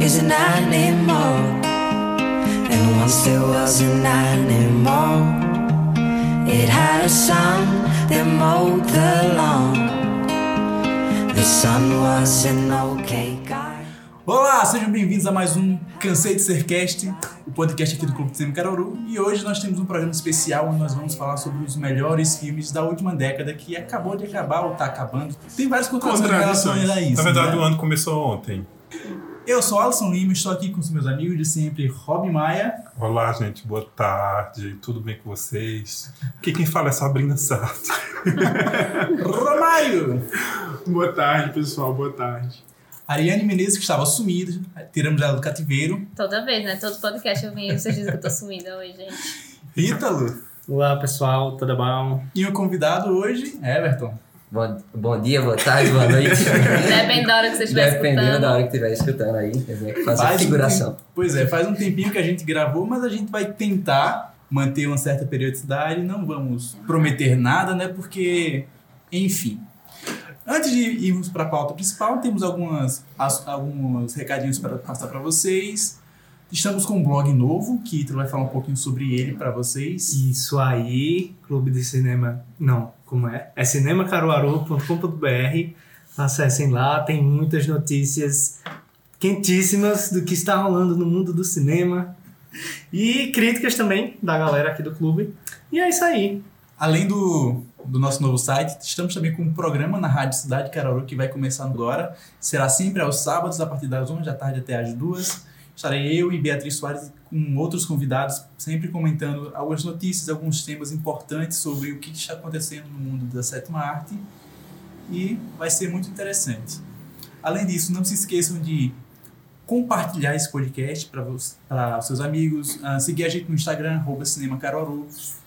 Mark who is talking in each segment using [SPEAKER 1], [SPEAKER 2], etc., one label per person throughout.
[SPEAKER 1] isn't anymore. And once there was an animal, it had a son that mowed the lawn. The son was an okay guy.
[SPEAKER 2] Olá, sejam bem-vindos a mais um Cansei de Ser Cast, o podcast aqui do Clube de Cinema Caruaru. E hoje nós temos um programa especial onde nós vamos falar sobre os melhores filmes da última década que acabou de acabar ou tá acabando. Tem várias contradições
[SPEAKER 3] Contradições.
[SPEAKER 2] a isso.
[SPEAKER 3] Na verdade,
[SPEAKER 2] né?
[SPEAKER 3] o ano começou ontem.
[SPEAKER 2] Eu sou Alisson Lima, estou aqui com os meus amigos de sempre, Rob Maia.
[SPEAKER 3] Olá, gente, boa tarde, tudo bem com vocês? Aqui quem fala é Sabrina Sato.
[SPEAKER 2] Romário!
[SPEAKER 4] Boa tarde, pessoal. Boa tarde.
[SPEAKER 2] Ariane Menezes, que estava sumida, tiramos ela do cativeiro.
[SPEAKER 5] Toda vez, né? Todo podcast eu venho e vocês dizem que eu tô sumida hoje, gente.
[SPEAKER 2] Ítalo!
[SPEAKER 6] Olá pessoal, tudo bom?
[SPEAKER 2] E o convidado hoje, Everton.
[SPEAKER 7] Bom, bom dia, boa tarde, boa noite.
[SPEAKER 5] Depende da hora que você estiver
[SPEAKER 7] Dependendo
[SPEAKER 5] escutando.
[SPEAKER 7] da hora que estiver escutando aí, eu venho aqui fazer
[SPEAKER 2] Faz um
[SPEAKER 7] figuração.
[SPEAKER 2] tempo- pois é, faz um tempinho que a gente gravou, mas a gente vai tentar manter uma certa periodicidade. Não vamos prometer nada, né? Porque, enfim. Antes de irmos para a pauta principal, temos algumas, as- alguns recadinhos para passar para vocês. Estamos com um blog novo, que Ítalo vai falar um pouquinho sobre ele para vocês.
[SPEAKER 6] Isso aí, Clube de Cinema. Não, como é? É cinemacaruaru.com.br. Acessem lá, tem muitas notícias quentíssimas do que está rolando no mundo do cinema e críticas também da galera aqui do clube. E é isso aí.
[SPEAKER 2] Além do, do nosso novo site, estamos também com um programa na Rádio Cidade Caruaru que vai começar agora. Será sempre aos sábados, a partir das 1 da tarde até as 2. Estarei eu e Beatriz Soares com outros convidados, sempre comentando algumas notícias, alguns temas importantes sobre o que está acontecendo no mundo da sétima arte. E vai ser muito interessante. Além disso, não se esqueçam de compartilhar esse podcast para os seus amigos, ah, seguir a gente no Instagram, arroba Cinema Caruaru,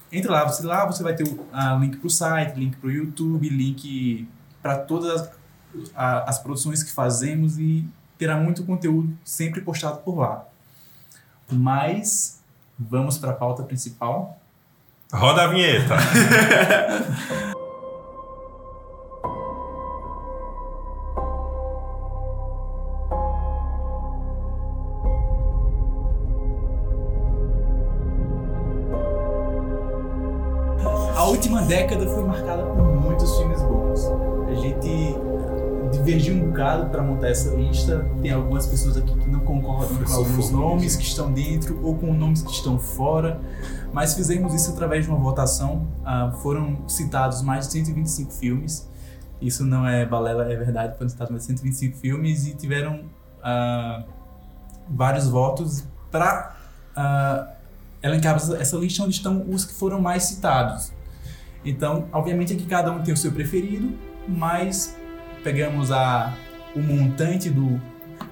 [SPEAKER 2] Entra lá, você lá você vai ter o a link pro site, link pro YouTube, link para todas as, a- as produções que fazemos e terá muito conteúdo sempre postado por lá. Mas vamos para a pauta principal.
[SPEAKER 3] Roda a vinheta.
[SPEAKER 2] A última década foi marcada por muitos filmes bons. A gente divergiu um bocado para montar essa lista. Tem algumas pessoas aqui que não concordam com
[SPEAKER 3] Foi
[SPEAKER 2] alguns
[SPEAKER 3] sufoco,
[SPEAKER 2] nomes que estão dentro ou com nomes que estão fora, mas fizemos isso através de uma votação. Ah, foram citados mais de 125 filmes. Isso não é balela, é verdade. Foram citados mais de 125 filmes e tiveram ah, vários votos para elencar essa- essa lista onde estão os que foram mais citados. Então, obviamente, aqui cada um tem o seu preferido, mas pegamos a, o montante do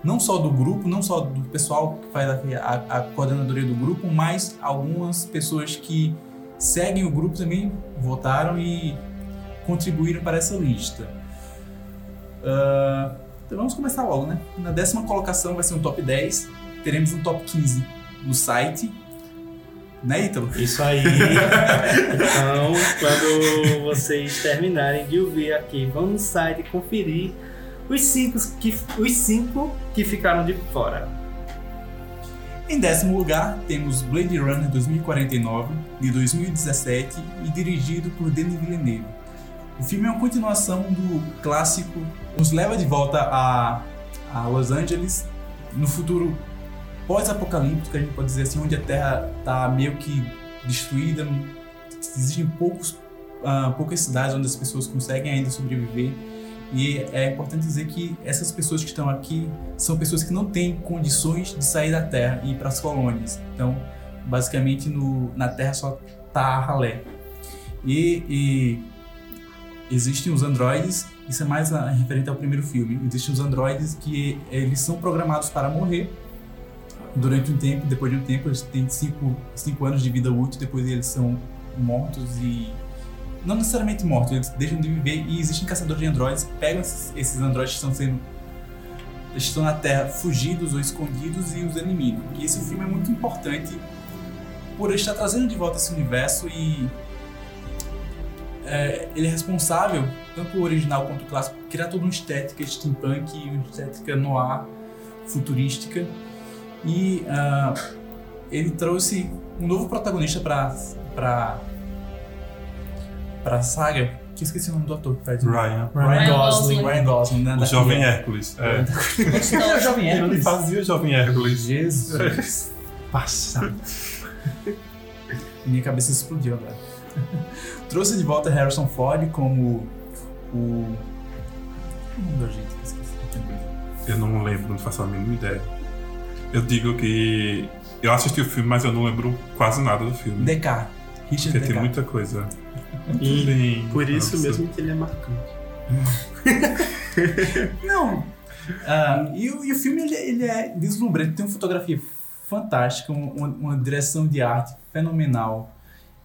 [SPEAKER 2] não só do grupo, não só do pessoal que faz a, a, a coordenadoria do grupo, mas algumas pessoas que seguem o grupo também votaram e contribuíram para essa lista. Ah, então vamos começar logo, né? Na décima colocação vai ser um top 10, teremos um top 15 no site, né, Ítalo?
[SPEAKER 6] Isso aí. então, quando vocês terminarem de ouvir aqui, vão no site conferir os cinco que, os cinco que ficaram de fora.
[SPEAKER 2] Em décimo lugar, temos Blade Runner 2049, de 2017 e dirigido por Denis Villeneuve. O filme é uma continuação do clássico, nos leva de volta a, a Los Angeles, no futuro pós-apocalíptico, a gente pode dizer assim, onde a Terra está meio que destruída, existem poucos, ah, poucas cidades onde as pessoas conseguem ainda sobreviver. E é importante dizer que essas pessoas que estão aqui são pessoas que não têm condições de sair da Terra e ir para as colônias. Então, basicamente, no, na Terra só tá a ralé. E, e existem os androides, isso é mais ah, referente ao primeiro filme, existem os androides que eles são programados para morrer durante um tempo, depois de um tempo eles têm cinco, cinco anos de vida útil, depois eles são mortos e... Não necessariamente mortos, eles deixam de viver e existem caçadores de androides que pegam esses, esses androides que estão sendo estão na Terra fugidos ou escondidos e os eliminam. E esse filme é muito importante por estar trazendo de volta esse universo e é, ele é responsável, tanto o original quanto o clássico, por criar toda uma estética steampunk e uma estética noir futurística. E ah, ele trouxe um novo protagonista pra, pra, pra saga, que eu esqueci o nome do ator que faz. o-
[SPEAKER 3] Ryan.
[SPEAKER 5] Ryan Gosling.
[SPEAKER 2] Ryan Gosling, né?
[SPEAKER 3] O
[SPEAKER 2] da-
[SPEAKER 3] Jovem Hércules. É.
[SPEAKER 2] Ele é o Jovem
[SPEAKER 3] Ele
[SPEAKER 2] Hércules.
[SPEAKER 3] fazia o Jovem Hércules.
[SPEAKER 2] Jesus. Passado. Minha cabeça explodiu agora. Trouxe de volta Harrison Ford como o. é Não deu jeito, esqueci.
[SPEAKER 3] Eu não lembro, não faço a mínima ideia. Eu digo que eu assisti o filme, mas eu não lembro quase nada do filme.
[SPEAKER 2] DK. Richard
[SPEAKER 3] Porque
[SPEAKER 2] DK.
[SPEAKER 3] tem muita coisa.
[SPEAKER 4] E
[SPEAKER 3] Sim,
[SPEAKER 4] por isso
[SPEAKER 3] nossa.
[SPEAKER 4] mesmo que ele é marcante.
[SPEAKER 2] Não! Ah, e, o- e o filme ele, é- ele é deslumbrante, tem uma fotografia fantástica, um- uma, uma direção de arte fenomenal.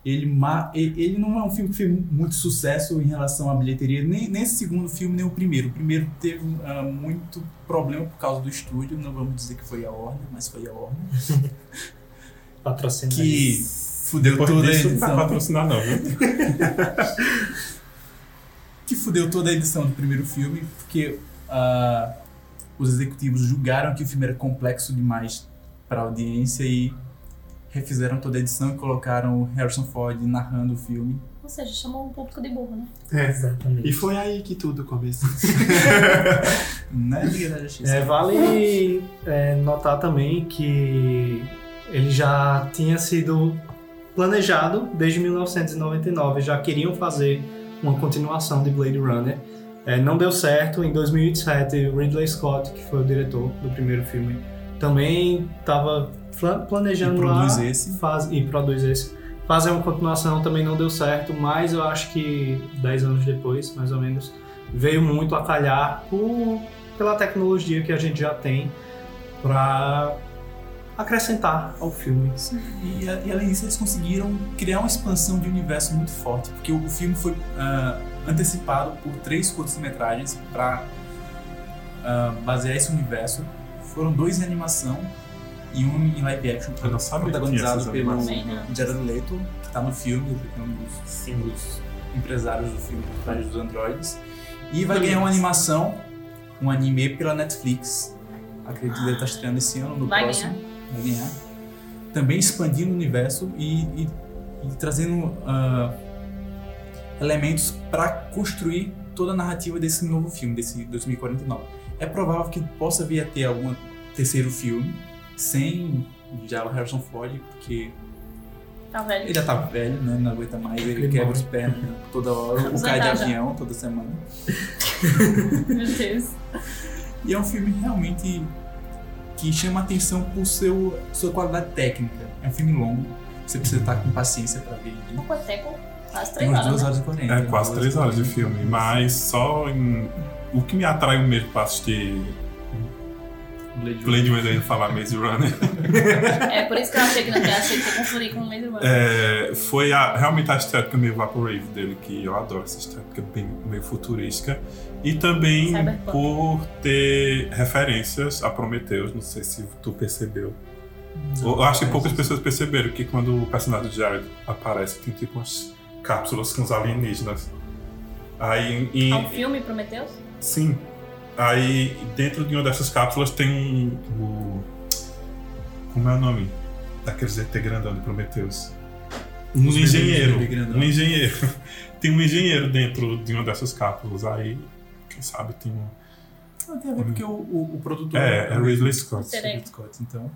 [SPEAKER 2] Ele, ma- e- ele não é um filme que fez muito sucesso em relação à bilheteria, nem, nem esse segundo filme, nem o primeiro. O primeiro teve ah, muito problema por causa do estúdio, não vamos dizer que foi a Warner, mas foi a Warner.
[SPEAKER 6] Patrocina
[SPEAKER 2] Que fudeu então.
[SPEAKER 3] Depois
[SPEAKER 2] toda a
[SPEAKER 3] disso, não dá pra
[SPEAKER 2] edição.
[SPEAKER 3] patrocinar, não, viu?
[SPEAKER 2] que fudeu toda a edição do primeiro filme, porque ah, os executivos julgaram que o filme era complexo demais para audiência e refizeram toda a edição e colocaram o Harrison Ford narrando o filme.
[SPEAKER 5] Ou seja, chamou o público de burro, né?
[SPEAKER 4] É.
[SPEAKER 6] Exatamente.
[SPEAKER 4] E foi aí que tudo começou.
[SPEAKER 2] Na Liga da Justiça.
[SPEAKER 6] É, vale é, notar também que ele já tinha sido planejado desde 1999, já queriam fazer uma continuação de Blade Runner. É, não deu certo, em 2007 Ridley Scott, que foi o diretor do primeiro filme, também estava
[SPEAKER 2] E
[SPEAKER 6] planejando lá
[SPEAKER 2] produz esse.
[SPEAKER 6] faz, e produz esse. Fazer uma continuação também não deu certo, mas eu acho que 10 anos depois, mais ou menos, veio muito a calhar por, pela tecnologia que a gente já tem para acrescentar ao filme.
[SPEAKER 2] E, a- e além disso, eles conseguiram criar uma expansão de universo muito forte, porque o filme foi ah, antecipado por três curtas-metragens para basear esse universo. Foram dois em animação e um em live action,
[SPEAKER 3] Eu não sabia que tinha
[SPEAKER 2] protagonizado
[SPEAKER 3] essas
[SPEAKER 2] pelo
[SPEAKER 5] Também não.
[SPEAKER 2] Jared Leto, que está no filme, é um dos, dos empresários do filme dos Pais dos Androides. E vai ganhar uma animação, um anime pela Netflix. Acredito que deve estar estreando esse ano, no
[SPEAKER 5] Vai
[SPEAKER 2] próximo. Vai ganhar. Também expandindo o universo e, e- e trazendo ah, elementos para construir toda a narrativa desse novo filme, desse 2049. É provável que possa vir a ter algum terceiro filme sem já o Harrison Ford, porque
[SPEAKER 5] Tá velho.
[SPEAKER 2] ele já tá velho, né? Não aguenta mais, ele,
[SPEAKER 6] Ele
[SPEAKER 2] quebra
[SPEAKER 6] morre.
[SPEAKER 2] os pés toda hora, ou
[SPEAKER 5] Vamos
[SPEAKER 2] cai de
[SPEAKER 5] andar já.
[SPEAKER 2] avião toda semana.
[SPEAKER 5] Meu Deus.
[SPEAKER 2] E é um filme realmente que chama atenção por seu, sua qualidade técnica. É um filme longo, você precisa estar com paciência pra ver ele.
[SPEAKER 5] Há quanto tempo? Quase
[SPEAKER 2] Tem
[SPEAKER 5] três
[SPEAKER 2] umas 2
[SPEAKER 5] horas, né?
[SPEAKER 2] horas e 40.
[SPEAKER 3] É quase
[SPEAKER 2] duas
[SPEAKER 3] três horas de
[SPEAKER 2] e quarenta.
[SPEAKER 3] filme, mas só em. O que me atrai mesmo pra assistir
[SPEAKER 2] Blade Runner.
[SPEAKER 3] Blade Runner e falar Maze Runner
[SPEAKER 5] É por isso que eu achei que não tinha. Achei que eu confundi com um o mesmo ano.
[SPEAKER 3] é, foi a- realmente a estética meio Vaporwave dele, que eu adoro essa estética bem, meio futurística. E também
[SPEAKER 5] Cyberpunk.
[SPEAKER 3] por ter referências a Prometheus, não sei se tu percebeu. Eu acho que poucas pessoas perceberam que quando o personagem do Jared aparece, tem tipo umas cápsulas com os alienígenas. Aí em-
[SPEAKER 5] Há um filme, Prometeus?
[SPEAKER 3] Sim. Aí dentro de uma dessas cápsulas tem um. o- como é o nome? Daqueles ET grandão de Prometheus. Um
[SPEAKER 2] Os bebês
[SPEAKER 3] engenheiro.
[SPEAKER 2] bebê grandão.
[SPEAKER 3] Um engenheiro. Tem um engenheiro dentro de uma dessas cápsulas. Aí, quem sabe tem um.
[SPEAKER 2] Não tem a ver porque o, o, o produtor
[SPEAKER 3] É, é Ridley Scott.
[SPEAKER 5] Será?
[SPEAKER 2] Ridley Scott, então.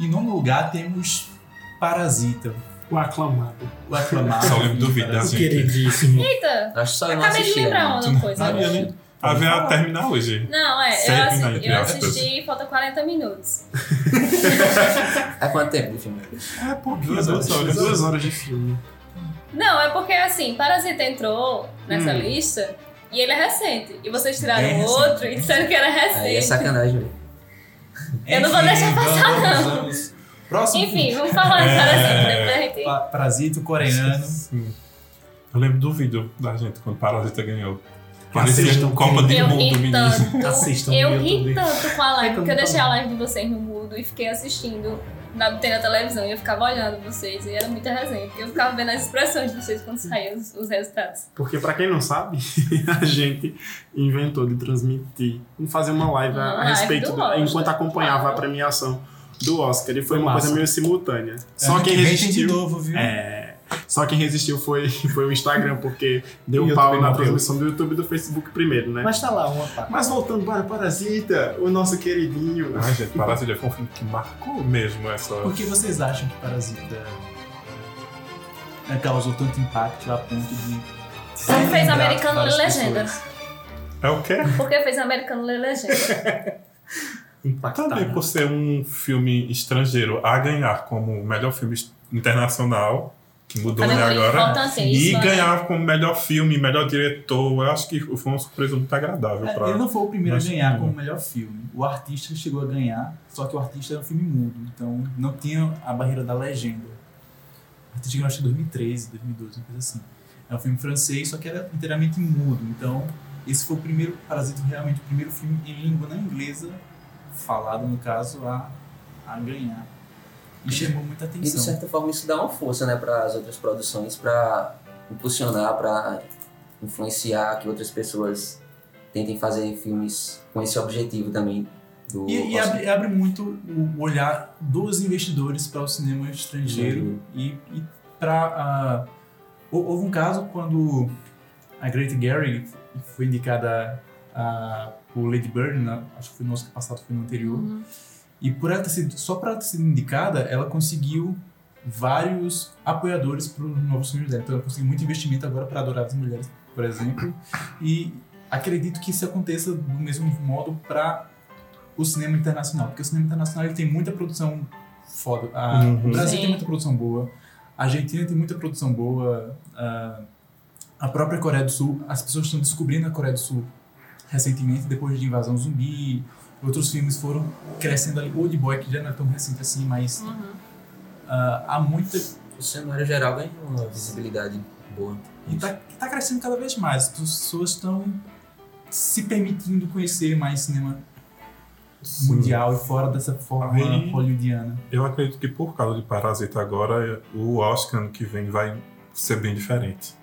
[SPEAKER 2] Em nono lugar temos Parasita,
[SPEAKER 4] O aclamado.
[SPEAKER 2] o aclamado.
[SPEAKER 3] Só lembro do vídeo da
[SPEAKER 2] Parasita.
[SPEAKER 3] gente.
[SPEAKER 6] Queridíssimo.
[SPEAKER 5] Eita!
[SPEAKER 7] Acho que só Uhum. eu não
[SPEAKER 5] Acabei de
[SPEAKER 7] assisti.
[SPEAKER 5] lembrar
[SPEAKER 7] ainda.
[SPEAKER 5] uma coisa.
[SPEAKER 3] Sabia, né? A ver ela terminar hoje.
[SPEAKER 5] Não, é, eu
[SPEAKER 3] Sério, né,
[SPEAKER 5] assisti,
[SPEAKER 3] entre
[SPEAKER 5] eu
[SPEAKER 3] aspas.
[SPEAKER 5] assisti falta 40 minutos.
[SPEAKER 7] Há quanto tempo de filme?
[SPEAKER 3] É, pô,
[SPEAKER 4] Duas horas, duas horas de
[SPEAKER 3] né?
[SPEAKER 4] filme.
[SPEAKER 5] Não, é porque assim, Parasita entrou
[SPEAKER 7] Hum.
[SPEAKER 5] nessa lista e ele é recente. E vocês tiraram
[SPEAKER 2] Bem recente.
[SPEAKER 5] outro e disseram que era
[SPEAKER 7] Aí é
[SPEAKER 5] recente.
[SPEAKER 7] sacanagem, velho.
[SPEAKER 5] Eu não vou deixar passar,
[SPEAKER 2] vamos,
[SPEAKER 5] não.
[SPEAKER 2] vamos. Próximo.
[SPEAKER 7] é
[SPEAKER 5] Enfim, vamos falar de Parasita, depois a gente.
[SPEAKER 2] Pa- Parasita o coreano.
[SPEAKER 3] Eu lembro do vídeo da gente quando Parasita ganhou.
[SPEAKER 4] Assistam,
[SPEAKER 3] Parecia Copa de
[SPEAKER 5] Eu
[SPEAKER 3] Mundo,
[SPEAKER 5] ri
[SPEAKER 3] menino.
[SPEAKER 5] tanto.
[SPEAKER 4] Assistam no
[SPEAKER 5] Eu ri
[SPEAKER 4] YouTube.
[SPEAKER 5] tanto com a
[SPEAKER 3] É
[SPEAKER 5] live, porque eu
[SPEAKER 4] não
[SPEAKER 5] deixei a live de vocês no mudo e fiquei assistindo na, tem na televisão e eu ficava olhando vocês e era muita resenha, porque eu ficava vendo as expressões de vocês quando saíam os, os resultados.
[SPEAKER 4] Porque pra quem não sabe, a gente inventou de transmitir, de fazer uma live a, a
[SPEAKER 5] Uma live
[SPEAKER 4] respeito,
[SPEAKER 5] do
[SPEAKER 4] do-
[SPEAKER 5] Oscar,
[SPEAKER 4] enquanto acompanhava
[SPEAKER 5] claro.
[SPEAKER 4] a premiação do Oscar. E foi
[SPEAKER 6] Foi
[SPEAKER 4] uma
[SPEAKER 6] massa.
[SPEAKER 4] coisa meio simultânea. Só
[SPEAKER 2] Ano
[SPEAKER 4] quem
[SPEAKER 2] que vem tem de
[SPEAKER 4] resistiu.
[SPEAKER 2] novo, viu?
[SPEAKER 4] É, só quem resistiu foi, foi o Instagram, porque deu um
[SPEAKER 6] YouTube
[SPEAKER 4] pau na
[SPEAKER 6] bateu.
[SPEAKER 4] transmissão do YouTube e do Facebook primeiro, né? Mas,
[SPEAKER 6] Mas tá lá uma parte.
[SPEAKER 4] voltando para Parasita, o nosso queridinho.
[SPEAKER 3] Ai, gente, Parasita foi um filme que marcou mesmo essa.
[SPEAKER 2] Por que vocês acham que Parasita é, causou tanto impacto a ponto de. ser um
[SPEAKER 5] Porque fez
[SPEAKER 2] lembrado
[SPEAKER 5] americano
[SPEAKER 2] por
[SPEAKER 5] ler
[SPEAKER 2] várias
[SPEAKER 5] legenda.
[SPEAKER 2] pessoas?
[SPEAKER 3] É o quê?
[SPEAKER 5] Porque fez americano ler legenda.
[SPEAKER 4] Tá
[SPEAKER 6] Impactada.
[SPEAKER 3] Também por ser um filme estrangeiro a ganhar como melhor filme internacional, que mudou né,
[SPEAKER 5] Categoria
[SPEAKER 3] agora.
[SPEAKER 5] importante,
[SPEAKER 3] E
[SPEAKER 5] isso, um né?
[SPEAKER 3] ganhar como melhor filme, melhor diretor. Eu acho que foi uma surpresa muito agradável
[SPEAKER 2] É,
[SPEAKER 3] pra.
[SPEAKER 2] Ele não foi o primeiro
[SPEAKER 3] Mas-
[SPEAKER 2] a ganhar como melhor filme. O artista chegou a ganhar, só que o artista era um filme mudo, então não tinha a barreira da legenda. O artista ganhou acho que em 2013, 2012, uma coisa assim. É um filme francês, só que era inteiramente mudo. Então, esse foi o primeiro Parasito, realmente, o primeiro filme em língua não inglesa, falado no caso, a, a ganhar. E chamou muita
[SPEAKER 7] E de
[SPEAKER 2] atenção.
[SPEAKER 7] certa forma isso é dá uma força, né, para as outras produções, para impulsionar, para influenciar que outras pessoas tentem fazer filmes com esse objetivo também do
[SPEAKER 2] E, e
[SPEAKER 7] Oscar.
[SPEAKER 2] abre, abre muito o olhar dos investidores para o cinema estrangeiro
[SPEAKER 7] Uhum.
[SPEAKER 2] e, e para. houve um caso quando a Great Gary foi indicada a, por Lady Bird, né? acho que foi no Oscar passado, foi no anterior. E por ela ter sido, só para ter sido indicada, ela conseguiu vários apoiadores para o novo filme dela. Então ela conseguiu muito investimento agora para Adoráveis Mulheres, por exemplo. E acredito que isso aconteça do mesmo modo para o cinema internacional, porque o cinema internacional ele tem muita produção foda. A-
[SPEAKER 3] Uhum.
[SPEAKER 2] O Brasil
[SPEAKER 5] Sim.
[SPEAKER 2] tem muita produção boa, a Argentina tem muita produção boa, a, a própria Coreia do Sul, as pessoas estão descobrindo a Coreia do Sul recentemente, depois de Invasão Zumbi, outros filmes foram crescendo ali. Old Boy, que já não é tão recente assim, mas
[SPEAKER 5] Uhum.
[SPEAKER 2] ah, há muita. E
[SPEAKER 7] O cenário geral ganha uma visibilidade boa.
[SPEAKER 2] tá, tá crescendo cada vez mais. As pessoas estão se permitindo conhecer mais cinema mundial e fora dessa forma
[SPEAKER 3] Aí-
[SPEAKER 2] hollywoodiana.
[SPEAKER 3] Eu acredito que por causa de Parasita agora, o Oscar ano que vem vai ser bem diferente.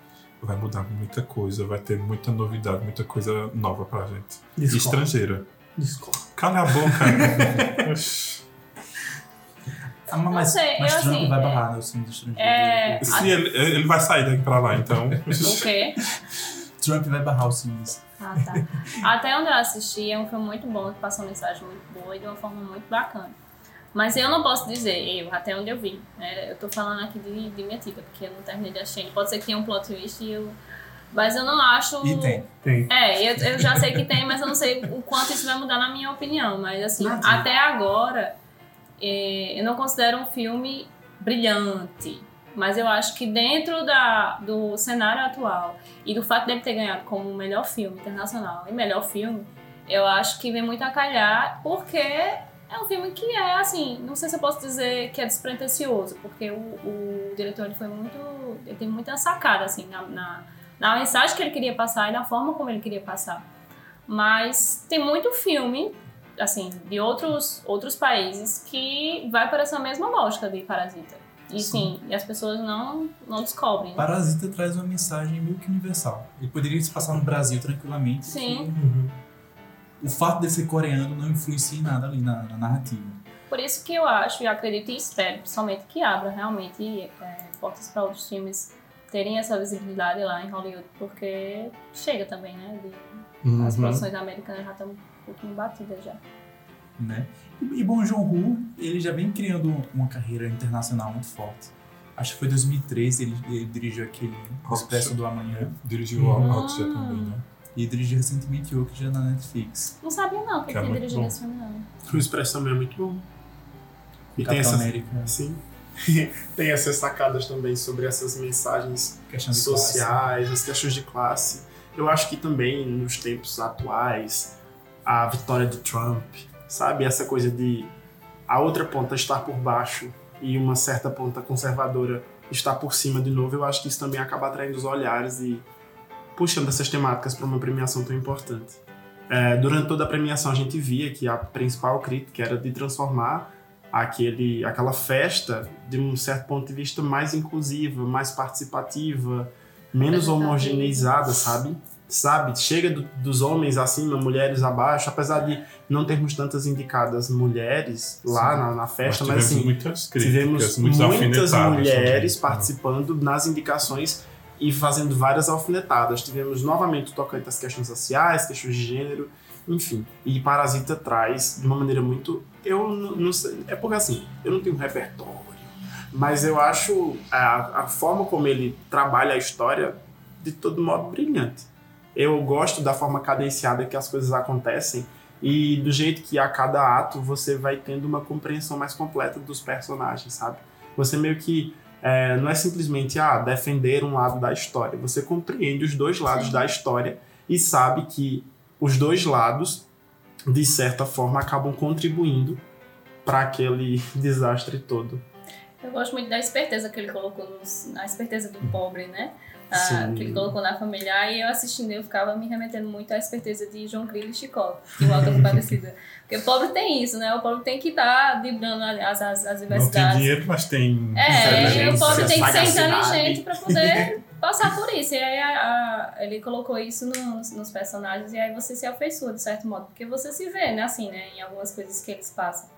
[SPEAKER 3] Vai mudar muita coisa, vai ter muita novidade, muita coisa nova pra gente.
[SPEAKER 6] Discord.
[SPEAKER 3] Estrangeira.
[SPEAKER 6] Discord.
[SPEAKER 3] Cala a boca. Oxi.
[SPEAKER 2] Ah, mas mas
[SPEAKER 5] sei, eu,
[SPEAKER 2] Trump
[SPEAKER 5] assim,
[SPEAKER 2] vai
[SPEAKER 5] é-
[SPEAKER 2] barrar né, o cinema de estrangeiro.
[SPEAKER 5] É.
[SPEAKER 3] Se ele, ele vai sair daqui pra lá, então.
[SPEAKER 5] O quê?
[SPEAKER 2] Trump vai barrar os filmes.
[SPEAKER 5] Ah, tá. Até onde eu assisti, é um filme muito bom, que passa uma mensagem muito boa e de uma forma muito bacana. Mas eu não posso dizer, eu, até onde eu vi. né? Eu tô falando aqui de, de minha tica, porque eu não terminei de assistir. Pode ser que tenha um plot twist e eu. Mas eu não acho.
[SPEAKER 2] E tem.
[SPEAKER 6] Tem.
[SPEAKER 5] É, eu, eu já sei que tem, mas eu não sei o quanto isso vai mudar na minha opinião. Mas assim, até agora, eh, eu não considero um filme brilhante. Mas eu acho que dentro da, do cenário atual e do fato dele ter ganhado como melhor filme internacional e melhor filme, eu acho que vem muito a calhar, porque é um filme que é assim, não sei se eu posso dizer que é despretensioso, porque o, o diretor ele foi muito. ele tem muita sacada, assim, na- na, na mensagem que ele queria passar e na forma como ele queria passar. Mas tem muito filme, assim, de outros, outros países que vai para essa mesma lógica de Parasita. E sim, e as pessoas não, não descobrem. né?
[SPEAKER 2] Parasita traz uma mensagem meio que universal. Ele poderia se passar no Brasil tranquilamente.
[SPEAKER 5] Sim.
[SPEAKER 2] que O fato de ser coreano não influencia em nada ali na, na narrativa.
[SPEAKER 5] Por isso que eu acho, e acredito e espero, principalmente que abra realmente é, portas para outros filmes terem essa visibilidade lá em Hollywood, porque chega também, né? de- As
[SPEAKER 3] Uhum.
[SPEAKER 5] produções americanas já estão um pouquinho batidas já.
[SPEAKER 2] né? E, e Bong Joon-ho, ele já vem criando uma carreira internacional muito forte. Acho que foi 2013 ele, ele dirigiu aquele
[SPEAKER 3] Rock
[SPEAKER 2] Expresso
[SPEAKER 3] Show.
[SPEAKER 2] do Amanhã
[SPEAKER 3] Dirigiu o
[SPEAKER 5] Hum.
[SPEAKER 3] Alcott também, né?
[SPEAKER 2] e dirigiu recentemente o que já é na Netflix.
[SPEAKER 5] Não sabia não que
[SPEAKER 3] Que é
[SPEAKER 5] ele tinha
[SPEAKER 3] muito
[SPEAKER 5] dirigido
[SPEAKER 3] bom.
[SPEAKER 5] esse filme, não.
[SPEAKER 4] O Expressão é muito bom. E tem
[SPEAKER 2] Capitão
[SPEAKER 4] essas,
[SPEAKER 2] América,
[SPEAKER 4] Sim. Tem essas sacadas também sobre essas mensagens
[SPEAKER 2] questão de classe.
[SPEAKER 4] sociais, as questões de classe. Eu acho que também nos tempos atuais, a vitória de Trump, sabe? Essa coisa de a outra ponta estar por baixo e uma certa ponta conservadora estar por cima de novo, eu acho que isso também acaba atraindo os olhares e puxando essas temáticas para uma premiação tão importante. É, durante toda a premiação a gente via que a principal crítica era de transformar aquele, aquela festa de um certo ponto de vista mais inclusiva, mais participativa, menos homogeneizada, sabe? Sabe? Chega do- dos homens acima, mulheres abaixo, apesar de não termos tantas indicadas mulheres lá na, na festa, mas,
[SPEAKER 3] tivemos
[SPEAKER 4] assim,
[SPEAKER 3] muitas
[SPEAKER 4] tivemos
[SPEAKER 3] críticas, muitas
[SPEAKER 4] muitas
[SPEAKER 3] alfinetadas
[SPEAKER 4] mulheres
[SPEAKER 3] também.
[SPEAKER 4] participando nas indicações e fazendo várias alfinetadas. Tivemos novamente o tocante às questões raciais, questões de gênero, enfim. E Parasita traz de uma maneira muito. Eu n- não sei. É porque assim, eu não tenho repertório, mas eu acho a, a forma como ele trabalha a história de todo modo brilhante. Eu gosto da forma cadenciada que as coisas acontecem e do jeito que a cada ato você vai tendo uma compreensão mais completa dos personagens, sabe? Você meio que é, não é simplesmente ah, defender um lado da história, você compreende os dois lados da história e sabe que os dois lados, de certa forma, acabam contribuindo para aquele desastre todo.
[SPEAKER 5] Eu gosto muito da esperteza que ele colocou, nos, a esperteza
[SPEAKER 3] Uhum.
[SPEAKER 5] do pobre, né? Ah,
[SPEAKER 4] Sim.
[SPEAKER 5] que ele colocou na familiar. E eu assistindo, eu ficava me remetendo muito à esperteza de João Grilo e Chicó, de Walter Aparecida. Porque o pobre tem isso, né? O pobre tem que estar vibrando as, as, as
[SPEAKER 3] Não tem
[SPEAKER 5] diversidades.
[SPEAKER 3] dinheiro, mas tem. um
[SPEAKER 5] É, e o
[SPEAKER 4] Inteligência,
[SPEAKER 5] pobre tem que ser
[SPEAKER 4] sagacidade.
[SPEAKER 5] inteligente pra poder passar por isso. E aí a- a- ele colocou isso nos, nos personagens e aí você se afeiçoa, de certo modo. Porque você se vê, né, assim, né, em algumas coisas que eles passam.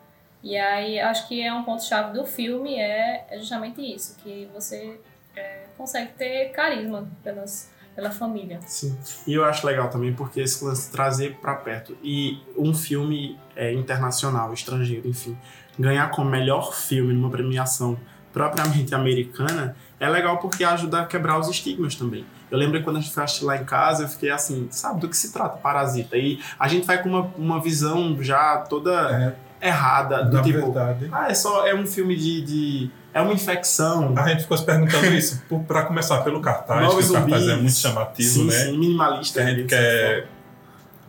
[SPEAKER 5] E aí acho que é um ponto-chave do filme, é, é justamente isso, que você é, consegue ter carisma pelas, pela família.
[SPEAKER 4] Sim. E eu acho legal também porque esse lance trazer pra perto e um filme é, internacional, estrangeiro, enfim, ganhar como melhor filme numa premiação propriamente americana é legal porque ajuda a quebrar os estigmas também. Eu lembro que quando a gente foi assistir lá em casa, eu fiquei assim, sabe do que se trata Parasita? E a gente vai com uma, uma visão já toda errada do
[SPEAKER 3] É. Na
[SPEAKER 4] tipo,
[SPEAKER 3] verdade.
[SPEAKER 4] ah, é só é um filme de, de é uma infecção.
[SPEAKER 3] A gente ficou se perguntando isso, por- pra começar pelo cartaz,
[SPEAKER 4] Novos
[SPEAKER 3] que o cartaz é
[SPEAKER 4] zumbis.
[SPEAKER 3] muito chamativo,
[SPEAKER 4] sim,
[SPEAKER 3] né?
[SPEAKER 4] sim,
[SPEAKER 3] que
[SPEAKER 4] minimalista.
[SPEAKER 3] a gente
[SPEAKER 4] de
[SPEAKER 3] quer.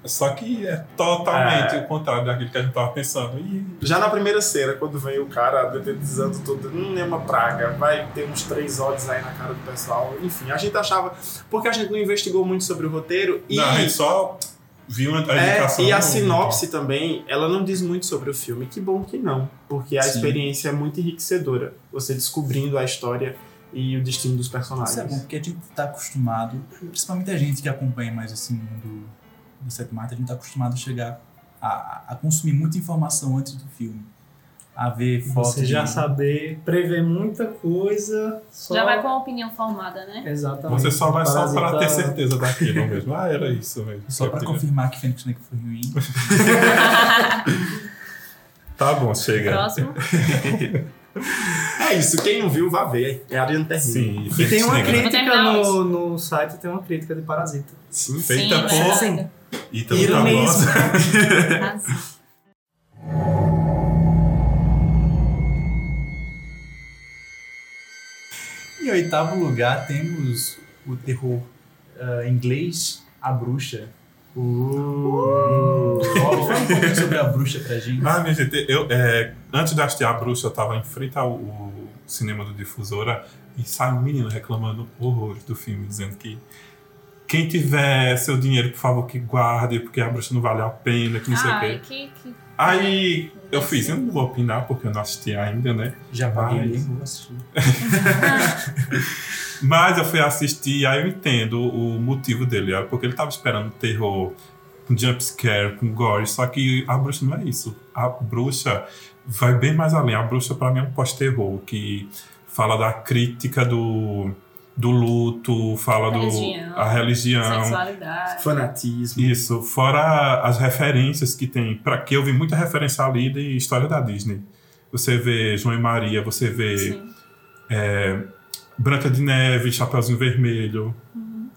[SPEAKER 3] Só que é totalmente o contrário daquilo que a gente tava pensando. E
[SPEAKER 4] Já na primeira cena, quando vem o cara dedetizando tudo, hum, é uma praga, vai ter uns três olhos aí na cara do pessoal. Enfim, a gente achava. Porque a gente não investigou muito sobre o roteiro e.
[SPEAKER 3] não, a gente só viu a
[SPEAKER 4] É,
[SPEAKER 3] indicação.
[SPEAKER 4] e a
[SPEAKER 3] do-
[SPEAKER 4] sinopse também, ela não diz muito sobre o filme. Que bom que não, porque a
[SPEAKER 3] Sim.
[SPEAKER 4] experiência é muito enriquecedora. Você descobrindo a história e o destino dos personagens.
[SPEAKER 2] Isso é bom, porque a gente tá acostumado, principalmente a gente que acompanha mais esse mundo do sétimo arte, a gente tá acostumado a chegar a, a consumir muita informação antes do filme. A ver fotos.
[SPEAKER 6] Você já
[SPEAKER 2] de-
[SPEAKER 6] saber prever muita coisa. Só...
[SPEAKER 5] Já vai com a opinião formada, né?
[SPEAKER 6] Exatamente.
[SPEAKER 3] Você só vai só
[SPEAKER 6] Parasita-
[SPEAKER 3] pra ter certeza daquilo mesmo. Ah, era isso mesmo.
[SPEAKER 2] Só pra confirmar que Fênix Negra foi ruim.
[SPEAKER 3] Tá bom, chega.
[SPEAKER 5] Próximo.
[SPEAKER 4] É isso, quem não viu, vá ver. É a Ariane Terrine.
[SPEAKER 3] Sim,
[SPEAKER 6] E tem uma
[SPEAKER 3] Negra.
[SPEAKER 6] crítica no, no site, tem uma crítica de Parasita.
[SPEAKER 4] Sim.
[SPEAKER 3] Feita
[SPEAKER 5] Sim,
[SPEAKER 3] por
[SPEAKER 5] verdade.
[SPEAKER 3] Ítalo
[SPEAKER 6] Ironismo.
[SPEAKER 3] Barbosa.
[SPEAKER 5] Razão.
[SPEAKER 2] Em oitavo lugar temos o terror ah, inglês A Bruxa. Uh. Fala fala um pouquinho sobre a bruxa pra gente.
[SPEAKER 3] Ah, minha gente, eu, é, antes de assistir a bruxa, eu tava em frente ao, ao cinema do Difusora e sai um menino reclamando horrores do filme, dizendo que quem tiver seu dinheiro, por favor, que guarde, porque a bruxa não vale a pena, que não sei o
[SPEAKER 5] Ai,
[SPEAKER 3] quê.
[SPEAKER 5] que, que
[SPEAKER 3] Aí eu fiz, eu não vou opinar porque eu não assisti ainda, né?
[SPEAKER 2] Já paguei
[SPEAKER 3] Mas-
[SPEAKER 2] mesmo, vou assistir.
[SPEAKER 3] Mas eu fui assistir e aí eu entendo o motivo dele, é porque ele tava esperando terror, com jumpscare, com gore, só que a bruxa não é isso. A bruxa vai bem mais além. A bruxa, pra mim, é um pós-terror que fala da crítica do, do luto, fala
[SPEAKER 5] Religião.
[SPEAKER 3] do a religião.
[SPEAKER 5] sexualidade.
[SPEAKER 4] Fanatismo.
[SPEAKER 3] Isso, fora as referências que tem, para que eu vi muita referência ali de história da Disney. Você vê João e Maria, você vê
[SPEAKER 5] Sim.
[SPEAKER 3] Branca de Neve, Chapeuzinho Vermelho.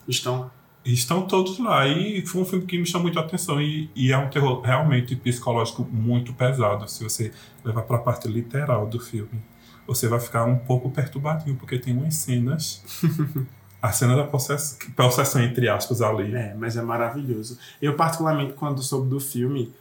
[SPEAKER 4] Estão.
[SPEAKER 3] Estão todos lá. E foi um filme que me chamou muito a atenção. E, e é um terror realmente psicológico muito pesado. Se você levar para a parte literal do filme, você vai ficar um pouco perturbadinho, porque tem umas cenas. a cena da possess- possessão, entre aspas, ali.
[SPEAKER 4] É, mas é maravilhoso. Eu, particularmente, quando soube do filme,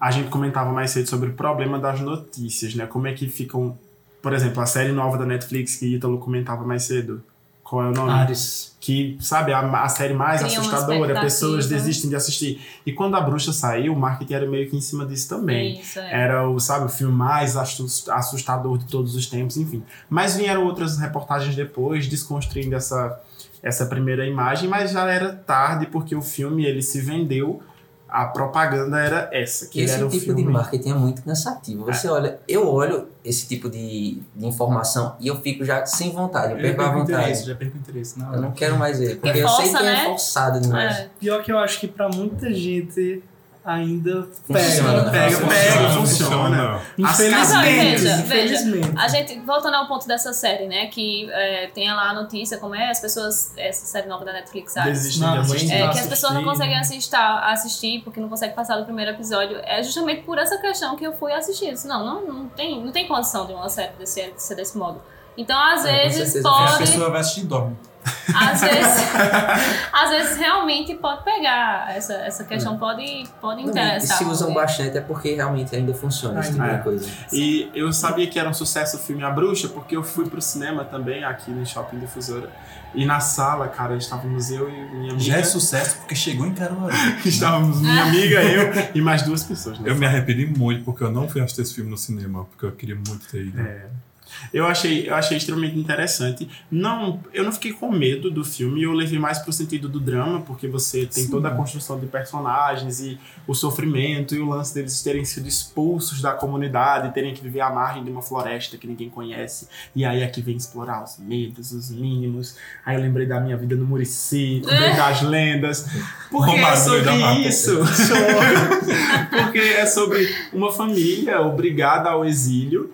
[SPEAKER 4] a gente comentava mais cedo sobre o problema das notícias, né? Como é que ficam Por exemplo, a série nova da Netflix que Ítalo comentava mais cedo. Qual é o nome?
[SPEAKER 6] Ares.
[SPEAKER 4] que, sabe, a, a série mais
[SPEAKER 5] Cria uma
[SPEAKER 4] assustadora,
[SPEAKER 5] expectativa.
[SPEAKER 4] pessoas desistem de assistir. E quando a bruxa saiu, o marketing era meio que em cima disso também.
[SPEAKER 5] Isso, é.
[SPEAKER 4] Era o, sabe, o filme mais assus- assustador de todos os tempos, enfim. Mas vieram outras reportagens depois, desconstruindo essa, essa primeira imagem, mas já era tarde, porque o filme, ele se vendeu, a propaganda era essa, que
[SPEAKER 7] esse
[SPEAKER 4] era o
[SPEAKER 7] tipo
[SPEAKER 4] filme...
[SPEAKER 7] de marketing é muito cansativo. Você olha, eu olho esse tipo de, de informação e eu fico já sem vontade, eu
[SPEAKER 2] Eu
[SPEAKER 7] perco a
[SPEAKER 2] perco o interesse,
[SPEAKER 7] vontade.
[SPEAKER 2] já perco o interesse.
[SPEAKER 7] Eu
[SPEAKER 2] Não,
[SPEAKER 7] não quero mais ele, porque eu
[SPEAKER 5] força,
[SPEAKER 7] sei que é
[SPEAKER 5] né?
[SPEAKER 7] forçado demais.
[SPEAKER 5] É.
[SPEAKER 6] Pior que eu acho que pra muita gente ainda pega. pega,
[SPEAKER 7] Funciona, né? funciona.
[SPEAKER 6] pega.
[SPEAKER 4] É, funciona. né? As
[SPEAKER 6] Infelizmente,
[SPEAKER 5] Mas olha, veja,
[SPEAKER 6] infelizmente.
[SPEAKER 5] A gente, voltando ao ponto dessa série, né? Que é, tem lá a notícia, como é, as pessoas. Essa série nova da Netflix, sabe?
[SPEAKER 4] Desistem
[SPEAKER 6] Não,
[SPEAKER 4] de
[SPEAKER 6] mas
[SPEAKER 4] assistir.
[SPEAKER 5] É,
[SPEAKER 6] Não
[SPEAKER 5] que as pessoas não
[SPEAKER 6] assisti,
[SPEAKER 5] conseguem
[SPEAKER 6] né?
[SPEAKER 5] assistir, assistir porque não conseguem passar do primeiro episódio. É justamente por essa questão que eu fui assistir. Eu disse, Não, não, não, tem, não tem condição de uma série desse, de ser desse modo. Então, às
[SPEAKER 7] É, com
[SPEAKER 5] vezes,
[SPEAKER 7] certeza.
[SPEAKER 2] a
[SPEAKER 7] Olha.
[SPEAKER 5] pode.
[SPEAKER 2] pessoa vai assistir e dorme.
[SPEAKER 5] Às vezes, às vezes realmente pode pegar. Essa, essa questão pode, pode
[SPEAKER 7] É. Não, e
[SPEAKER 5] interessar.
[SPEAKER 7] se usam
[SPEAKER 5] né?
[SPEAKER 7] bastante é porque realmente ainda funciona esse tipo
[SPEAKER 4] Ainda.
[SPEAKER 7] de coisa.
[SPEAKER 4] E eu sabia que era um sucesso o filme A Bruxa, porque eu fui pro cinema também, aqui no Shopping Difusora. E na sala, cara, estávamos eu e minha Ah. amiga.
[SPEAKER 2] Já é sucesso porque chegou em Caruaru.
[SPEAKER 4] estávamos minha amiga, eu e mais duas pessoas. Né?
[SPEAKER 3] Eu me arrependi muito porque eu não fui assistir esse filme no cinema, porque eu queria muito ter ido.
[SPEAKER 4] É. Eu achei, eu achei extremamente interessante. Não, eu não fiquei com medo do filme, eu levei mais pro sentido do drama, porque você tem
[SPEAKER 2] Sim.
[SPEAKER 4] toda a construção de personagens e o sofrimento e o lance deles terem sido expulsos da comunidade, terem que viver à margem de uma floresta que ninguém conhece. E aí aqui vem explorar os medos, os mínimos. Aí eu lembrei da minha vida no Murici, lembrei das lendas. É. Porque é
[SPEAKER 3] Romário no meio da mata.
[SPEAKER 4] sobre isso. Porque é sobre uma família obrigada ao exílio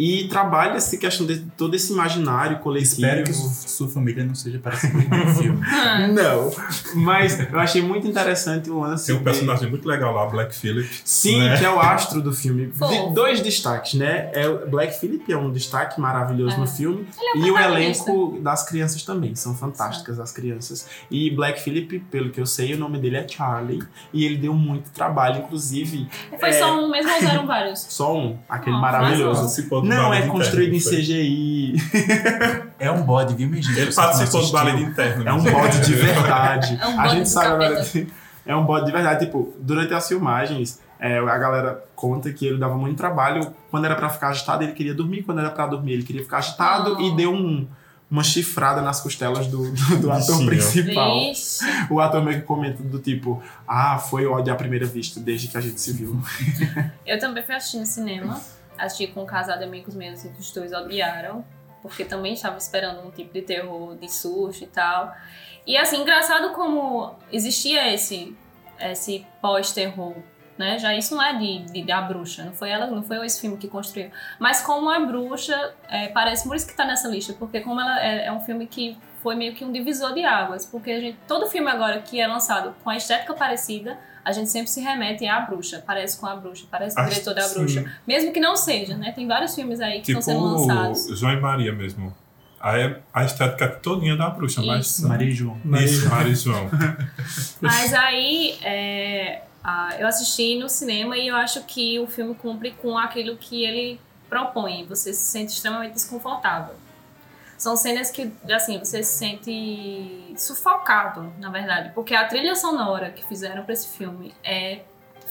[SPEAKER 4] e trabalha essa questão de todo esse imaginário coletivo.
[SPEAKER 2] Espero que su- sua família não seja parecida com o filme.
[SPEAKER 4] Não, mas eu achei muito interessante o lance.
[SPEAKER 3] Tem um
[SPEAKER 4] de-
[SPEAKER 3] personagem muito legal lá, Black Phillip.
[SPEAKER 4] Sim,
[SPEAKER 3] né?
[SPEAKER 4] que é o astro do filme.
[SPEAKER 5] Fofo.
[SPEAKER 4] De- dois destaques, né? É, o Black Phillip é um destaque maravilhoso
[SPEAKER 5] É.
[SPEAKER 4] no filme.
[SPEAKER 5] Ele é
[SPEAKER 4] e o
[SPEAKER 5] protagonista.
[SPEAKER 4] elenco das crianças também. São fantásticas as crianças. E Black Phillip, pelo que eu sei, o nome dele é Charlie. E ele deu muito trabalho, inclusive.
[SPEAKER 5] Foi
[SPEAKER 4] é
[SPEAKER 5] só um mesmo ou eram vários?
[SPEAKER 4] Só um, aquele
[SPEAKER 5] Não,
[SPEAKER 4] maravilhoso.
[SPEAKER 5] mas
[SPEAKER 3] Participou do
[SPEAKER 4] Não,
[SPEAKER 3] balé
[SPEAKER 4] é
[SPEAKER 3] de
[SPEAKER 4] construído em
[SPEAKER 3] interno, foi.
[SPEAKER 4] CGI.
[SPEAKER 2] É um bode, viu, minha gente?
[SPEAKER 3] Ele
[SPEAKER 2] Vocês não
[SPEAKER 3] participou do
[SPEAKER 2] assistiram.
[SPEAKER 3] balé de né? interno.
[SPEAKER 4] É um bode de verdade.
[SPEAKER 5] É um
[SPEAKER 4] a
[SPEAKER 5] bode
[SPEAKER 4] gente
[SPEAKER 5] do
[SPEAKER 4] sabe agora
[SPEAKER 5] capeta.
[SPEAKER 4] que é um bode de verdade. Tipo, durante as filmagens, é, a galera conta que ele dava muito trabalho. Quando era pra ficar agitado, ele queria dormir. Quando era pra dormir, ele queria ficar agitado
[SPEAKER 5] Oh.
[SPEAKER 4] e deu um- uma chifrada nas costelas do, do- do ator
[SPEAKER 3] Bichinho.
[SPEAKER 4] principal.
[SPEAKER 5] Vixe.
[SPEAKER 4] O ator meio que comenta do tipo, ah, foi ódio à primeira vista, desde que a gente se viu.
[SPEAKER 5] Eu também fui assistir no cinema. Assisti com um casal de amigos meus e assim, os dois odiaram. Porque também estava esperando um tipo de terror, de susto e tal. E assim, engraçado como existia esse, esse pós-terror, né? Já isso não é de, de- da bruxa, não foi ela, não foi esse filme que construiu. Mas como a bruxa, é, parece por isso que tá nessa lista, porque como ela é, é um filme que foi meio que um divisor de águas. Porque a gente, todo filme agora que é lançado com a estética parecida, a gente sempre se remete à bruxa, parece com a bruxa, parece com o
[SPEAKER 3] Acho-
[SPEAKER 5] diretor da
[SPEAKER 3] sim.
[SPEAKER 5] bruxa. Mesmo que não seja, né? Tem vários filmes aí que
[SPEAKER 3] Tipo
[SPEAKER 5] estão sendo lançados.
[SPEAKER 3] o João e Maria mesmo. Aí é a estética todinha da bruxa, mas.
[SPEAKER 5] Isso.
[SPEAKER 2] Maria e João.
[SPEAKER 3] Isso, Maria e João.
[SPEAKER 5] Mas aí é, ah, eu assisti no cinema e eu acho que o filme cumpre com aquilo que ele propõe. Você se sente extremamente desconfortável. São cenas que, assim, você se sente sufocado, na verdade. Porque a trilha sonora que fizeram pra esse filme é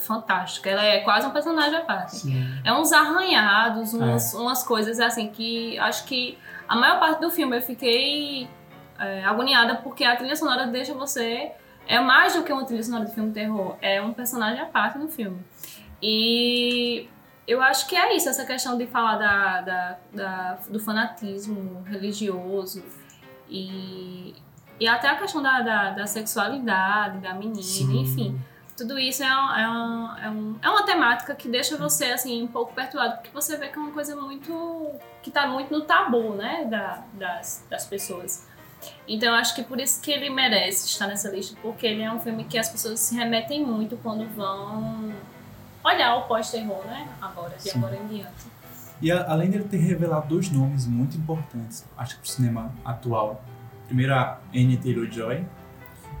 [SPEAKER 5] fantástica. Ela é quase um personagem à parte. É uns arranhados, umas, umas coisas assim que acho que a maior parte do filme eu fiquei é, agoniada porque a trilha sonora deixa você. É mais do que uma trilha sonora de filme terror, é um personagem à parte no filme. E eu acho que é isso, essa questão de falar da, da- da- do fanatismo religioso e, e até a questão da, da, da sexualidade, da menina, enfim tudo isso é, um- é, um- é, um- é uma temática que deixa você assim um pouco perturbado, porque você vê que é uma coisa muito que tá muito no tabu, né, da- das, das pessoas. Então eu acho que por isso que ele merece estar nessa lista, porque ele é um filme que as pessoas se remetem muito quando vão olhar o pós-terror, né? Agora, de
[SPEAKER 2] Sim.
[SPEAKER 5] agora em diante.
[SPEAKER 2] E a- além dele ter revelado dois nomes muito importantes, acho que pro cinema atual. Primeiro a Anne Taylor-Joy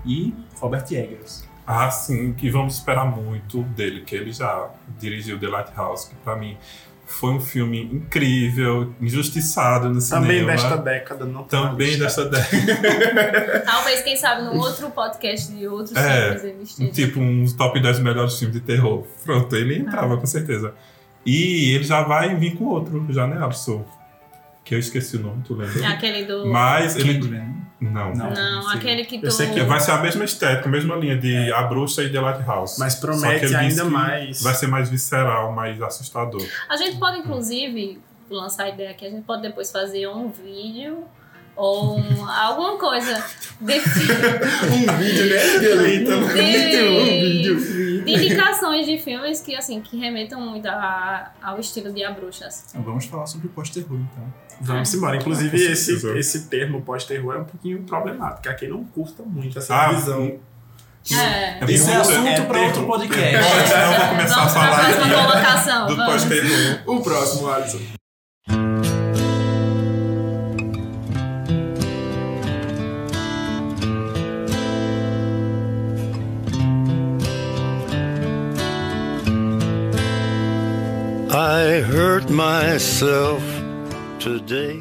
[SPEAKER 2] e Robert Eggers.
[SPEAKER 3] Ah, sim, que vamos esperar muito dele, que ele já dirigiu The Lighthouse, que pra mim Foi um filme incrível, injustiçado no
[SPEAKER 4] Também
[SPEAKER 3] cinema.
[SPEAKER 4] desta década, não tá na
[SPEAKER 3] Também
[SPEAKER 4] lista.
[SPEAKER 3] desta década.
[SPEAKER 5] Talvez, quem sabe, num outro podcast de outros
[SPEAKER 3] É,
[SPEAKER 5] filmes ele esteja.
[SPEAKER 3] Tipo, um top 10 melhores filmes de terror. Pronto, ele entrava, com certeza. E ele já vai vir com outro, já Nelson. Que eu esqueci o nome, tu lembra?
[SPEAKER 5] É Aquele do.
[SPEAKER 3] Mas ele.
[SPEAKER 2] Candyman, né?
[SPEAKER 3] Não.
[SPEAKER 2] Não.
[SPEAKER 5] Não,
[SPEAKER 2] sei.
[SPEAKER 5] aquele que tu.
[SPEAKER 4] Eu sei que
[SPEAKER 3] Vai ser a mesma estética, a mesma linha de A Bruxa e The Lighthouse.
[SPEAKER 4] Mas
[SPEAKER 3] Só que
[SPEAKER 4] promete
[SPEAKER 3] ele disse
[SPEAKER 4] ainda
[SPEAKER 3] que
[SPEAKER 4] mais.
[SPEAKER 3] Vai ser mais visceral, mais assustador.
[SPEAKER 5] A gente pode, inclusive, lançar a ideia aqui, a gente pode depois fazer um vídeo ou um- alguma coisa tipo. de,
[SPEAKER 4] Um vídeo, né? Violeta? Um vídeo, um vídeo.
[SPEAKER 5] de indicações de filmes que, assim, que remetam muito a- ao estilo de A Bruxas.
[SPEAKER 2] Então vamos falar sobre o pós-terror, então.
[SPEAKER 4] Vamos embora. Inclusive,
[SPEAKER 3] Ah, Com
[SPEAKER 4] esse,
[SPEAKER 3] certeza.
[SPEAKER 4] esse termo pós-terror é um pouquinho problemático. Há quem não curta muito essa
[SPEAKER 3] Ah,
[SPEAKER 4] visão.
[SPEAKER 5] É.
[SPEAKER 3] bem
[SPEAKER 2] Isso é
[SPEAKER 3] ruim,
[SPEAKER 2] assunto
[SPEAKER 3] né?
[SPEAKER 2] pra outro podcast.
[SPEAKER 3] Senão eu vou começar
[SPEAKER 5] Vamos
[SPEAKER 3] a
[SPEAKER 5] pra
[SPEAKER 3] falar
[SPEAKER 5] próxima
[SPEAKER 3] aqui
[SPEAKER 5] colocação.
[SPEAKER 3] do
[SPEAKER 5] vamos.
[SPEAKER 3] pós-terror.
[SPEAKER 4] O próximo, Alisson.
[SPEAKER 8] I hurt myself today.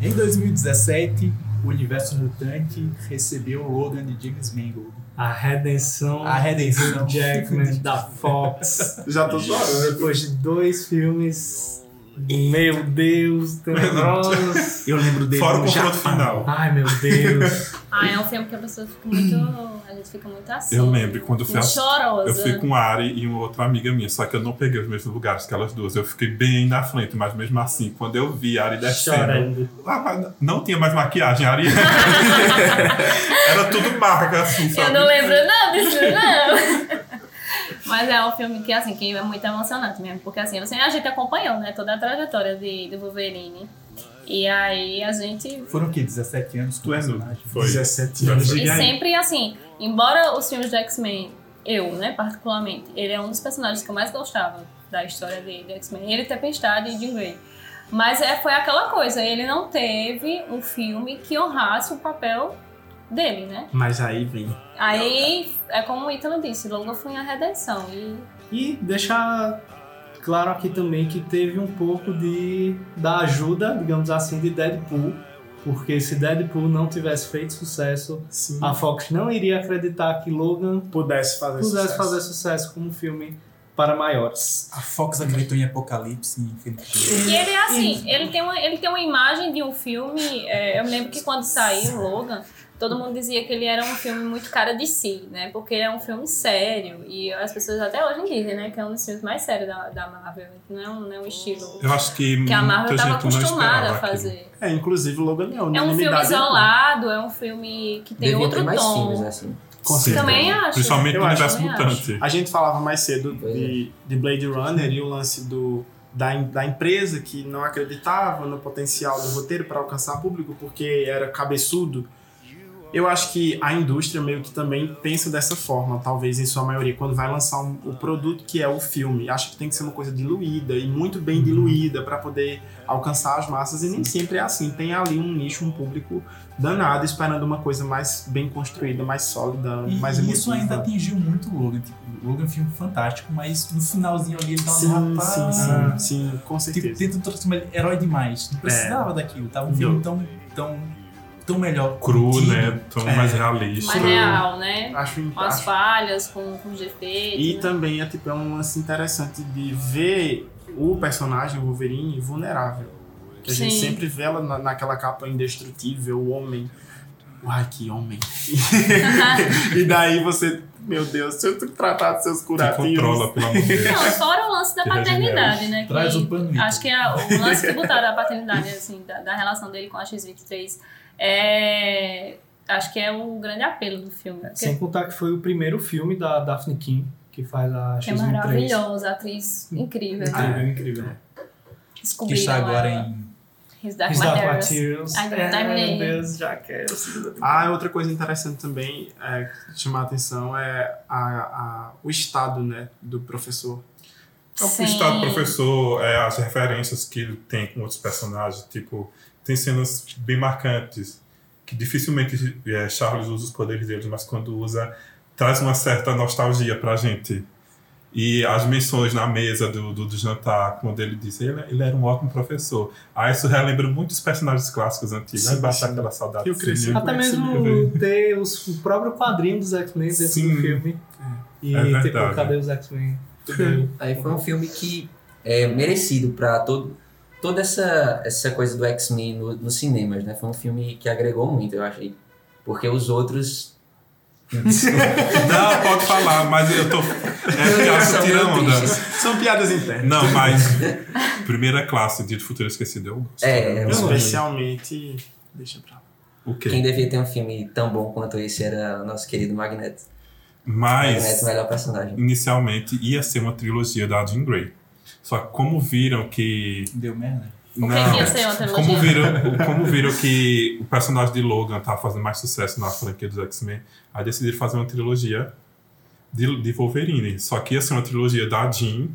[SPEAKER 2] Em 2017, o Universo Mutante recebeu o Logan de James Mangold.
[SPEAKER 6] A redenção
[SPEAKER 2] A redenção
[SPEAKER 6] do Jackman da Fox.
[SPEAKER 4] Já tô chorando.
[SPEAKER 6] Depois de dois filmes, meu Deus, tenebrosos.
[SPEAKER 4] Eu lembro dele
[SPEAKER 3] Fora o
[SPEAKER 4] no
[SPEAKER 3] confronto
[SPEAKER 4] Japão.
[SPEAKER 3] final.
[SPEAKER 6] Ai, meu Deus.
[SPEAKER 5] Ah, é um filme que a pessoa fica muito. A gente fica muito assim.
[SPEAKER 3] Eu lembro quando eu fui
[SPEAKER 5] Muito
[SPEAKER 3] assistir.
[SPEAKER 5] chorosa.
[SPEAKER 3] Eu fui com a Ari e uma outra amiga minha, só que eu não peguei os mesmos lugares que elas duas. Eu fiquei bem na frente, mas mesmo assim, quando eu vi a Ari descendo.
[SPEAKER 6] Chorando.
[SPEAKER 3] Ah, mas não tinha mais maquiagem, a Ari. Era tudo marca, assim,
[SPEAKER 5] Eu
[SPEAKER 3] sabe?
[SPEAKER 5] não lembro não disso, não. Mas é um filme que, assim, que é muito emocionante mesmo. Porque, assim, você, a gente acompanhou, né? Toda a trajetória de, do Wolverine. E aí a gente...
[SPEAKER 2] Foram o quê? 17 anos?
[SPEAKER 3] Tu é nudo. Foi.
[SPEAKER 4] 17
[SPEAKER 3] Já
[SPEAKER 4] anos
[SPEAKER 3] foi.
[SPEAKER 4] de
[SPEAKER 5] E
[SPEAKER 4] guerra.
[SPEAKER 5] sempre, assim, embora os filmes do X-Men, eu, né, particularmente, ele é um dos personagens que eu mais gostava da história de, de X-Men. Ele, Tempestade e Jean Grey. Mas é, foi aquela coisa, ele não teve um filme que honrasse o papel dele, né?
[SPEAKER 4] Mas aí vem.
[SPEAKER 5] Aí, é como o Ítalo disse, Longa foi a redenção. E
[SPEAKER 6] E deixar claro aqui também que teve um pouco de da ajuda, digamos assim, de Deadpool, porque se Deadpool não tivesse feito sucesso,
[SPEAKER 4] Se
[SPEAKER 3] Ah.
[SPEAKER 6] a Fox não iria acreditar que Logan
[SPEAKER 4] pudesse fazer
[SPEAKER 6] pudesse
[SPEAKER 4] sucesso.
[SPEAKER 6] fazer sucesso como filme para maiores.
[SPEAKER 2] A Fox acreditou em Apocalipse e Infinity War.
[SPEAKER 5] E ele é assim, ele tem uma, ele tem uma imagem de um filme. é, eu me lembro que quando saiu Logan, todo mundo dizia que ele era um filme muito cara de si, né? Porque é um filme sério. E as pessoas até hoje dizem, né? Que é um dos filmes mais sérios da, da Marvel. Não é um, não é um estilo
[SPEAKER 3] Eu acho que.
[SPEAKER 5] que a Marvel
[SPEAKER 3] muita
[SPEAKER 5] estava
[SPEAKER 3] gente não
[SPEAKER 5] acostumada a
[SPEAKER 3] esperava aquilo.
[SPEAKER 5] fazer.
[SPEAKER 4] É, inclusive o Logan
[SPEAKER 5] É
[SPEAKER 4] é
[SPEAKER 5] um filme
[SPEAKER 4] unanimidade.
[SPEAKER 5] isolado, é um filme que tem
[SPEAKER 7] Devia
[SPEAKER 5] outro
[SPEAKER 7] ter mais filmes
[SPEAKER 5] tom.
[SPEAKER 7] assim.
[SPEAKER 4] Com
[SPEAKER 3] Sim.
[SPEAKER 4] certeza.
[SPEAKER 5] Também acho.
[SPEAKER 3] Principalmente
[SPEAKER 4] Eu
[SPEAKER 3] no
[SPEAKER 4] acho,
[SPEAKER 3] universo
[SPEAKER 5] também acho.
[SPEAKER 3] mutante.
[SPEAKER 4] A gente falava mais cedo
[SPEAKER 7] Pois
[SPEAKER 4] de, de Blade Runner e o lance do, da, em- da empresa que não acreditava no potencial do roteiro para alcançar público porque era cabeçudo. Eu acho que a indústria meio que também pensa dessa forma, talvez em sua maioria, quando vai lançar um- o produto que é o filme. Acho que tem que ser uma coisa diluída e muito
[SPEAKER 2] Uhum.
[SPEAKER 4] bem diluída para poder alcançar as massas e nem sempre é assim. Tem ali um nicho, um público danado esperando uma coisa mais bem construída, mais sólida,
[SPEAKER 2] E
[SPEAKER 4] mais emotiva.
[SPEAKER 2] isso ainda atingiu muito o Logan. Tipo, o Logan é um filme fantástico, mas no finalzinho ali ele dá
[SPEAKER 4] Sim,
[SPEAKER 2] um rapaz.
[SPEAKER 4] sim, sim,
[SPEAKER 2] ah,
[SPEAKER 4] sim, com
[SPEAKER 2] Tipo,
[SPEAKER 4] certeza. É.
[SPEAKER 2] tenta transformar ele herói demais. Não precisava daquilo. Tava um filme
[SPEAKER 4] Não.
[SPEAKER 2] tão, tão, tão melhor.
[SPEAKER 3] Cru,
[SPEAKER 2] curtido.
[SPEAKER 3] né? Tão
[SPEAKER 2] É.
[SPEAKER 3] mais realista.
[SPEAKER 5] Mais real, né?
[SPEAKER 4] Acho,
[SPEAKER 5] Com as
[SPEAKER 4] acho.
[SPEAKER 5] falhas, com, com os defeitos.
[SPEAKER 4] E
[SPEAKER 5] né?
[SPEAKER 4] também é tipo é um lance interessante de ver o personagem, o Wolverine, vulnerável. Que a gente
[SPEAKER 5] Sim.
[SPEAKER 4] sempre vê ela na, naquela capa indestrutível, o homem. Uai, que homem. e daí você, meu Deus, se eu tratar dos seus
[SPEAKER 3] Se
[SPEAKER 4] curativos.
[SPEAKER 3] controla, pelo amor de
[SPEAKER 5] Não,
[SPEAKER 3] Deus.
[SPEAKER 5] fora o lance da
[SPEAKER 3] Que regenera.
[SPEAKER 5] paternidade, né?
[SPEAKER 2] Traz
[SPEAKER 5] que-
[SPEAKER 2] o pano. Ítalo.
[SPEAKER 5] Acho que a- o lance que botaram da paternidade, assim, da, da relação dele com a X-23 é. Acho que é o grande apelo do filme.
[SPEAKER 2] É,
[SPEAKER 5] Porque é
[SPEAKER 6] Sem contar que foi o primeiro filme da Daphne King, que faz a
[SPEAKER 5] que é
[SPEAKER 6] X-23.
[SPEAKER 5] maravilhosa, atriz incrível.
[SPEAKER 4] Ah,
[SPEAKER 6] Incrível, incrível.
[SPEAKER 2] Que
[SPEAKER 5] Descobriram
[SPEAKER 2] está agora
[SPEAKER 5] ela.
[SPEAKER 2] em.
[SPEAKER 5] His Dark
[SPEAKER 6] His Dark
[SPEAKER 5] Materials.
[SPEAKER 6] Materials.
[SPEAKER 5] Ai,
[SPEAKER 6] É,
[SPEAKER 5] terminei.
[SPEAKER 6] meu Deus, já é assim. quero. a segunda
[SPEAKER 4] Ah, outra coisa interessante também é, que chamar a atenção é a, a- o estado né, do professor.
[SPEAKER 3] É o
[SPEAKER 5] Sim.
[SPEAKER 3] estado professor, é, as referências que ele tem com outros personagens, tipo, tem cenas bem marcantes, que dificilmente é, Charles usa os poderes dele, mas quando usa, traz uma certa nostalgia pra gente. E as menções na mesa do, do, do jantar, quando ele diz, ele, ele era um ótimo professor. Aí isso relembra muitos personagens clássicos antigos,
[SPEAKER 4] Sim,
[SPEAKER 3] né? Bate
[SPEAKER 4] sim.
[SPEAKER 3] aquela saudade.
[SPEAKER 4] Eu
[SPEAKER 3] né?
[SPEAKER 4] cresci com
[SPEAKER 6] Até mesmo ter os, o próprio quadrinho dos X-Men dentro
[SPEAKER 3] Sim.
[SPEAKER 6] do filme. E
[SPEAKER 3] É
[SPEAKER 6] ter
[SPEAKER 3] verdade.
[SPEAKER 6] colocado aí os X-Men.
[SPEAKER 7] Aí foi um filme que é merecido pra todo, toda essa, essa coisa do X-Men no- nos cinemas, né? Foi um filme que agregou muito, eu achei. Porque os outros.
[SPEAKER 3] Não, pode falar, mas eu tô. É piada
[SPEAKER 7] São meio
[SPEAKER 3] tira onda.
[SPEAKER 7] tristes.
[SPEAKER 4] São piadas internas.
[SPEAKER 3] Não, mas. Primeira classe, Dia do Futuro Esquecido, eu gosto.
[SPEAKER 7] É, é um filme-
[SPEAKER 4] Especialmente. Deixa pra lá.
[SPEAKER 3] O
[SPEAKER 7] Quem
[SPEAKER 3] quê?
[SPEAKER 7] devia ter um filme tão bom quanto esse era o nosso querido Magneto. Magneto,
[SPEAKER 3] Mas.
[SPEAKER 7] o melhor personagem.
[SPEAKER 3] Inicialmente ia ser uma trilogia da Jean Grey. Só que como viram que.
[SPEAKER 2] Deu merda.
[SPEAKER 5] O que, que ia ser uma trilogia?
[SPEAKER 3] Como viram, como viram que o personagem de Logan tava fazendo mais sucesso na franquia dos X-Men, aí decidiram fazer uma trilogia de, de Wolverine. Só que ia ser uma trilogia da Jean,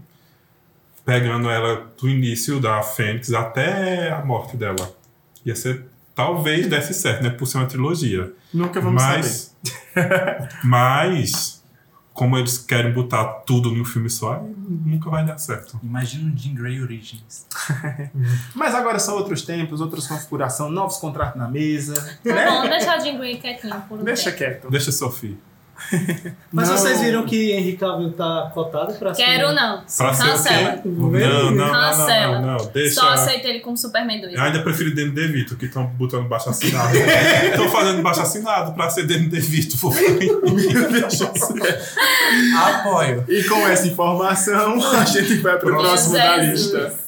[SPEAKER 3] pegando ela do início da Fênix até a morte dela. Ia ser. Talvez desse certo, né? Por ser uma trilogia.
[SPEAKER 4] Nunca vamos saber.
[SPEAKER 3] mas. mas. Como eles querem botar tudo em um filme só, aí nunca vai dar certo.
[SPEAKER 2] Imagina o Jean Grey Origins.
[SPEAKER 4] Mas agora são outros tempos, outras configuração, novos contratos na mesa.
[SPEAKER 5] Tá
[SPEAKER 4] Né?
[SPEAKER 5] bom, deixa o Jim Green quietinho por um
[SPEAKER 4] Deixa
[SPEAKER 5] tempo.
[SPEAKER 4] quieto.
[SPEAKER 3] Deixa, Sophie.
[SPEAKER 6] Mas
[SPEAKER 4] Não.
[SPEAKER 6] vocês viram que Henry Cavill tá cotado pra ser-
[SPEAKER 5] Quero não.
[SPEAKER 3] Pra ser o quê?
[SPEAKER 5] Cancela.
[SPEAKER 3] Não, não, não, não,
[SPEAKER 5] Cancela.
[SPEAKER 3] não, não, Deixa. É
[SPEAKER 5] Só aceita ele como Superman 2.
[SPEAKER 3] Eu ainda prefiro Danny DeVito, que estão botando baixo assinado. Estão fazendo baixo assinado pra ser Danny DeVito. pô.
[SPEAKER 2] Apoio.
[SPEAKER 4] E com essa informação, a gente vai pro
[SPEAKER 5] Meu
[SPEAKER 4] próximo da
[SPEAKER 5] Jesus.
[SPEAKER 4] lista.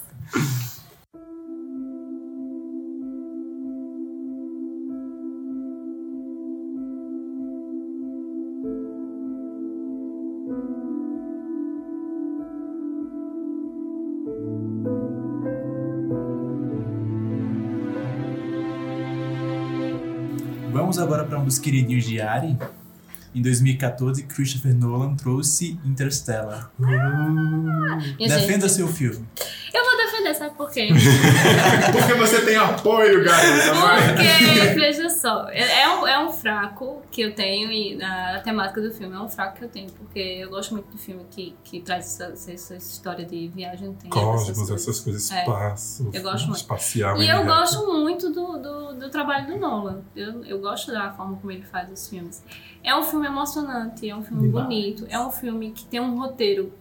[SPEAKER 2] Vamos agora para um dos queridinhos de Ari. Em 2014, Christopher Nolan trouxe Interstellar.
[SPEAKER 5] E,
[SPEAKER 2] Defenda
[SPEAKER 5] gente,
[SPEAKER 2] seu filme.
[SPEAKER 5] Eu vou defender, sabe por quê?
[SPEAKER 4] Porque você tem apoio, garota. é? vai.
[SPEAKER 5] Porque, veja só, é é um, é um fraco que eu tenho, e na temática do filme é um fraco que eu tenho, porque eu gosto muito do filme que, que traz essa, essa- essa história de viagem no tempo.
[SPEAKER 3] Cosmos,
[SPEAKER 5] essas
[SPEAKER 3] essas coisas,
[SPEAKER 5] É.
[SPEAKER 3] espaço.
[SPEAKER 5] Eu gosto muito.
[SPEAKER 3] Espacial.
[SPEAKER 5] E eu
[SPEAKER 3] universo.
[SPEAKER 5] gosto muito do, do, do trabalho do Nolan. Eu, eu gosto da forma como ele faz os filmes. É um filme emocionante, é um filme
[SPEAKER 6] Demais.
[SPEAKER 5] bonito, é um filme que tem um roteiro,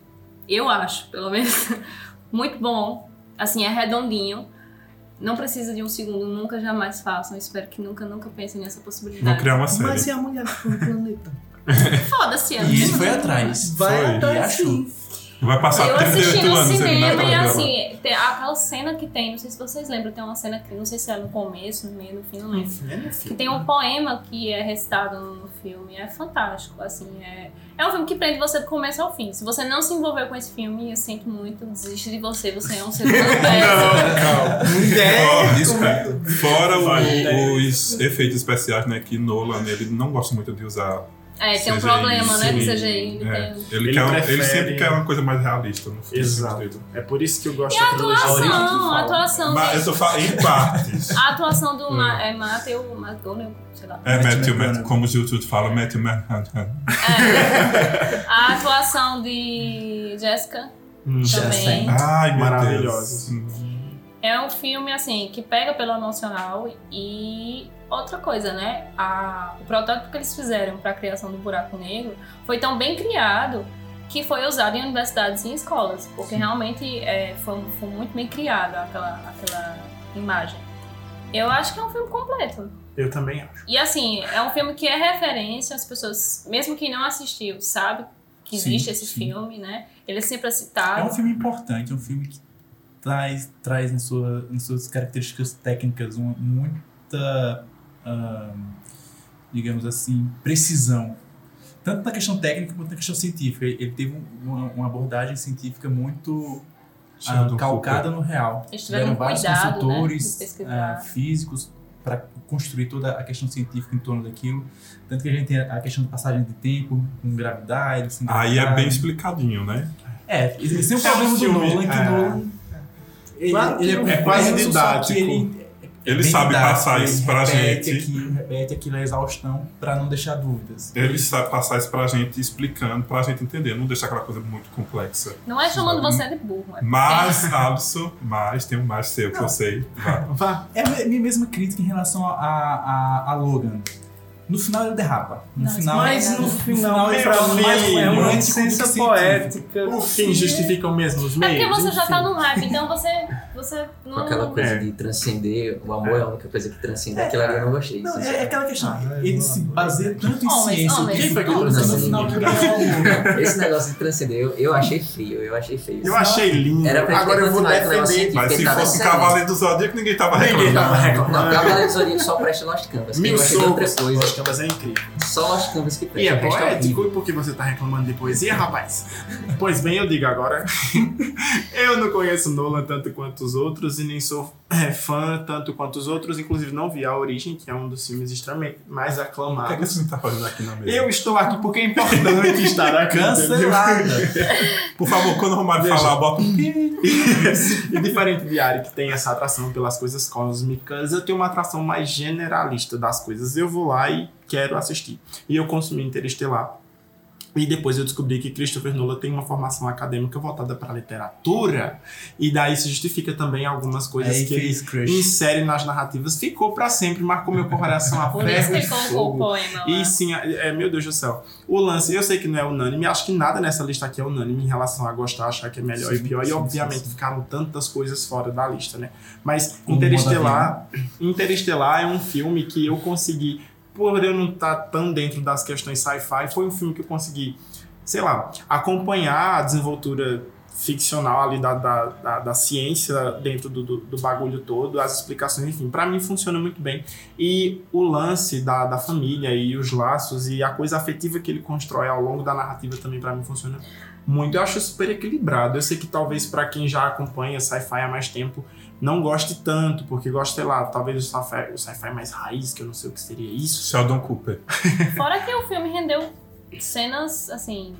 [SPEAKER 5] eu acho, pelo menos, muito bom. Assim, é redondinho. Não precisa de um segundo, nunca jamais façam. Espero que nunca, nunca pensem nessa
[SPEAKER 3] Vão
[SPEAKER 5] possibilidade.
[SPEAKER 3] criar uma série.
[SPEAKER 6] Mas e a mulher que foi no planeta?
[SPEAKER 5] Foda-se, é.
[SPEAKER 2] E ele foi atrás.
[SPEAKER 6] Vai
[SPEAKER 3] Foi,
[SPEAKER 6] atrás,
[SPEAKER 2] achou.
[SPEAKER 6] sim.
[SPEAKER 3] Vai passar
[SPEAKER 5] Eu
[SPEAKER 3] 38
[SPEAKER 5] assisti no
[SPEAKER 3] anos ele tá
[SPEAKER 5] cinema e
[SPEAKER 3] atrás dela.
[SPEAKER 5] assim, tem aquela cena que tem, não sei se vocês lembram, tem uma cena que não sei se é no começo, no meio, no fim, não lembro. Que tem um poema que é recitado no filme, é fantástico, assim, é, é um filme que prende você do começo ao fim. Se você não se envolveu com esse filme, eu sinto muito, desisto de você, você é um ser humano péssimo.
[SPEAKER 3] Ó, isso, cara. Fora o- os efeitos especiais, né? Que Nolan ele não gosta muito de usar.
[SPEAKER 5] É, tem um
[SPEAKER 3] CGI,
[SPEAKER 5] problema, né, de
[SPEAKER 3] sim,
[SPEAKER 5] CGI.
[SPEAKER 3] é.
[SPEAKER 5] tem- um-
[SPEAKER 3] Ele,
[SPEAKER 4] Ele
[SPEAKER 3] quer- ele
[SPEAKER 4] prefere-
[SPEAKER 3] sempre quer uma coisa mais realista no filme.
[SPEAKER 4] Exato. É por isso que eu gosto da trilogia original que
[SPEAKER 5] Atuação,
[SPEAKER 4] fala.
[SPEAKER 5] atuação.
[SPEAKER 3] Mas eu
[SPEAKER 5] do-
[SPEAKER 3] tô falando em partes.
[SPEAKER 5] A atuação do Ma, é, Mateu, Mateu, sei lá.
[SPEAKER 3] É, Matthew,
[SPEAKER 2] Matthew
[SPEAKER 3] Matthew, como o YouTube fala, Matthew McConaughey.
[SPEAKER 5] A atuação de Jessica
[SPEAKER 4] Hum,
[SPEAKER 5] também.
[SPEAKER 3] Ai, meu
[SPEAKER 4] Maravilhosos.
[SPEAKER 3] Deus.
[SPEAKER 5] É um filme, assim, que pega pelo emocional e outra coisa, né? A- o protótipo que eles fizeram para a criação do buraco negro foi tão bem criado que foi usado em universidades e em escolas, porque realmente é, foi, foi muito bem criado aquela, aquela imagem. Eu acho que é um filme completo.
[SPEAKER 4] Eu também acho.
[SPEAKER 5] E assim, é um filme que é referência, as pessoas, mesmo quem não assistiu, sabe que
[SPEAKER 2] Sim,
[SPEAKER 5] existe esse
[SPEAKER 2] sim.
[SPEAKER 5] filme, né? Ele sempre é
[SPEAKER 2] É
[SPEAKER 5] citado.
[SPEAKER 2] um filme importante, é um filme que traz, traz em, sua, em suas características técnicas uma, muita, ah, digamos assim, precisão. Tanto na questão técnica quanto na questão científica. Ele ele teve um- uma, uma abordagem científica muito ah,
[SPEAKER 3] Sheldon
[SPEAKER 2] calcada no real.
[SPEAKER 5] Eles tiveram um
[SPEAKER 2] vários
[SPEAKER 5] cuidado, né, de
[SPEAKER 2] consultores
[SPEAKER 5] pesquisar.
[SPEAKER 2] ah, físicos para construir toda a questão científica em torno daquilo. Tanto que a gente tem a questão da passagem de tempo, com gravidade, assim, sem
[SPEAKER 3] Aí é
[SPEAKER 2] gravidade.
[SPEAKER 3] bem explicadinho, né?
[SPEAKER 2] É, esse é o
[SPEAKER 4] É um
[SPEAKER 2] problema do
[SPEAKER 4] filme,
[SPEAKER 2] Nolan, que
[SPEAKER 4] é.
[SPEAKER 2] o Nolan... Ele,
[SPEAKER 4] Claro que
[SPEAKER 2] ele
[SPEAKER 4] é quase
[SPEAKER 2] complexo, só
[SPEAKER 4] didático.
[SPEAKER 2] que ele- é
[SPEAKER 3] Ele
[SPEAKER 2] Bem
[SPEAKER 3] sabe
[SPEAKER 2] didático,
[SPEAKER 3] passar
[SPEAKER 2] ele
[SPEAKER 3] isso pra
[SPEAKER 2] repete
[SPEAKER 3] gente.
[SPEAKER 2] Aquilo, repete aquilo a exaustão pra não deixar dúvidas.
[SPEAKER 3] Ele sabe passar isso pra gente, explicando, pra gente entender, não deixar aquela coisa muito complexa.
[SPEAKER 5] Não é chamando você de burro. é-
[SPEAKER 3] Mas, Alisson, mas tem um mais seu que eu sei. Vai.
[SPEAKER 4] Vá.
[SPEAKER 2] É a minha mesma crítica em relação a, a, a Logan. No final ele derrapa. No
[SPEAKER 5] Nossa,
[SPEAKER 2] final,
[SPEAKER 6] Mas
[SPEAKER 5] Não,
[SPEAKER 6] no final,
[SPEAKER 2] é
[SPEAKER 6] pra
[SPEAKER 2] um-
[SPEAKER 6] mim,
[SPEAKER 2] é
[SPEAKER 6] é
[SPEAKER 2] um
[SPEAKER 6] uma
[SPEAKER 2] anticonceptivo.
[SPEAKER 6] licença poética.
[SPEAKER 4] O fim justifica o mesmo os
[SPEAKER 5] É
[SPEAKER 4] meios.
[SPEAKER 5] porque você já
[SPEAKER 4] enfim.
[SPEAKER 5] tá num hype, então você, você não.
[SPEAKER 7] Com aquela coisa
[SPEAKER 4] É.
[SPEAKER 7] de transcender, o amor é a única coisa que transcende.
[SPEAKER 2] É.
[SPEAKER 7] Aquilo ali eu não gostei.
[SPEAKER 2] Não, é, é
[SPEAKER 7] sinceramente.
[SPEAKER 2] aquela questão.
[SPEAKER 6] Ah, é,
[SPEAKER 2] ele
[SPEAKER 6] não,
[SPEAKER 2] se
[SPEAKER 6] não.
[SPEAKER 2] baseia tanto em
[SPEAKER 5] Homens,
[SPEAKER 2] ciência.
[SPEAKER 5] homens.
[SPEAKER 2] Quem foi que
[SPEAKER 7] Não,
[SPEAKER 2] trouxe
[SPEAKER 7] não,
[SPEAKER 2] no final
[SPEAKER 7] não.
[SPEAKER 2] do programa?
[SPEAKER 7] Esse negócio de transcender, eu, eu achei feio, eu achei feio.
[SPEAKER 4] Eu achei lindo.
[SPEAKER 7] Era pra
[SPEAKER 4] Agora eu vou
[SPEAKER 7] continuar esse
[SPEAKER 4] defender.
[SPEAKER 7] negocinho
[SPEAKER 3] Mas se
[SPEAKER 7] Ele tava
[SPEAKER 4] um
[SPEAKER 3] fosse
[SPEAKER 7] excelente.
[SPEAKER 3] Cavaleiro do Zodíaco, ninguém tava
[SPEAKER 4] Ninguém
[SPEAKER 3] reclamando.
[SPEAKER 4] tava
[SPEAKER 7] Não,
[SPEAKER 4] reclamando.
[SPEAKER 7] Cavaleiro do Zodíaco só presta Lost Canvas. Quem
[SPEAKER 4] Mil
[SPEAKER 7] gosta de outra
[SPEAKER 4] socos.
[SPEAKER 7] coisa,
[SPEAKER 4] Os camas é incrível.
[SPEAKER 7] só Lost Canvas que
[SPEAKER 4] E
[SPEAKER 7] presta.
[SPEAKER 4] é
[SPEAKER 7] o resto
[SPEAKER 4] poético,
[SPEAKER 7] horrível.
[SPEAKER 4] e por que você tá reclamando de poesia, rapaz? pois bem, eu digo agora. eu não conheço Nolan tanto quanto os outros e nem sou é, fã tanto quanto os outros. Inclusive, não vi A Origem, que é um dos filmes extremamente
[SPEAKER 3] O
[SPEAKER 4] mais
[SPEAKER 3] que é que
[SPEAKER 4] aclamados.
[SPEAKER 3] esse menino tá fazendo aqui na mesa?
[SPEAKER 4] Eu estou aqui porque é importante estar aqui. entendeu?
[SPEAKER 2] Cancelada.
[SPEAKER 3] Por favor, quando o Romário
[SPEAKER 4] Veja.
[SPEAKER 3] falar, bota um pi.
[SPEAKER 4] e diferente de Ari, que tem essa atração pelas coisas cósmicas, eu tenho uma atração mais generalista das coisas. Eu vou lá e quero assistir. E eu consumi Interestelar. E depois eu descobri que Christopher Nolan tem uma formação acadêmica voltada para literatura. E daí se justifica também algumas coisas
[SPEAKER 2] Aí
[SPEAKER 4] que ele
[SPEAKER 2] fez crush.
[SPEAKER 4] insere nas narrativas. Ficou para sempre, marcou meu coração a
[SPEAKER 5] Por isso
[SPEAKER 4] ferro e
[SPEAKER 5] ficou o
[SPEAKER 4] fogo.
[SPEAKER 5] poema lá.
[SPEAKER 4] E sim, é, é, meu Deus do céu. O lance, eu sei que não é unânime, acho que nada nessa lista aqui é unânime em relação a gostar, achar que é melhor
[SPEAKER 2] Sim,
[SPEAKER 4] e pior,
[SPEAKER 2] sim,
[SPEAKER 4] e obviamente
[SPEAKER 2] sim, sim.
[SPEAKER 4] ficaram tantas coisas fora da lista, né? Mas
[SPEAKER 2] Como
[SPEAKER 4] Interestelar, Interestelar é um filme que eu consegui, por eu não estar tão dentro das questões sci-fi, foi um filme que eu consegui, sei lá, acompanhar a desenvoltura ficcional ali da, da, da, da ciência dentro do, do, do bagulho todo, as explicações, enfim, pra mim funciona muito bem. E o lance da, da família e os laços e a coisa afetiva que ele constrói ao longo da narrativa também pra mim funciona muito. Eu acho super equilibrado. Eu sei que talvez pra quem já acompanha sci-fi há mais tempo não goste tanto, porque gosta, sei lá, talvez o sci-fi o sci-fi mais raiz, que eu não sei o que seria isso.
[SPEAKER 3] Sheldon Cooper.
[SPEAKER 5] Fora que o filme rendeu cenas, assim,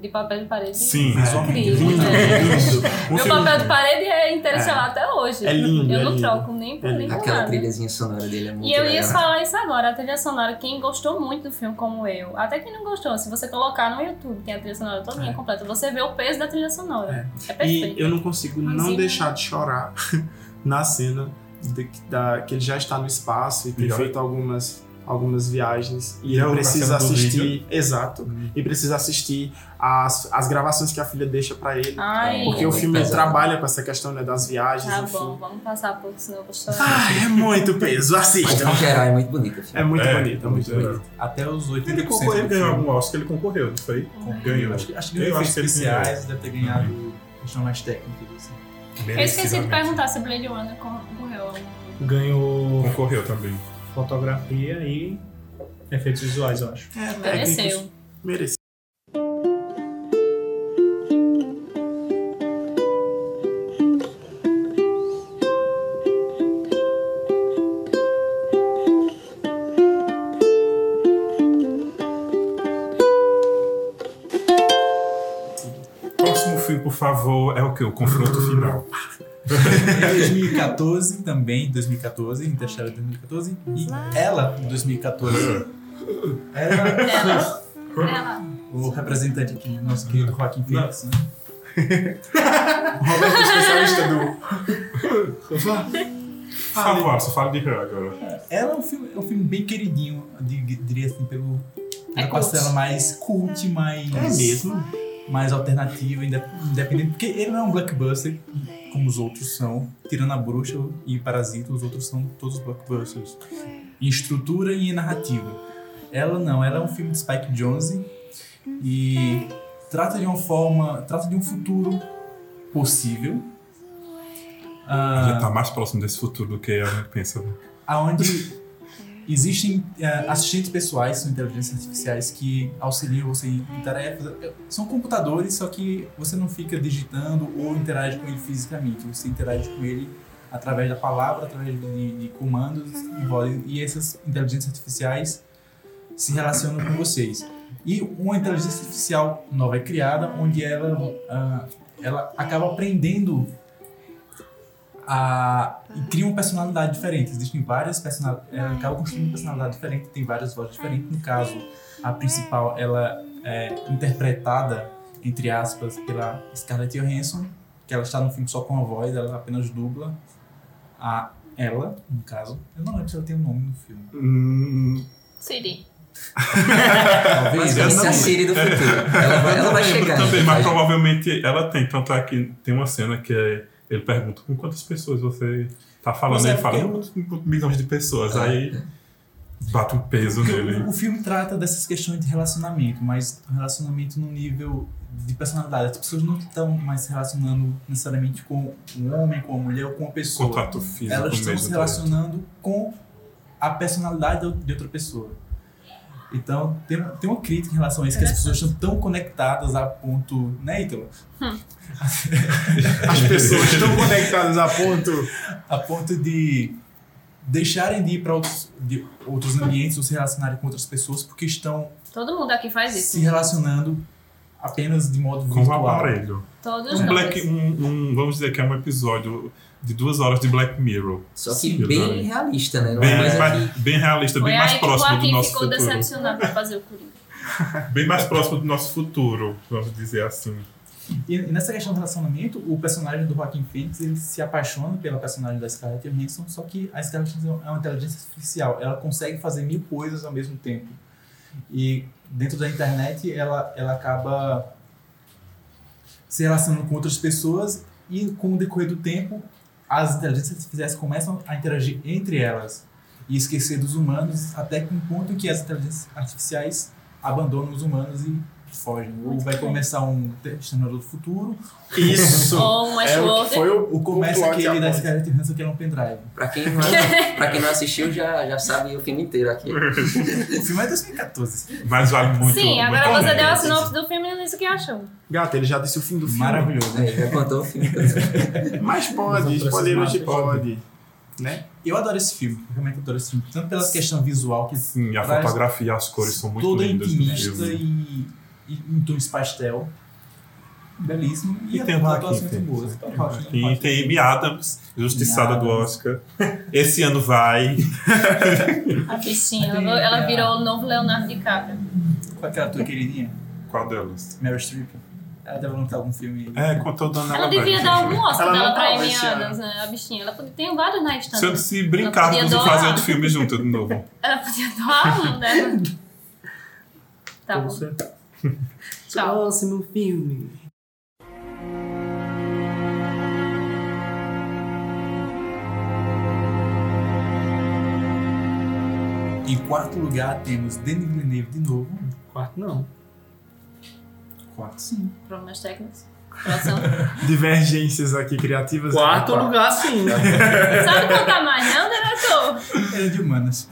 [SPEAKER 5] de papel de parede.
[SPEAKER 3] Sim,
[SPEAKER 4] É.
[SPEAKER 3] um
[SPEAKER 5] incrível.
[SPEAKER 4] Lindo,
[SPEAKER 5] né?
[SPEAKER 4] lindo. Um
[SPEAKER 5] Meu
[SPEAKER 4] filme-
[SPEAKER 5] papel de parede é interestelar até hoje.
[SPEAKER 4] É lindo,
[SPEAKER 5] Eu
[SPEAKER 4] é
[SPEAKER 5] não
[SPEAKER 4] lindo.
[SPEAKER 5] troco nem por
[SPEAKER 4] É
[SPEAKER 5] nem
[SPEAKER 4] lindo.
[SPEAKER 5] por
[SPEAKER 7] Aquela
[SPEAKER 5] nada.
[SPEAKER 7] trilhazinha sonora dele é muito
[SPEAKER 5] E eu ia
[SPEAKER 7] legal.
[SPEAKER 5] falar isso agora, a trilha sonora, quem gostou muito do filme como eu, até quem não gostou, se você colocar no YouTube, tem a trilha sonora toda
[SPEAKER 4] É.
[SPEAKER 5] completa, você vê o peso da trilha sonora. É,
[SPEAKER 4] E
[SPEAKER 5] perfeito.
[SPEAKER 4] eu não consigo
[SPEAKER 5] Mas
[SPEAKER 4] não
[SPEAKER 5] ele-
[SPEAKER 4] deixar de chorar na cena de- da, que ele já está no espaço e tem
[SPEAKER 3] E olha-
[SPEAKER 4] feito algumas, algumas viagens.
[SPEAKER 3] E
[SPEAKER 4] E, ele
[SPEAKER 3] olha a
[SPEAKER 4] precisa
[SPEAKER 3] cena do Uhum.
[SPEAKER 4] assistir. Exato. E precisa assistir as, as gravações que a filha deixa pra ele.
[SPEAKER 5] Ai,
[SPEAKER 4] Porque
[SPEAKER 7] É
[SPEAKER 4] o
[SPEAKER 7] muito
[SPEAKER 4] filme
[SPEAKER 7] pesado.
[SPEAKER 4] trabalha com essa questão né, das viagens.
[SPEAKER 5] tá
[SPEAKER 4] enfim.
[SPEAKER 5] bom, vamos passar por senão eu vou chorar.
[SPEAKER 4] Ai, é muito peso,
[SPEAKER 7] Mas
[SPEAKER 4] assistam.
[SPEAKER 7] no geral é muito bonito. assim.
[SPEAKER 4] É muito
[SPEAKER 3] É,
[SPEAKER 4] bonito, é muito
[SPEAKER 3] é.
[SPEAKER 4] bonito.
[SPEAKER 2] Até os 80%
[SPEAKER 3] Ele
[SPEAKER 2] do
[SPEAKER 3] concorreu, ele ganhou
[SPEAKER 2] filme.
[SPEAKER 3] algum Oscar, ele concorreu, não foi? Ganhou.
[SPEAKER 2] Acho que, acho que
[SPEAKER 3] Eu
[SPEAKER 2] ganhou
[SPEAKER 3] acho
[SPEAKER 2] efeitos
[SPEAKER 3] que ele
[SPEAKER 2] especiais, deve ter ganhado questão mais técnica. Assim.
[SPEAKER 5] Eu esqueci de
[SPEAKER 3] Merecidamente.
[SPEAKER 5] perguntar se Blade Runner concorreu.
[SPEAKER 3] É,
[SPEAKER 6] Ganhou
[SPEAKER 3] Concorreu também.
[SPEAKER 6] fotografia e efeitos visuais, eu acho.
[SPEAKER 4] É, técnicos,
[SPEAKER 5] Mereceu.
[SPEAKER 4] Mereceu.
[SPEAKER 3] Próximo filme, por favor, é o que? O confronto final.
[SPEAKER 2] Em 2014 também, 2014, Interstellar 2014, e ela em 2014. Ela,
[SPEAKER 5] Ela,
[SPEAKER 3] Hum.
[SPEAKER 5] ela.
[SPEAKER 2] o representante aqui, nosso querido Joaquim Phoenix, né?
[SPEAKER 4] Roberto, especialista do.
[SPEAKER 3] Por favor, só fala de Her agora.
[SPEAKER 2] Ela é um filme, é um filme bem queridinho, di- diria assim, pelo,
[SPEAKER 5] É
[SPEAKER 2] pela
[SPEAKER 5] cult.
[SPEAKER 2] parcela mais cult, mais,
[SPEAKER 4] É mesmo.
[SPEAKER 2] mais alternativa, inde- independente. Porque ele não é um blockbuster como os outros são. Tirando a Bruxa e Parasita, os outros são todos blockbusters. Em estrutura e em narrativa. Ela não, ela é um filme de Spike Jonze e trata de uma forma, trata de um futuro possível. Ah,
[SPEAKER 3] Já tá mais próximo desse futuro do que a gente pensa. né?
[SPEAKER 2] aonde É. existem eh, assistentes pessoais, são inteligências artificiais que auxiliam você em em tarefas. É, São computadores, só que você não fica digitando ou interage com ele fisicamente. Você interage com ele através da palavra, através de, de comandos e vozes. E essas inteligências artificiais se relacionam com vocês. E uma inteligência artificial nova é criada, onde ela, ah, ela acaba aprendendo a- e criam personalidade diferente. Existem várias personalidades. Ela acaba construindo personalidade diferente, tem várias vozes diferentes. No caso, a principal ela é interpretada, entre aspas, pela Scarlett Johansson, que ela está no filme só com a voz, ela apenas dubla a ela, no caso. Eu não lembro se ela tem um nome no filme.
[SPEAKER 4] Hum,
[SPEAKER 5] Siri.
[SPEAKER 2] Talvez. eu
[SPEAKER 7] Essa é a
[SPEAKER 2] não lembro.
[SPEAKER 7] Siri do futuro. Ela vai, ela vai
[SPEAKER 3] Eu lembro
[SPEAKER 7] chegar.
[SPEAKER 3] também, mas
[SPEAKER 7] vai-
[SPEAKER 3] provavelmente ela tem. Tanto é que tem uma cena que é, ele pergunta com quantas pessoas você tá falando.
[SPEAKER 2] Pois é,
[SPEAKER 3] ele fala
[SPEAKER 2] porque-
[SPEAKER 3] com milhões de pessoas.
[SPEAKER 7] Ah,
[SPEAKER 3] Aí
[SPEAKER 2] é.
[SPEAKER 3] bate um peso nele.
[SPEAKER 2] O filme trata dessas questões de relacionamento, mas relacionamento no nível de personalidade. As pessoas não estão mais se relacionando necessariamente com um homem, com uma mulher ou com uma pessoa.
[SPEAKER 3] Contato Um físico
[SPEAKER 2] Elas estão
[SPEAKER 3] mesmo.
[SPEAKER 2] se relacionando com a personalidade de outra pessoa. Então, tem, tem uma crítica em relação a isso, que as pessoas estão tão conectadas a ponto. Né, Ítalo?
[SPEAKER 4] as pessoas estão conectadas a ponto.
[SPEAKER 2] a ponto de deixarem de ir para outros, de outros ambientes ou se relacionarem com outras pessoas porque estão
[SPEAKER 5] Todo mundo aqui faz isso.
[SPEAKER 2] se relacionando apenas de modo
[SPEAKER 3] Com o
[SPEAKER 2] virtual. É,
[SPEAKER 3] aparelho.
[SPEAKER 5] Todos
[SPEAKER 3] Um
[SPEAKER 5] nós.
[SPEAKER 3] Black, um- um- vamos dizer que é um episódio de duas horas de Black Mirror.
[SPEAKER 7] Só que
[SPEAKER 3] Sim,
[SPEAKER 7] bem
[SPEAKER 3] verdade.
[SPEAKER 7] realista, né? Uma
[SPEAKER 3] Bem,
[SPEAKER 7] coisa
[SPEAKER 3] mais-
[SPEAKER 7] que-
[SPEAKER 3] bem realista,
[SPEAKER 5] Foi
[SPEAKER 3] bem mais
[SPEAKER 5] aí que o
[SPEAKER 3] próximo do
[SPEAKER 5] Joaquim
[SPEAKER 3] nosso
[SPEAKER 5] ficou
[SPEAKER 3] futuro.
[SPEAKER 5] decepcionado pra fazer o Coringa.
[SPEAKER 3] Bem mais próximo do nosso futuro, vamos dizer assim.
[SPEAKER 2] E, e nessa questão do relacionamento, o personagem do Joaquin Phoenix ele se apaixona pela personagem da Scarlett Johansson, só que a Scarlett Johansson é uma inteligência artificial, ela consegue fazer mil coisas ao mesmo tempo. E dentro da internet ela, ela acaba se relacionando com outras pessoas e com o decorrer do tempo as inteligências artificiais começam a interagir entre elas e esquecer dos humanos até que um ponto em que as inteligências artificiais abandonam os humanos e fogem. Ou
[SPEAKER 5] Muito
[SPEAKER 2] vai
[SPEAKER 5] bem.
[SPEAKER 2] começar um Exterminador do Futuro,
[SPEAKER 4] Isso.
[SPEAKER 5] Ou um
[SPEAKER 4] É o que
[SPEAKER 5] Westworld.
[SPEAKER 4] foi o,
[SPEAKER 2] ou começa
[SPEAKER 4] o plot
[SPEAKER 2] aquele da
[SPEAKER 4] após.
[SPEAKER 2] Scarlett Johansson que é um pendrive.
[SPEAKER 7] Pra quem, não, pra quem não assistiu, já, já sabe o filme inteiro aqui.
[SPEAKER 2] O filme é 2014.
[SPEAKER 3] Mas vale muito.
[SPEAKER 5] Sim,
[SPEAKER 3] muito
[SPEAKER 5] agora
[SPEAKER 3] a
[SPEAKER 5] você
[SPEAKER 3] pena.
[SPEAKER 5] deu a sinopse do filme e não disse o que achou.
[SPEAKER 4] Gata, ele já disse o fim do filme.
[SPEAKER 2] Maravilhoso. É.
[SPEAKER 7] Aí, já contou o filme.
[SPEAKER 4] Mas pode,
[SPEAKER 2] Os outros
[SPEAKER 4] spoiler hoje
[SPEAKER 2] personagens.
[SPEAKER 4] pode. Né?
[SPEAKER 2] Eu adoro esse filme, realmente adoro esse filme, tanto pela questão visual que
[SPEAKER 3] Sim, a
[SPEAKER 2] traz
[SPEAKER 3] fotografia, as cores são muito
[SPEAKER 2] toda
[SPEAKER 3] lindas. do
[SPEAKER 2] é intimista
[SPEAKER 3] filme.
[SPEAKER 2] e, e em tons pastel. Belíssimo. E,
[SPEAKER 3] E tem
[SPEAKER 2] as
[SPEAKER 3] o Joaquim
[SPEAKER 2] atuações muito boas.
[SPEAKER 3] Phoenix.
[SPEAKER 2] Então, Joaquim
[SPEAKER 3] E
[SPEAKER 2] Phoenix.
[SPEAKER 3] tem Amy Adams, justiçada
[SPEAKER 2] Amy
[SPEAKER 3] do Oscar. Esse ano vai.
[SPEAKER 5] A bichinha. Ela, ela virou o novo Leonardo DiCaprio.
[SPEAKER 2] Com aquela tua é queridinha,
[SPEAKER 3] Qual delas?
[SPEAKER 2] Meryl Streep. Ela deve lançar algum filme.
[SPEAKER 3] É, contou o Dona
[SPEAKER 5] Ela devia dar
[SPEAKER 3] né?
[SPEAKER 5] algum Oscar
[SPEAKER 4] Ela
[SPEAKER 5] dela
[SPEAKER 4] não
[SPEAKER 5] pra
[SPEAKER 4] tava
[SPEAKER 5] Amy
[SPEAKER 4] esse ano.
[SPEAKER 5] Adams, né? A bichinha. Ela podia... Tem vários na
[SPEAKER 3] Se, eu-
[SPEAKER 5] estante.
[SPEAKER 3] se
[SPEAKER 5] Ela podia
[SPEAKER 3] brincarmos e
[SPEAKER 5] doar.
[SPEAKER 3] fazer outro filme junto de novo.
[SPEAKER 5] Ela podia doar um dela. Tá bom. Tchau.
[SPEAKER 6] Próximo filme.
[SPEAKER 2] Em quarto lugar temos Denis Villeneuve de novo.
[SPEAKER 6] Quarto não.
[SPEAKER 2] Quarto sim.
[SPEAKER 5] Problemas técnicos. Coração.
[SPEAKER 4] Divergências aqui criativas.
[SPEAKER 6] Quarto lugar sim.
[SPEAKER 5] Sabe contar mais, né? não, diretor?
[SPEAKER 2] Ele é de humanas.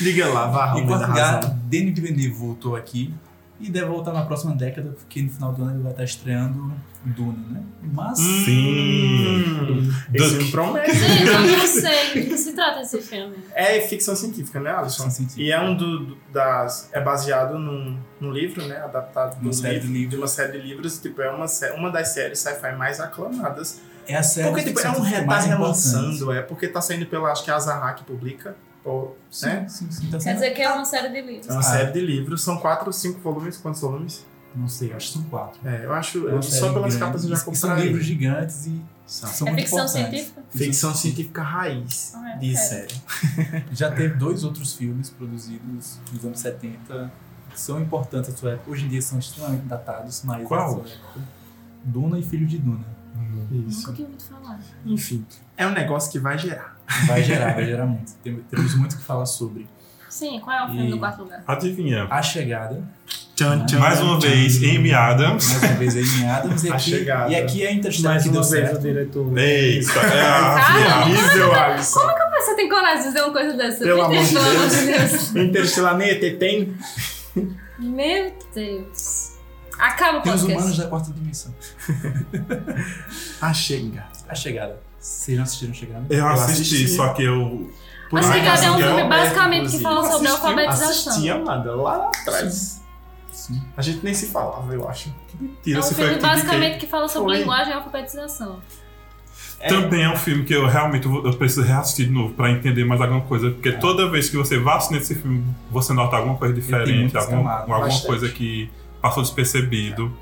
[SPEAKER 4] Liga lá, vá,
[SPEAKER 2] em
[SPEAKER 4] Rubens,
[SPEAKER 2] quarto
[SPEAKER 4] da
[SPEAKER 2] lugar,
[SPEAKER 4] razão.
[SPEAKER 2] Denis Villeneuve voltou aqui. E deve voltar na próxima década, porque no final do ano ele vai estar estreando Duna, né? Mas.
[SPEAKER 3] Sim.
[SPEAKER 4] Hum, esse
[SPEAKER 3] Duck.
[SPEAKER 4] filme promete.
[SPEAKER 5] Gente, eu não sei do que se trata esse filme.
[SPEAKER 4] É ficção científica, né,
[SPEAKER 2] Ficção
[SPEAKER 4] Alisson?
[SPEAKER 2] científica.
[SPEAKER 4] E é um do, do- das. É baseado num, num livro, né? Adaptado de
[SPEAKER 2] Uma
[SPEAKER 4] um
[SPEAKER 2] série de
[SPEAKER 4] livro,
[SPEAKER 2] livros.
[SPEAKER 4] de uma série de livros. Tipo, é uma, sé- uma das séries sci-fi mais aclamadas.
[SPEAKER 2] É a série.
[SPEAKER 4] Porque,
[SPEAKER 2] de
[SPEAKER 4] tipo, é
[SPEAKER 2] ficção
[SPEAKER 4] um re-
[SPEAKER 2] científica
[SPEAKER 4] tá
[SPEAKER 2] mais
[SPEAKER 4] relançando, é. Porque tá saindo pela. Acho que é a Zaha que publica. Ou,
[SPEAKER 2] importante.
[SPEAKER 4] né?
[SPEAKER 2] Sim, sim, sim. Tá
[SPEAKER 5] Quer
[SPEAKER 2] sendo...
[SPEAKER 5] dizer que é uma série de livros.
[SPEAKER 4] É uma
[SPEAKER 2] Ah.
[SPEAKER 4] série de livros. São quatro, cinco volumes. Quantos volumes?
[SPEAKER 2] Não sei, acho que são quatro.
[SPEAKER 4] É, eu acho.
[SPEAKER 2] É uma
[SPEAKER 4] só
[SPEAKER 2] série
[SPEAKER 4] pelas
[SPEAKER 2] grande.
[SPEAKER 4] capas eu já
[SPEAKER 2] E São
[SPEAKER 4] comprei.
[SPEAKER 2] livros é gigantes e
[SPEAKER 4] São.
[SPEAKER 2] são
[SPEAKER 5] É
[SPEAKER 2] muito
[SPEAKER 5] ficção
[SPEAKER 2] importantes.
[SPEAKER 5] científica?
[SPEAKER 4] Ficção científica raiz.
[SPEAKER 5] Ah, é,
[SPEAKER 4] De
[SPEAKER 5] sério.
[SPEAKER 4] série.
[SPEAKER 2] Já teve dois outros filmes produzidos nos anos 70 que são importantes à sua época. Hoje em dia são extremamente datados, mas.
[SPEAKER 3] Qual?
[SPEAKER 2] à sua época, Duna e Filho de Duna.
[SPEAKER 4] Isso.
[SPEAKER 5] Nunca tinha ouvido falar.
[SPEAKER 4] Enfim, é um negócio que vai gerar.
[SPEAKER 2] Vai gerar, vai gerar muito. Tem- Temos muito o que falar sobre.
[SPEAKER 5] Sim, qual é o filme
[SPEAKER 2] E-
[SPEAKER 5] do quarto lugar?
[SPEAKER 3] Adivinha.
[SPEAKER 2] A Chegada, Né? um-
[SPEAKER 4] Tchan, tchan,
[SPEAKER 3] Mais uma
[SPEAKER 4] tchan.
[SPEAKER 3] vez, Amy Adams.
[SPEAKER 2] mais uma vez aí em Adams. E
[SPEAKER 4] A
[SPEAKER 2] aqui,
[SPEAKER 4] Chegada.
[SPEAKER 2] E aqui é a Interstellar
[SPEAKER 6] Mais
[SPEAKER 2] que
[SPEAKER 6] uma
[SPEAKER 2] deu
[SPEAKER 6] vez o
[SPEAKER 2] certo.
[SPEAKER 6] diretor.
[SPEAKER 3] Eita, é
[SPEAKER 5] Cara,
[SPEAKER 3] a
[SPEAKER 4] Diesel, Alisson.
[SPEAKER 5] Mas Ah, você tem coragem de dizer uma coisa dessa? né?
[SPEAKER 4] Pelo amor de
[SPEAKER 5] Pelo amor de Deus.
[SPEAKER 4] Interestelar nem ET tem.
[SPEAKER 5] Meu Deus. Acaba o
[SPEAKER 2] Tem os
[SPEAKER 5] podcast.
[SPEAKER 2] humanos da quarta dimensão.
[SPEAKER 4] Ah, chega.
[SPEAKER 2] A Chegada. Vocês não assistiram a Chegada?
[SPEAKER 5] É
[SPEAKER 3] Eu
[SPEAKER 4] assisti.
[SPEAKER 3] assisti, só que eu.
[SPEAKER 4] Por
[SPEAKER 5] Mas
[SPEAKER 4] mais
[SPEAKER 5] Chegada é um
[SPEAKER 4] que eu
[SPEAKER 5] filme
[SPEAKER 4] peço,
[SPEAKER 5] basicamente que
[SPEAKER 4] Ah, inclusive.
[SPEAKER 5] fala sobre
[SPEAKER 4] Assistiu?
[SPEAKER 5] alfabetização.
[SPEAKER 4] né?
[SPEAKER 5] É
[SPEAKER 4] Assisti, amada, lá atrás.
[SPEAKER 2] Sim.
[SPEAKER 4] A gente nem se falava, eu acho.
[SPEAKER 5] É
[SPEAKER 3] Tira
[SPEAKER 5] um
[SPEAKER 3] se foi
[SPEAKER 5] filme
[SPEAKER 3] aqui de quem-
[SPEAKER 5] basicamente que fala sobre
[SPEAKER 4] Foi.
[SPEAKER 5] linguagem e alfabetização.
[SPEAKER 3] Também é um filme que eu realmente vou- eu preciso reassistir de novo pra entender mais alguma coisa. Porque
[SPEAKER 2] É.
[SPEAKER 3] toda vez que você vai assistir esse filme, você nota alguma coisa diferente,
[SPEAKER 2] muitas
[SPEAKER 3] alguma,
[SPEAKER 2] camadas,
[SPEAKER 3] alguma
[SPEAKER 4] bastante.
[SPEAKER 3] coisa que passou despercebido.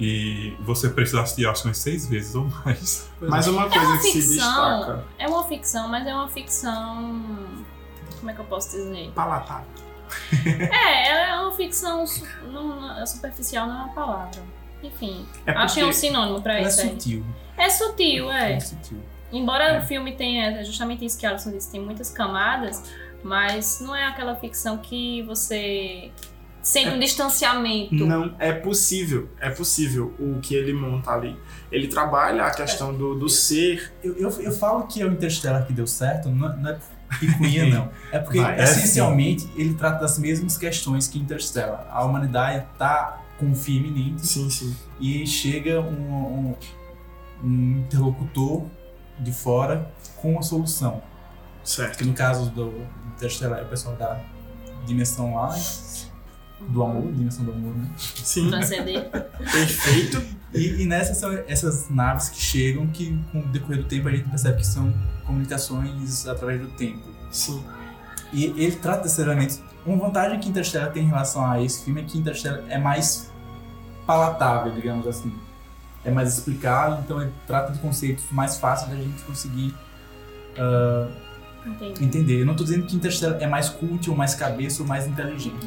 [SPEAKER 3] E você precisa assistir, acho, umas seis vezes ou mais.
[SPEAKER 4] Mas uma
[SPEAKER 5] É
[SPEAKER 4] coisa
[SPEAKER 5] uma
[SPEAKER 4] que se
[SPEAKER 5] ficção.
[SPEAKER 4] destaca.
[SPEAKER 5] É uma ficção, mas é uma ficção. Como é que eu posso dizer?
[SPEAKER 4] Palatável.
[SPEAKER 5] É, ela é uma ficção su- não- não- superficial, não é uma palavra. Enfim,
[SPEAKER 4] É
[SPEAKER 5] achei um
[SPEAKER 4] porque
[SPEAKER 5] sinônimo pra
[SPEAKER 2] Ela é
[SPEAKER 5] isso aí.
[SPEAKER 2] sutil.
[SPEAKER 5] É sutil,
[SPEAKER 2] ela
[SPEAKER 5] é.
[SPEAKER 2] é sutil.
[SPEAKER 5] Embora
[SPEAKER 4] É.
[SPEAKER 5] o filme tenha é justamente isso que a Alison disse, tem muitas camadas, mas não é aquela ficção que você sente
[SPEAKER 4] É.
[SPEAKER 5] um distanciamento.
[SPEAKER 4] Não, é possível. É possível o que ele monta ali. Ele trabalha a questão do, do ser.
[SPEAKER 2] Eu, eu, eu falo que é o Interstellar que deu certo, não, é- não é picuinha, não. É porque,
[SPEAKER 4] Vai, assim.
[SPEAKER 3] é
[SPEAKER 2] essencialmente, ele trata das mesmas questões que Interstellar. A humanidade tá com um fim iminente
[SPEAKER 4] Sim, sim.
[SPEAKER 2] e chega um, um- um interlocutor de fora com uma solução.
[SPEAKER 4] Certo.
[SPEAKER 2] Que no caso do Interstellar é o pessoal da dimensão lá, do amor, dimensão do amor, né?
[SPEAKER 4] Sim.
[SPEAKER 5] Transcender.
[SPEAKER 4] Perfeito.
[SPEAKER 2] E, e nessas são essas naves que chegam, que com o decorrer do tempo a gente percebe que são comunicações através do tempo.
[SPEAKER 4] Sim.
[SPEAKER 2] E ele trata desses elementos. Uma vantagem que Interstellar tem em relação a esse filme é que Interstellar é mais palatável, digamos assim. É mais explicado, então ele trata de conceitos mais fáceis da gente conseguir
[SPEAKER 5] Entendi.
[SPEAKER 2] entender. Eu não tô dizendo que Interstellar é mais cult, ou mais cabeça, ou mais inteligente.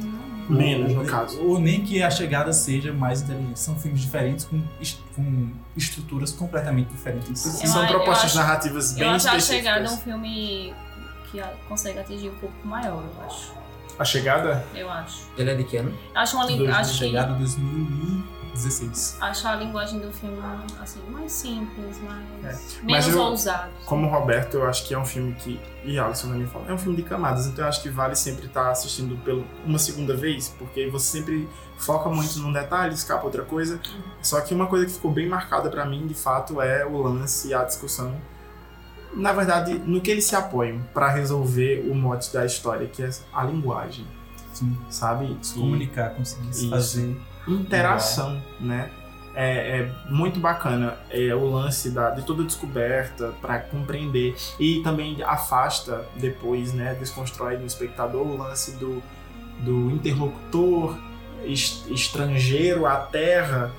[SPEAKER 4] Menos,
[SPEAKER 2] Ou-
[SPEAKER 4] no caso.
[SPEAKER 2] Ou nem que A Chegada seja mais inteligente. São filmes diferentes com, est- com estruturas completamente diferentes. entre si.
[SPEAKER 5] Eu
[SPEAKER 4] São
[SPEAKER 5] a- eu
[SPEAKER 4] propostas
[SPEAKER 5] acho-
[SPEAKER 4] narrativas bem
[SPEAKER 5] Eu acho a chegada um
[SPEAKER 4] específicas.
[SPEAKER 5] filme que a- consegue atingir um pouco maior, eu acho.
[SPEAKER 4] A chegada?
[SPEAKER 5] Eu acho.
[SPEAKER 7] Ele é de que ano?
[SPEAKER 5] Acho uma li-
[SPEAKER 2] Dois,
[SPEAKER 5] acho
[SPEAKER 2] A
[SPEAKER 5] que
[SPEAKER 2] Chegada 2016.
[SPEAKER 5] acho a linguagem do filme assim mais simples, mais menos
[SPEAKER 4] É. Mas eu-
[SPEAKER 5] ousado.
[SPEAKER 4] Como o Roberto, eu acho que é um filme que. E Alisson também fala. É um filme de camadas, então eu acho que vale sempre estar assistindo pelo uma segunda vez, porque você sempre foca muito num detalhe, escapa outra coisa. Só que uma coisa que ficou bem marcada pra mim, de fato, é o lance e a discussão. Na verdade, no que eles se apoiam pra resolver o mote da história, que é a linguagem,
[SPEAKER 2] Sim.
[SPEAKER 4] sabe?
[SPEAKER 2] se
[SPEAKER 4] E-
[SPEAKER 2] comunicar, conseguir se
[SPEAKER 4] Isso.
[SPEAKER 2] fazer.
[SPEAKER 4] interação, né? É, é muito bacana é, o lance da, de toda descoberta para compreender e também afasta depois, né? Desconstrói no espectador o lance do, do interlocutor es- estrangeiro à Terra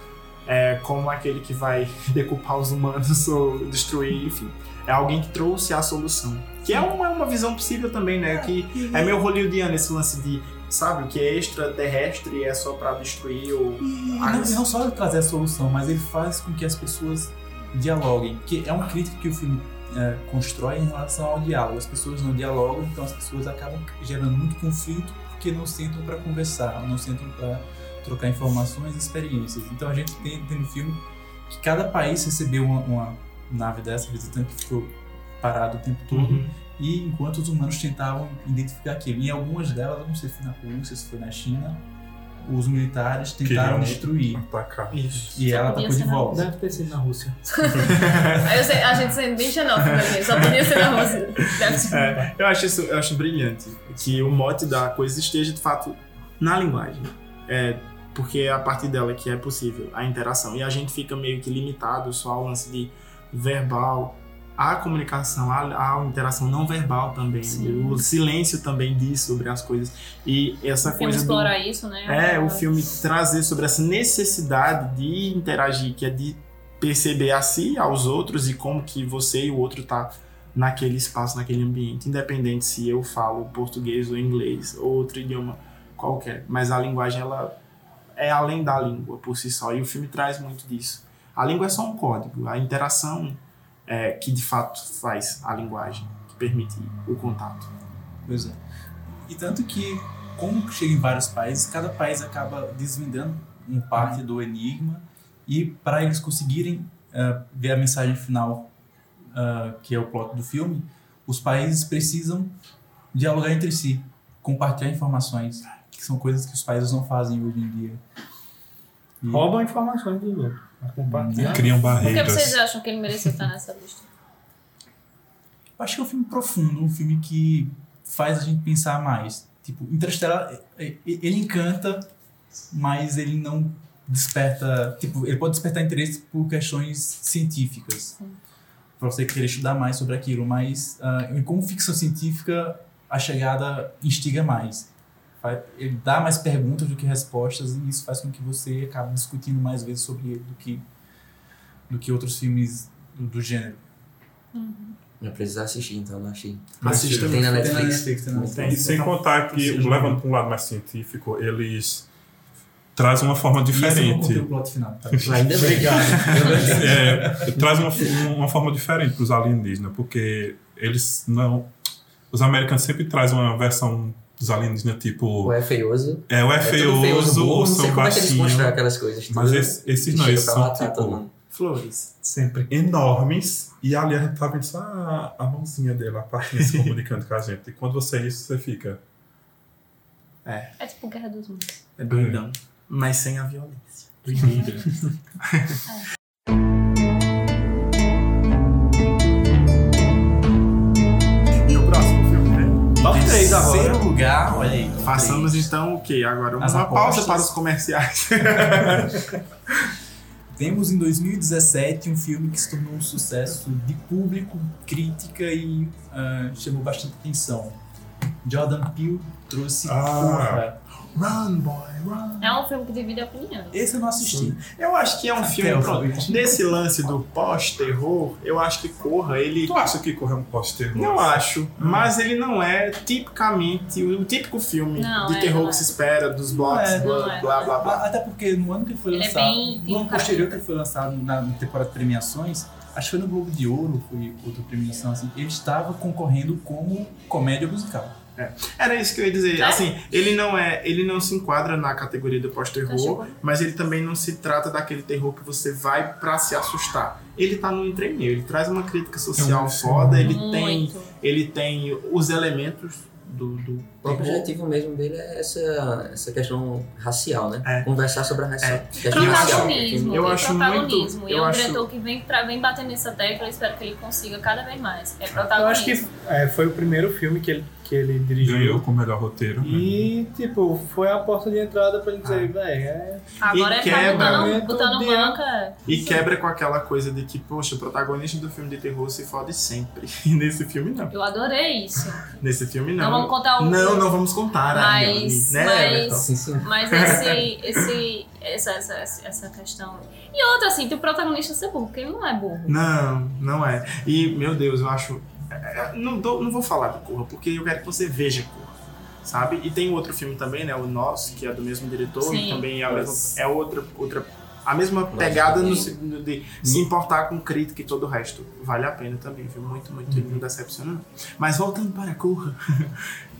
[SPEAKER 4] é, como aquele que vai decupar os humanos ou destruir, enfim. É alguém que trouxe a solução. Que é uma, uma visão possível também, né? Que é meio hollywoodiano esse lance de, sabe, o que é extraterrestre e é só pra destruir ou.
[SPEAKER 2] E
[SPEAKER 4] Ah,
[SPEAKER 2] não,
[SPEAKER 4] isso.
[SPEAKER 2] não só ele trazer a solução, mas ele faz com que as pessoas dialoguem. Porque é uma crítica que o filme é, constrói em relação ao diálogo. As pessoas não dialogam, então as pessoas acabam gerando muito conflito porque não sentam para conversar, não sentam para trocar informações e experiências. Então a gente tem, tem no filme que cada país recebeu uma, uma nave dessa visitante que ficou parado o tempo
[SPEAKER 4] Uhum.
[SPEAKER 2] todo. E enquanto os humanos tentavam identificar aquilo, em algumas delas, não sei se foi na Rússia, se foi na China, os militares tentaram
[SPEAKER 3] Queriam-
[SPEAKER 2] destruir.
[SPEAKER 3] Atacar.
[SPEAKER 4] Isso.
[SPEAKER 2] E é ela
[SPEAKER 5] podia
[SPEAKER 2] atacou de
[SPEAKER 5] ser na
[SPEAKER 2] volta.
[SPEAKER 6] Deve ter sido na Rússia.
[SPEAKER 5] Aí eu sei- a gente sendo bem xenófobo aqui, só podia ser na Rússia. Deve ser.
[SPEAKER 4] É, eu acho isso, eu acho brilhante que o mote da coisa esteja de fato na linguagem. É, porque é a partir dela que é possível a interação. E a gente fica meio que limitado só ao lance de verbal, à comunicação, à, à interação não verbal também.
[SPEAKER 5] Sim.
[SPEAKER 4] O silêncio também diz sobre as coisas. E essa
[SPEAKER 5] O filme
[SPEAKER 4] coisa. do-
[SPEAKER 5] explora isso, né?
[SPEAKER 4] É, o filme trazer sobre essa necessidade de interagir, que é de perceber a si, aos outros e como que você e o outro tá naquele espaço, naquele ambiente, independente se eu falo português ou inglês ou outro idioma qualquer, mas a linguagem ela é além da língua por si só e o filme traz muito disso. A língua é só um código, a interação é que de fato faz a linguagem, que permite o contato.
[SPEAKER 2] Pois é. E tanto que, como chega em vários países, cada país acaba desvendando um parte do enigma. E para eles conseguirem ah, ver a mensagem final, ah, que é o plot do filme, os países precisam dialogar entre si, compartilhar informações, que são coisas que os países não fazem hoje em dia. E-
[SPEAKER 6] Roubam informações do outro. pra Compartilhar.
[SPEAKER 3] Criam
[SPEAKER 4] é
[SPEAKER 5] Por que
[SPEAKER 3] barreiras.
[SPEAKER 5] vocês acham que ele mereceu estar nessa lista?
[SPEAKER 2] Eu acho que é um filme profundo, um filme que faz a gente pensar mais. Tipo, Interstellar, é- é- ele encanta, mas ele não desperta... Tipo, ele pode despertar interesse por questões científicas. para você querer estudar mais sobre aquilo, mas ah, e como ficção científica a chegada instiga mais. Vai- Ele dá mais perguntas do que respostas e isso faz com que você acabe discutindo mais vezes sobre ele do que, do que outros filmes do, do gênero.
[SPEAKER 7] Eu preciso assistir, então não achei.
[SPEAKER 4] Assista
[SPEAKER 7] Tem na
[SPEAKER 2] Tem
[SPEAKER 7] Netflix.
[SPEAKER 2] na Netflix, tem na Netflix.
[SPEAKER 3] E sem contar que,
[SPEAKER 4] Assista.
[SPEAKER 3] levando para um lado mais científico, eles trazem uma forma
[SPEAKER 2] E esse eu não contei
[SPEAKER 3] diferente.
[SPEAKER 2] o plot final, tá?
[SPEAKER 7] Ainda bem.
[SPEAKER 3] É, traz uma, uma forma diferente para os alienígenas, porque eles não. Os americanos sempre trazem uma versão dos alienígenas,
[SPEAKER 7] Ou
[SPEAKER 3] tipo.
[SPEAKER 7] é feioso.
[SPEAKER 3] É, ou é,
[SPEAKER 7] É tudo
[SPEAKER 3] feioso,
[SPEAKER 7] burro,
[SPEAKER 3] ou
[SPEAKER 7] Não sei
[SPEAKER 3] são
[SPEAKER 7] como é que eles
[SPEAKER 3] baixinhos.
[SPEAKER 7] constroem aquelas coisas.
[SPEAKER 3] Mas
[SPEAKER 7] tudo.
[SPEAKER 3] esses, esses
[SPEAKER 7] Eles
[SPEAKER 3] não, eles
[SPEAKER 7] chegam pra tá,
[SPEAKER 3] são
[SPEAKER 7] matar todo
[SPEAKER 3] tipo,
[SPEAKER 7] mundo.
[SPEAKER 4] Flores.
[SPEAKER 6] Sempre.
[SPEAKER 3] enormes. E ali a gente tá vendo só a, a mãozinha dele, a partinha se comunicando com a gente. E quando você é isso, você fica.
[SPEAKER 5] É tipo Guerra dos Mundos.
[SPEAKER 4] É doidão. Mas sem a violência. E o próximo filme, né? Top
[SPEAKER 2] Em
[SPEAKER 4] três
[SPEAKER 2] terceiro
[SPEAKER 4] agora.
[SPEAKER 2] lugar, olha aí. top
[SPEAKER 4] Façamos
[SPEAKER 2] três.
[SPEAKER 4] então o quê? Agora uma
[SPEAKER 2] As
[SPEAKER 4] pausa
[SPEAKER 2] apostas.
[SPEAKER 4] para os comerciais.
[SPEAKER 2] Temos em 2017 um filme que se tornou um sucesso de público, crítica e ah, chamou bastante atenção. Jordan Peele trouxe
[SPEAKER 3] Ah.
[SPEAKER 2] Curra.
[SPEAKER 4] Run, boy, run.
[SPEAKER 5] É um filme que divide opiniões.
[SPEAKER 2] Esse eu não assisti.
[SPEAKER 4] Eu acho que é um
[SPEAKER 2] Até
[SPEAKER 4] filme.
[SPEAKER 2] eu
[SPEAKER 4] pronto.
[SPEAKER 2] fui.
[SPEAKER 4] Nesse lance do pós-terror, eu acho que Corra, ele.
[SPEAKER 3] Tu acha que correr um pós-terror?
[SPEAKER 4] Não acho, mas ele não é tipicamente o o típico filme
[SPEAKER 5] Não,
[SPEAKER 4] de
[SPEAKER 5] é, não
[SPEAKER 4] terror
[SPEAKER 5] é.
[SPEAKER 4] que se espera dos blocos,
[SPEAKER 2] Não é,
[SPEAKER 4] blá,
[SPEAKER 5] não é.
[SPEAKER 4] blá blá blá.
[SPEAKER 2] A- Até porque no ano que ele foi
[SPEAKER 5] Ele é
[SPEAKER 2] lançado,
[SPEAKER 5] bem- tem
[SPEAKER 2] no ano
[SPEAKER 5] um cara-
[SPEAKER 2] posterior que ele foi lançado na temporada de premiações, acho que foi no Globo de Ouro, foi outra premiação assim, ele estava concorrendo como comédia musical.
[SPEAKER 4] Era isso que eu ia dizer.
[SPEAKER 5] É?
[SPEAKER 4] Assim, ele não é, ele não se enquadra na categoria do pós-terror,
[SPEAKER 5] Pós-terror.
[SPEAKER 4] mas ele também não se trata daquele terror que você vai pra se assustar. Ele tá no entremeio, ele traz uma
[SPEAKER 2] É um
[SPEAKER 4] crítica social foda, ele tem,
[SPEAKER 5] Muito.
[SPEAKER 4] ele tem os elementos do, do
[SPEAKER 7] O
[SPEAKER 4] terror.
[SPEAKER 7] objetivo mesmo dele é essa, essa questão racial, né?
[SPEAKER 4] É.
[SPEAKER 7] Conversar sobre a raça.
[SPEAKER 4] É.
[SPEAKER 7] questão racial. né?
[SPEAKER 5] Protagonismo.
[SPEAKER 4] eu
[SPEAKER 5] e
[SPEAKER 4] acho
[SPEAKER 5] protagonismo.
[SPEAKER 4] muito-
[SPEAKER 5] E é
[SPEAKER 4] eu
[SPEAKER 5] um
[SPEAKER 4] acho-
[SPEAKER 5] diretor que vem, pra, vem batendo nessa tecla. Eu espero que ele consiga cada vez mais. É protagonismo.
[SPEAKER 6] Eu acho que é, foi o primeiro filme que ele, que ele dirigiu.
[SPEAKER 3] Ganhou com o melhor roteiro. né?
[SPEAKER 6] E, tipo, foi a porta de entrada pra ele dizer, véi, é.
[SPEAKER 5] Agora
[SPEAKER 4] E
[SPEAKER 5] ele tá
[SPEAKER 4] quebra.
[SPEAKER 5] botando, botando
[SPEAKER 6] Meu
[SPEAKER 5] banca.
[SPEAKER 4] E quebra com aquela coisa de que, poxa, o protagonista do filme de terror se fode sempre. E nesse filme não.
[SPEAKER 5] Eu adorei isso.
[SPEAKER 4] Nesse filme
[SPEAKER 5] Não,
[SPEAKER 4] não.
[SPEAKER 5] vamos contar o.
[SPEAKER 4] Não, não vamos contar, Ariane,
[SPEAKER 5] Mas-
[SPEAKER 4] né,
[SPEAKER 5] mas-
[SPEAKER 4] Everton?
[SPEAKER 7] Sim, sim.
[SPEAKER 5] Mas esse, esse, essa, essa, essa questão. E outra, assim, tem o protagonista ser burro, porque ele não é burro.
[SPEAKER 4] Não, não é. E, meu Deus, eu acho. é, é, Não, dou- não vou falar de Corra, porque eu quero que você veja Corra, sabe? E tem outro filme também, né? O Nós, que é do mesmo diretor,
[SPEAKER 5] Sim.
[SPEAKER 4] e também é, a mesma-
[SPEAKER 7] Nós.
[SPEAKER 4] é outra, outra. A mesma pegada no,
[SPEAKER 7] também.
[SPEAKER 4] sentido de se importar com crítica e todo o resto. Vale a pena também, viu? Muito, muito.
[SPEAKER 7] Uhum.
[SPEAKER 4] Ele não decepciona. não. Mas voltando para Corra,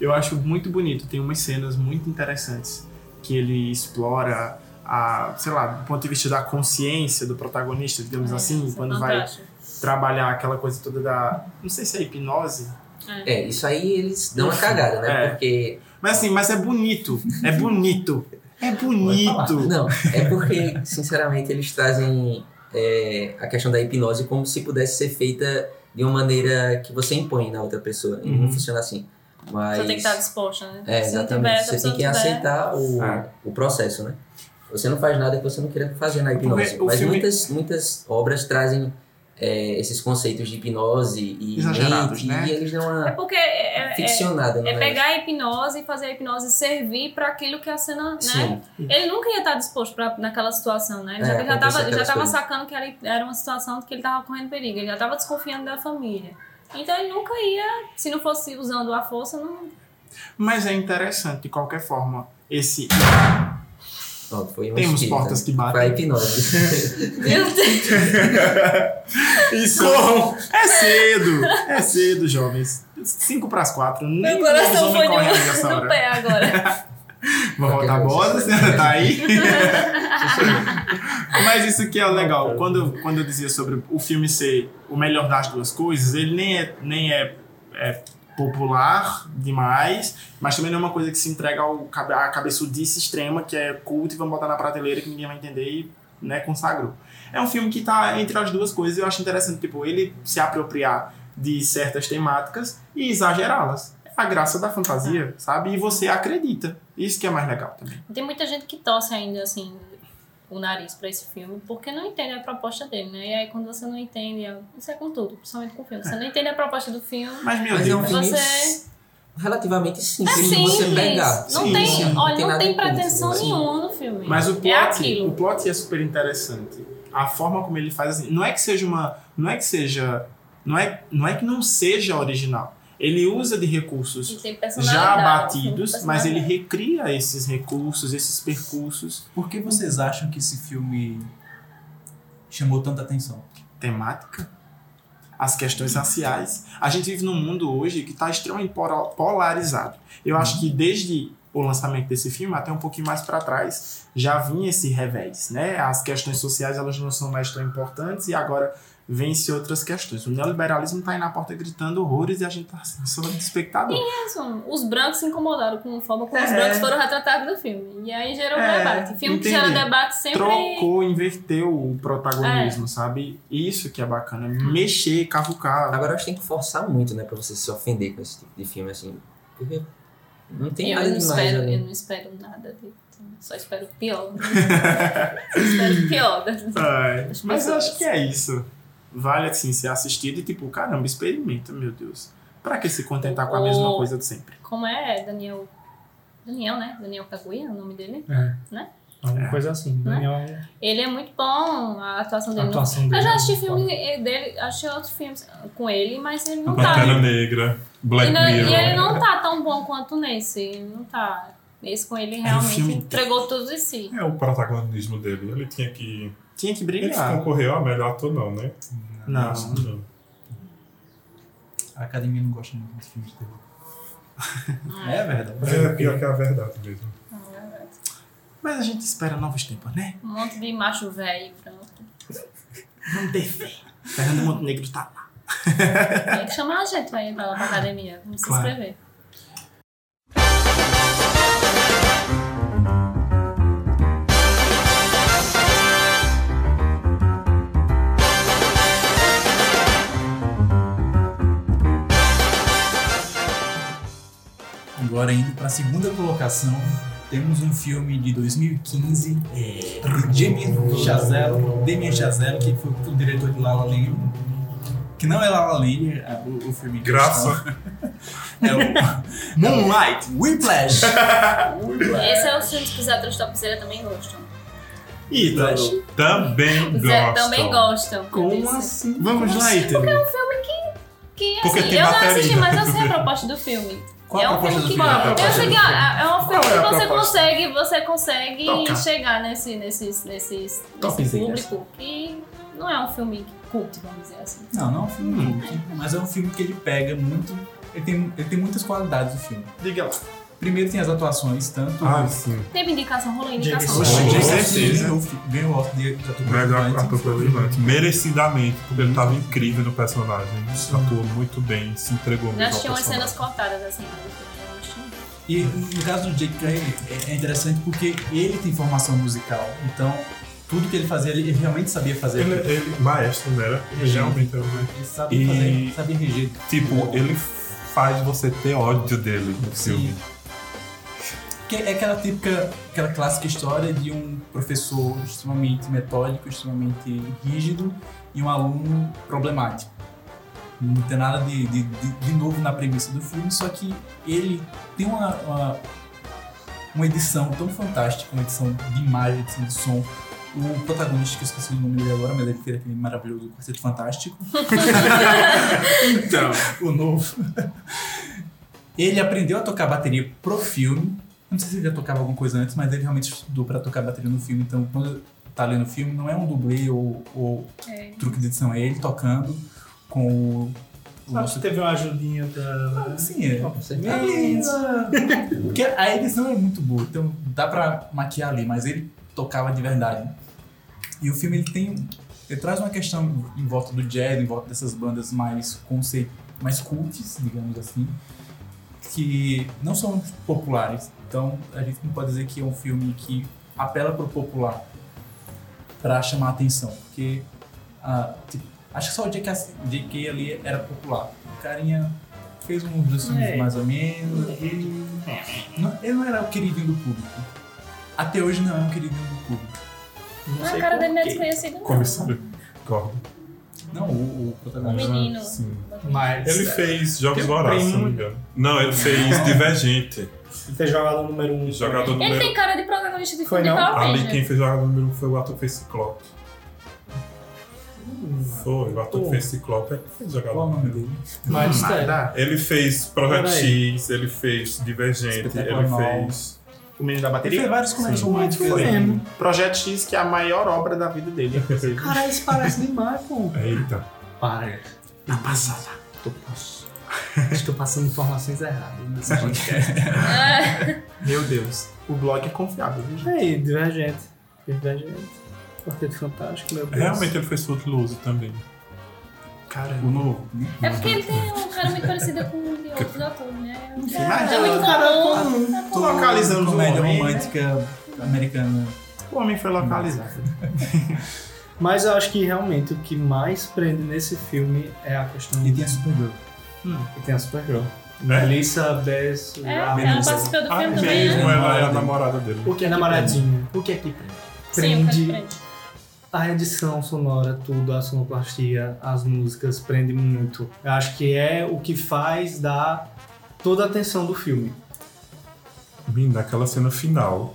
[SPEAKER 4] eu acho muito bonito. Tem umas cenas muito interessantes que ele explora. A, sei lá, do ponto de vista da consciência do protagonista, digamos
[SPEAKER 5] É,
[SPEAKER 4] assim,
[SPEAKER 5] Esse
[SPEAKER 4] quando vai
[SPEAKER 5] fantástico.
[SPEAKER 4] trabalhar aquela coisa toda da. Não sei se é hipnose.
[SPEAKER 7] É, isso aí eles dão uma
[SPEAKER 4] Enfim,
[SPEAKER 7] cagada, né?
[SPEAKER 4] é.
[SPEAKER 7] Porque.
[SPEAKER 4] Mas assim, mas é bonito. É bonito. É bonito.
[SPEAKER 7] Não, é porque, sinceramente, eles trazem é, a questão da hipnose como se pudesse ser feita de uma maneira que você impõe na outra pessoa. E Não
[SPEAKER 4] Uhum.
[SPEAKER 7] funciona assim.
[SPEAKER 4] É,
[SPEAKER 7] Mas.
[SPEAKER 5] Você tem que estar disposta, né?
[SPEAKER 7] É,
[SPEAKER 5] Se não
[SPEAKER 7] exatamente.
[SPEAKER 5] tiver, se a
[SPEAKER 7] você tem
[SPEAKER 5] pessoa
[SPEAKER 7] que
[SPEAKER 5] não tiver-
[SPEAKER 7] aceitar o,
[SPEAKER 4] Ah.
[SPEAKER 7] o processo, né? Você não faz nada que você não queira fazer na
[SPEAKER 4] Porque
[SPEAKER 7] hipnose.
[SPEAKER 4] o
[SPEAKER 7] Mas
[SPEAKER 4] filme-
[SPEAKER 7] muitas, muitas obras trazem é, esses conceitos de hipnose e
[SPEAKER 4] Exagerados,
[SPEAKER 7] mente,
[SPEAKER 4] né?
[SPEAKER 7] e eles dão
[SPEAKER 5] É
[SPEAKER 7] uma
[SPEAKER 5] porque é, é-
[SPEAKER 7] ficcionada. no
[SPEAKER 5] é
[SPEAKER 7] negócio.
[SPEAKER 5] pegar a hipnose e fazer a hipnose servir para aquilo que a cena, né?
[SPEAKER 7] Sim,
[SPEAKER 5] Ele nunca ia estar disposto pra, naquela situação, né? Ele
[SPEAKER 7] É,
[SPEAKER 5] já, ele já
[SPEAKER 7] acontece
[SPEAKER 5] tava, ele já
[SPEAKER 7] aquelas
[SPEAKER 5] tava
[SPEAKER 7] coisas.
[SPEAKER 5] sacando que era, era uma situação que ele tava correndo perigo, ele já tava desconfiando da família. Então ele nunca ia, se não fosse usando a força, não.
[SPEAKER 4] Mas é interessante, de qualquer forma. Esse.
[SPEAKER 7] Pronto, foi um
[SPEAKER 4] Temos
[SPEAKER 7] espírito,
[SPEAKER 4] portas
[SPEAKER 7] né?
[SPEAKER 4] que batem.
[SPEAKER 7] Pra hipnose.
[SPEAKER 5] Meu Deus!
[SPEAKER 4] Isso! Corram! É cedo! É cedo, jovens. Cinco para as quatro.
[SPEAKER 5] Meu
[SPEAKER 4] Nem os
[SPEAKER 5] coração
[SPEAKER 4] homens
[SPEAKER 5] foi
[SPEAKER 4] correm
[SPEAKER 5] de,
[SPEAKER 4] nessa
[SPEAKER 5] no
[SPEAKER 4] hora.
[SPEAKER 5] pé agora.
[SPEAKER 4] Vou voltar a bola, você tá aí? Mas isso que é o legal. Quando, quando eu dizia sobre o filme ser o melhor das duas coisas, ele nem é, nem é, é popular demais, mas também não é uma coisa que se entrega ao, cabe- à cabeçudice extrema, que é culto e vamos botar na prateleira que ninguém vai entender e né, consagrou. É um filme que tá entre as duas coisas e eu acho interessante, tipo, ele se apropriar de certas temáticas e exagerá-las. É a graça da
[SPEAKER 5] Ah.
[SPEAKER 4] fantasia, sabe? E você acredita. Isso que é mais legal também.
[SPEAKER 5] Tem muita gente que torce ainda, assim, o nariz pra esse filme, porque não entende a proposta dele, né? E aí quando você não entende, é- isso é com tudo, principalmente com o filme, você não entende a proposta do filme.
[SPEAKER 4] Mas, meu
[SPEAKER 7] Mas é um
[SPEAKER 4] Deus.
[SPEAKER 7] filme
[SPEAKER 5] Você-
[SPEAKER 7] s- relativamente simples
[SPEAKER 5] É
[SPEAKER 7] de
[SPEAKER 5] simples.
[SPEAKER 7] você pegar.
[SPEAKER 5] Não
[SPEAKER 4] Sim,
[SPEAKER 5] tem,
[SPEAKER 4] sim.
[SPEAKER 5] olha, não
[SPEAKER 7] nada
[SPEAKER 5] tem
[SPEAKER 7] em conta,
[SPEAKER 5] pretensão
[SPEAKER 7] assim.
[SPEAKER 5] nenhuma no filme.
[SPEAKER 4] Mas o plot,
[SPEAKER 5] é aquilo.
[SPEAKER 4] o plot é super interessante. A forma como ele faz assim, não é que seja uma, não é que seja, não é, não é que não seja original. Ele usa de
[SPEAKER 5] E
[SPEAKER 4] recursos
[SPEAKER 5] tem
[SPEAKER 4] já
[SPEAKER 5] personalidade, tem
[SPEAKER 4] batidos, mas ele
[SPEAKER 5] personalidade.
[SPEAKER 4] recria esses recursos, esses percursos
[SPEAKER 2] Por que vocês acham que esse filme chamou tanta atenção?
[SPEAKER 4] temática, as questões raciais. A gente vive num mundo hoje que está extremamente pora- polarizado. Eu acho que desde o lançamento desse filme até um pouquinho mais para trás já vinha esse revés, né? As questões sociais elas não são mais tão importantes e agora vence outras questões. O neoliberalismo está aí na porta gritando horrores e a gente está sendo espectador.
[SPEAKER 5] É Isso, Os brancos se incomodaram com a forma como os
[SPEAKER 4] É.
[SPEAKER 5] brancos foram retratados no filme. E aí gerou um
[SPEAKER 4] É,
[SPEAKER 5] debate. Filme que
[SPEAKER 4] entendi.
[SPEAKER 5] gera debate sempre.
[SPEAKER 4] Trocou, inverteu o protagonismo, sabe? Isso que é bacana, mexer, cavucar.
[SPEAKER 7] Agora eu acho que tem que forçar muito, né, pra você se ofender com esse tipo de filme, assim. Porque não tem
[SPEAKER 5] eu,
[SPEAKER 7] nada
[SPEAKER 5] não
[SPEAKER 7] demais
[SPEAKER 5] espero,
[SPEAKER 7] ali. né?
[SPEAKER 5] eu não espero nada de. Só espero o pior. Só espero o pior.
[SPEAKER 4] Ai,
[SPEAKER 5] As
[SPEAKER 4] mas eu
[SPEAKER 5] pessoas.
[SPEAKER 4] acho que é isso. Vale assim ser assistido e tipo, caramba, experimenta, meu Deus. Pra que se contentar com a
[SPEAKER 5] O-
[SPEAKER 4] mesma coisa de sempre?
[SPEAKER 5] Como é Daniel. Daniel, né? Daniel Kaguya, o nome dele.
[SPEAKER 6] Alguma coisa assim.
[SPEAKER 5] Né?
[SPEAKER 6] Daniel, é
[SPEAKER 5] Ele é muito bom, a atuação
[SPEAKER 6] a
[SPEAKER 5] dele. não-
[SPEAKER 6] atuação dele.
[SPEAKER 5] Eu já assisti
[SPEAKER 6] é muito
[SPEAKER 5] filme dele, achei outros filmes com ele, mas ele não tá.
[SPEAKER 3] Pantera Negra, Black
[SPEAKER 5] E, não- e
[SPEAKER 3] Mirror.
[SPEAKER 5] ele não tá tão bom quanto nesse. Não tá. Esse com ele realmente
[SPEAKER 4] filme-
[SPEAKER 5] entregou tudo de si.
[SPEAKER 3] É o protagonismo dele. Ele tinha que.
[SPEAKER 4] Tinha que
[SPEAKER 3] Ele
[SPEAKER 4] brilhar.
[SPEAKER 3] concorreu a melhor ator, não, né?
[SPEAKER 4] Não.
[SPEAKER 3] Acho que não.
[SPEAKER 2] A academia não gosta muito de filme de terror. É verdade.
[SPEAKER 3] É pior que a verdade mesmo.
[SPEAKER 4] Mas a gente espera novos tempos, né?
[SPEAKER 5] Um monte de macho velho branco.
[SPEAKER 4] Vamos ter fé. Fernando Montenegro tá lá.
[SPEAKER 5] Tem que chamar a gente pra ir pra lá pra academia. Vamos se
[SPEAKER 4] Claro.
[SPEAKER 5] inscrever.
[SPEAKER 2] Agora indo para a segunda colocação, temos um filme de 2015 do James é, Chazelle, Damien Chazelle, que foi o diretor de La La Land, que não é La La Land, é o, o filme em
[SPEAKER 3] Graça.
[SPEAKER 2] questão. é o Moonlight, Whiplash.
[SPEAKER 5] Esse é o filme que os atores topzera também gostam.
[SPEAKER 4] E
[SPEAKER 2] Whiplash.
[SPEAKER 3] Também
[SPEAKER 5] Os é-
[SPEAKER 3] gosto.
[SPEAKER 5] também gostam.
[SPEAKER 4] Como
[SPEAKER 5] Eles-
[SPEAKER 4] assim? Vamos lá, Ítalo.
[SPEAKER 5] Que,
[SPEAKER 3] Porque
[SPEAKER 5] assim,
[SPEAKER 3] tem
[SPEAKER 5] eu não
[SPEAKER 3] bateria.
[SPEAKER 5] assisti, mas eu sei a proposta do filme.
[SPEAKER 2] Qual
[SPEAKER 5] é
[SPEAKER 2] a
[SPEAKER 5] um
[SPEAKER 2] proposta
[SPEAKER 5] filme
[SPEAKER 2] do filme?
[SPEAKER 5] que.
[SPEAKER 2] Qual a
[SPEAKER 5] eu
[SPEAKER 2] proposta
[SPEAKER 5] sei que é, é um filme
[SPEAKER 4] Qual é a
[SPEAKER 5] que você
[SPEAKER 4] proposta?
[SPEAKER 5] consegue, você consegue
[SPEAKER 4] Tocar.
[SPEAKER 5] chegar nesse, nesses, nesses, nesse
[SPEAKER 4] Topzinhas.
[SPEAKER 5] público que não é um filme cult, vamos dizer assim.
[SPEAKER 2] Não, não é um filme muito, mas é um filme que ele pega muito, ele tem, ele tem muitas qualidades do filme.
[SPEAKER 4] Diga lá.
[SPEAKER 2] Primeiro tem as atuações, tanto...
[SPEAKER 3] Ah, sim.
[SPEAKER 5] Teve indicação, rolou indicação.
[SPEAKER 4] James
[SPEAKER 5] rolou.
[SPEAKER 4] Bond.
[SPEAKER 2] James
[SPEAKER 4] certeza.
[SPEAKER 2] Ganhou ganhou o Oscar de ator
[SPEAKER 3] Melhor
[SPEAKER 2] coadjuvante.
[SPEAKER 3] ator coadjuvante. Merecidamente, porque ele tava incrível no personagem. Atuou muito bem, se entregou muito.
[SPEAKER 5] Já
[SPEAKER 3] ao
[SPEAKER 5] assisti Né, umas
[SPEAKER 3] personagem.
[SPEAKER 5] cenas cortadas assim. mas eu não assisti.
[SPEAKER 2] E no caso do Jake Curry, é- é interessante porque ele tem formação musical. Então, tudo que ele fazia, ele ele realmente sabia fazer.
[SPEAKER 3] Ele,
[SPEAKER 2] aquilo.
[SPEAKER 3] ele maestro, né? Era- Ele realmente era um maestro.
[SPEAKER 2] Ele sabia
[SPEAKER 3] E-
[SPEAKER 2] fazer, sabia reger.
[SPEAKER 3] Tipo, ele faz você ter ódio dele no filme.
[SPEAKER 2] Que é aquela típica, aquela clássica história de um professor extremamente metódico, extremamente rígido e um aluno problemático. Não tem nada de, de, de, de novo na premissa do filme, só que ele tem uma, uma, uma edição tão fantástica, uma edição de imagem, edição de som. O protagonista, que eu esqueci o nome dele agora, mas ele fez aquele maravilhoso Quarteto Fantástico.
[SPEAKER 4] Então,
[SPEAKER 2] o novo. Ele aprendeu a tocar bateria pro filme. Eu Não sei se ele já tocava alguma coisa antes, mas ele realmente estudou pra tocar bateria no filme. Então, quando tá ali no filme, não é um dublê ou, ou
[SPEAKER 5] É.
[SPEAKER 2] truque de edição, é ele tocando com o. o
[SPEAKER 6] Acho que teve uma ajudinha da.
[SPEAKER 2] Sim, é.
[SPEAKER 7] Com certeza.
[SPEAKER 2] Beleza! Porque a edição é muito boa, então dá pra maquiar ali, mas ele tocava de verdade. E o filme ele tem. um, Ele traz uma questão em volta do jazz, em volta dessas bandas mais conceito, mais cults, digamos assim, que não são populares. Então a gente não pode dizer que é um filme que apela pro popular pra chamar atenção, porque ah, tipo, acho que só o J.K. ass- J.K. ali era popular. O carinha fez um dos filmes
[SPEAKER 6] É.
[SPEAKER 2] mais ou menos. Ele não, ele não era o queridinho um do público. Até hoje não é um queridinho do público.
[SPEAKER 4] Não
[SPEAKER 5] A
[SPEAKER 4] sei
[SPEAKER 5] cara
[SPEAKER 4] por
[SPEAKER 5] dele não é
[SPEAKER 4] quê.
[SPEAKER 5] desconhecida. não.
[SPEAKER 3] Comissário Gordon.
[SPEAKER 2] Não, o, o
[SPEAKER 5] O
[SPEAKER 2] protagonista.
[SPEAKER 5] menino.
[SPEAKER 3] Sim.
[SPEAKER 5] É
[SPEAKER 6] Mas.
[SPEAKER 3] Ele fez Jogos
[SPEAKER 6] Tem um
[SPEAKER 3] Vorazes, se
[SPEAKER 6] prêmio.
[SPEAKER 3] não me engano. Não, ele fez Divergente.
[SPEAKER 4] Ele fez jogador número 1. Um,
[SPEAKER 3] Jogador
[SPEAKER 5] Ele
[SPEAKER 3] número. um.
[SPEAKER 5] tem cara de protagonista de
[SPEAKER 4] Foi
[SPEAKER 5] filme né? de
[SPEAKER 4] não?
[SPEAKER 5] Power
[SPEAKER 3] Ali
[SPEAKER 5] Rangers.
[SPEAKER 3] quem fez jogador número um foi o ator que fez Ciclope. Foi, o ator que fez Ciclope é que fez
[SPEAKER 2] Qual
[SPEAKER 3] jogador
[SPEAKER 2] o nome
[SPEAKER 3] número um.
[SPEAKER 2] dele?
[SPEAKER 6] Mas tá.
[SPEAKER 4] Nada.
[SPEAKER 3] Ele fez Projeto
[SPEAKER 6] Peraí.
[SPEAKER 3] X, ele fez Divergente,
[SPEAKER 2] Espetacular
[SPEAKER 3] ele
[SPEAKER 2] Nova.
[SPEAKER 3] fez.
[SPEAKER 4] O menino da
[SPEAKER 2] Ele fez
[SPEAKER 4] bateria.
[SPEAKER 2] vários comédias
[SPEAKER 6] Muito
[SPEAKER 2] românticas.
[SPEAKER 6] foi
[SPEAKER 2] né?
[SPEAKER 6] mesmo.
[SPEAKER 4] Projeto X, que é a maior obra da vida dele. inclusive.
[SPEAKER 6] Caralho, isso parece demais, pô.
[SPEAKER 3] Eita.
[SPEAKER 6] Para.
[SPEAKER 4] Tá passada.
[SPEAKER 6] Tô pass- Acho que tô passando informações erradas nesse podcast.
[SPEAKER 5] É.
[SPEAKER 4] Meu Deus. O blog é confiável, viu, gente?
[SPEAKER 6] Aí, Divergente. Divergente. Quarteto Fantástico, meu Deus.
[SPEAKER 3] Realmente ele fez Foot Lose também.
[SPEAKER 2] O
[SPEAKER 4] Caramba.
[SPEAKER 2] novo. né?
[SPEAKER 5] É porque ele tem um cara muito parecido com o de outros atores, né?
[SPEAKER 4] Imagina,
[SPEAKER 5] É muito
[SPEAKER 4] o cara
[SPEAKER 5] comum.
[SPEAKER 4] Tô localizando o
[SPEAKER 2] comédia
[SPEAKER 4] homem. né?
[SPEAKER 2] é, romântica americana.
[SPEAKER 4] O homem foi localizado.
[SPEAKER 6] Mas eu acho que realmente o que mais prende nesse filme é a questão.
[SPEAKER 2] E tem a Supergirl.
[SPEAKER 6] E tem a Supergirl.
[SPEAKER 3] É?
[SPEAKER 6] Melissa Bess.
[SPEAKER 5] É,
[SPEAKER 6] a
[SPEAKER 5] ela
[SPEAKER 6] Melissa.
[SPEAKER 5] participou do
[SPEAKER 3] Ah,
[SPEAKER 5] filme também, né?
[SPEAKER 3] mesmo, ela é a namorada dele.
[SPEAKER 4] O que
[SPEAKER 6] É
[SPEAKER 4] é que
[SPEAKER 6] namoradinha.
[SPEAKER 4] prende? O que é que prende?
[SPEAKER 5] Sim, o cara de
[SPEAKER 6] Prende
[SPEAKER 5] frente.
[SPEAKER 6] a edição sonora, tudo, a sonoplastia, as músicas, prende muito. Eu acho que é o que faz dar toda a atenção do filme.
[SPEAKER 3] Menina, aquela cena final.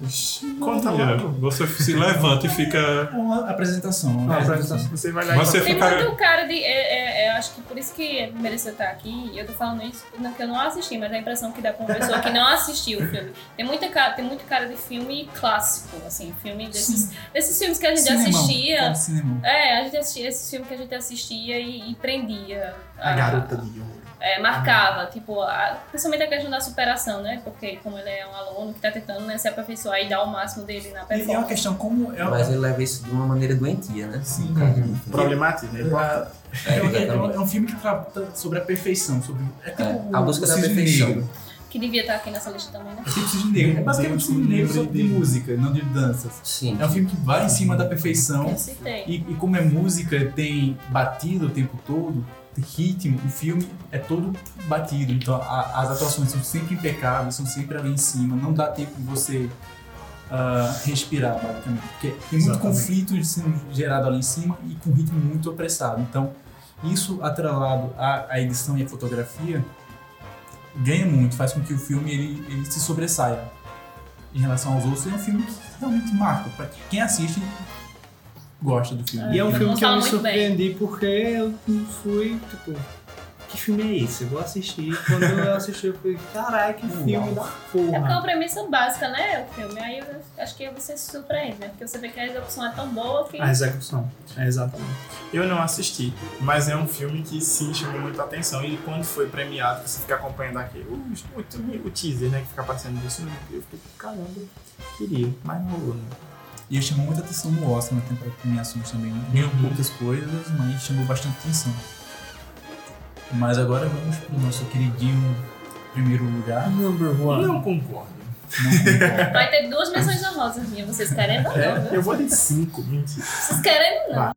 [SPEAKER 4] Conta
[SPEAKER 3] Olha,
[SPEAKER 4] logo.
[SPEAKER 3] Você se levanta e fica.
[SPEAKER 2] É Uma apresentação.
[SPEAKER 6] Uma
[SPEAKER 2] né?
[SPEAKER 6] apresentação.
[SPEAKER 4] Você vai lá e
[SPEAKER 3] Você
[SPEAKER 5] Tem
[SPEAKER 3] fica.
[SPEAKER 5] muito cara de. é, é, é, acho que por isso que mereceu estar aqui. E eu tô falando isso porque eu não assisti, mas dá a impressão que dá pra uma pessoa que não assistiu o filme. Tem, muita cara, tem muito cara de filme clássico, assim, filme desses, desses filmes que a gente
[SPEAKER 2] Cinemão.
[SPEAKER 5] assistia.
[SPEAKER 2] Cara, cinemão.
[SPEAKER 5] É, a gente assistia esse filme que a gente assistia e, e prendia.
[SPEAKER 4] A garota de ouro.
[SPEAKER 5] É, marcava, tipo, a- principalmente a questão da superação, né? Porque como ele é um aluno que tá tentando né, se aperfeiçoar e dar o máximo dele
[SPEAKER 2] E é
[SPEAKER 5] na
[SPEAKER 2] uma
[SPEAKER 5] performance.
[SPEAKER 2] questão como. É,
[SPEAKER 7] Mas ele leva isso de uma maneira doentia, né?
[SPEAKER 2] Sim,
[SPEAKER 7] Cara,
[SPEAKER 2] cara.
[SPEAKER 7] enfim.
[SPEAKER 4] Problemático, né?
[SPEAKER 2] É,
[SPEAKER 7] É,
[SPEAKER 2] é- é um-
[SPEAKER 7] exatamente.
[SPEAKER 2] é um filme que trata sobre a perfeição. Sobre, é tipo
[SPEAKER 7] É, a
[SPEAKER 2] o-
[SPEAKER 7] busca
[SPEAKER 2] o
[SPEAKER 7] da
[SPEAKER 2] Cisne
[SPEAKER 7] perfeição.
[SPEAKER 2] Negro.
[SPEAKER 5] Que devia estar aqui nessa lista também, né?
[SPEAKER 2] É tipo Cisne Negro. É basicamente um filme negro sobre de música, não de danças.
[SPEAKER 7] Sim.
[SPEAKER 2] É um filme que vai em cima da perfeição.
[SPEAKER 5] Eu citei.
[SPEAKER 2] E, e como é música, tem batido o tempo todo, tem ritmo, o filme é todo batido. Então a- as atuações são sempre impecáveis, são sempre ali em cima, não dá tempo de você ah, respirar, basicamente. Porque tem muito
[SPEAKER 4] Exatamente.
[SPEAKER 2] conflito sendo gerado ali em cima e com ritmo muito apressado. Então isso atrelado à, à edição e à fotografia ganha muito, faz com que o filme ele, ele se sobressaia em relação aos outros. É um filme que realmente marca. Pra quem assiste gosta do filme.
[SPEAKER 6] E é um filme que eu
[SPEAKER 5] Fala
[SPEAKER 6] me
[SPEAKER 5] muito bem.
[SPEAKER 6] surpreendi porque eu fui, tipo, que filme é esse? Eu vou assistir. Quando eu assisti, eu falei, caralho, que
[SPEAKER 2] Uau.
[SPEAKER 6] filme da
[SPEAKER 5] É porque é
[SPEAKER 4] Ah.
[SPEAKER 6] porra.
[SPEAKER 5] uma premissa básica, né? O filme. Aí eu acho que você se surpreende, né? Porque você vê que a execução é tão boa
[SPEAKER 4] Ah,
[SPEAKER 5] que.
[SPEAKER 6] A execução. É exatamente.
[SPEAKER 4] Eu não assisti, mas é um filme que sim chamou muita atenção. E quando foi premiado, você fica acompanhando aqui o, o, o teaser, né? Que fica aparecendo disso. Eu fiquei, caramba, queria, mas não rolou, né?
[SPEAKER 2] E ele chamou muita atenção no Oscar né? na temporada de premiações também. né? Ganhou poucas coisas, mas chamou bastante atenção. Mas agora vamos pro nosso queridinho primeiro lugar.
[SPEAKER 6] Number one.
[SPEAKER 4] Não concordo.
[SPEAKER 2] Não
[SPEAKER 5] Vai ter duas menções honrosas minhas, vocês querendo ou não,
[SPEAKER 4] É, eu
[SPEAKER 5] viu?
[SPEAKER 4] vou de 5, mentira.
[SPEAKER 5] Vocês querendo ou não.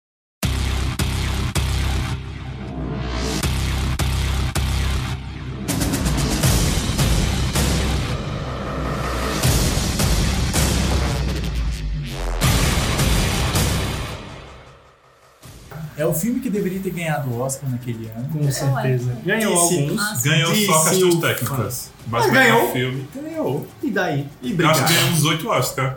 [SPEAKER 2] é o filme que deveria ter ganhado o Oscar naquele ano.
[SPEAKER 6] Com certeza. Ganhou
[SPEAKER 4] Disse.
[SPEAKER 6] alguns.
[SPEAKER 5] Nossa,
[SPEAKER 3] Ganhou só
[SPEAKER 4] Sim,
[SPEAKER 3] questões
[SPEAKER 4] sim.
[SPEAKER 3] técnicas.
[SPEAKER 4] Mas
[SPEAKER 3] Mas
[SPEAKER 4] ganhou.
[SPEAKER 3] Ah, ganhou o filme.
[SPEAKER 2] Ganhou.
[SPEAKER 6] E daí?
[SPEAKER 4] E
[SPEAKER 3] Eu acho que
[SPEAKER 4] obrigado.
[SPEAKER 3] ganhou uns 8 Oscar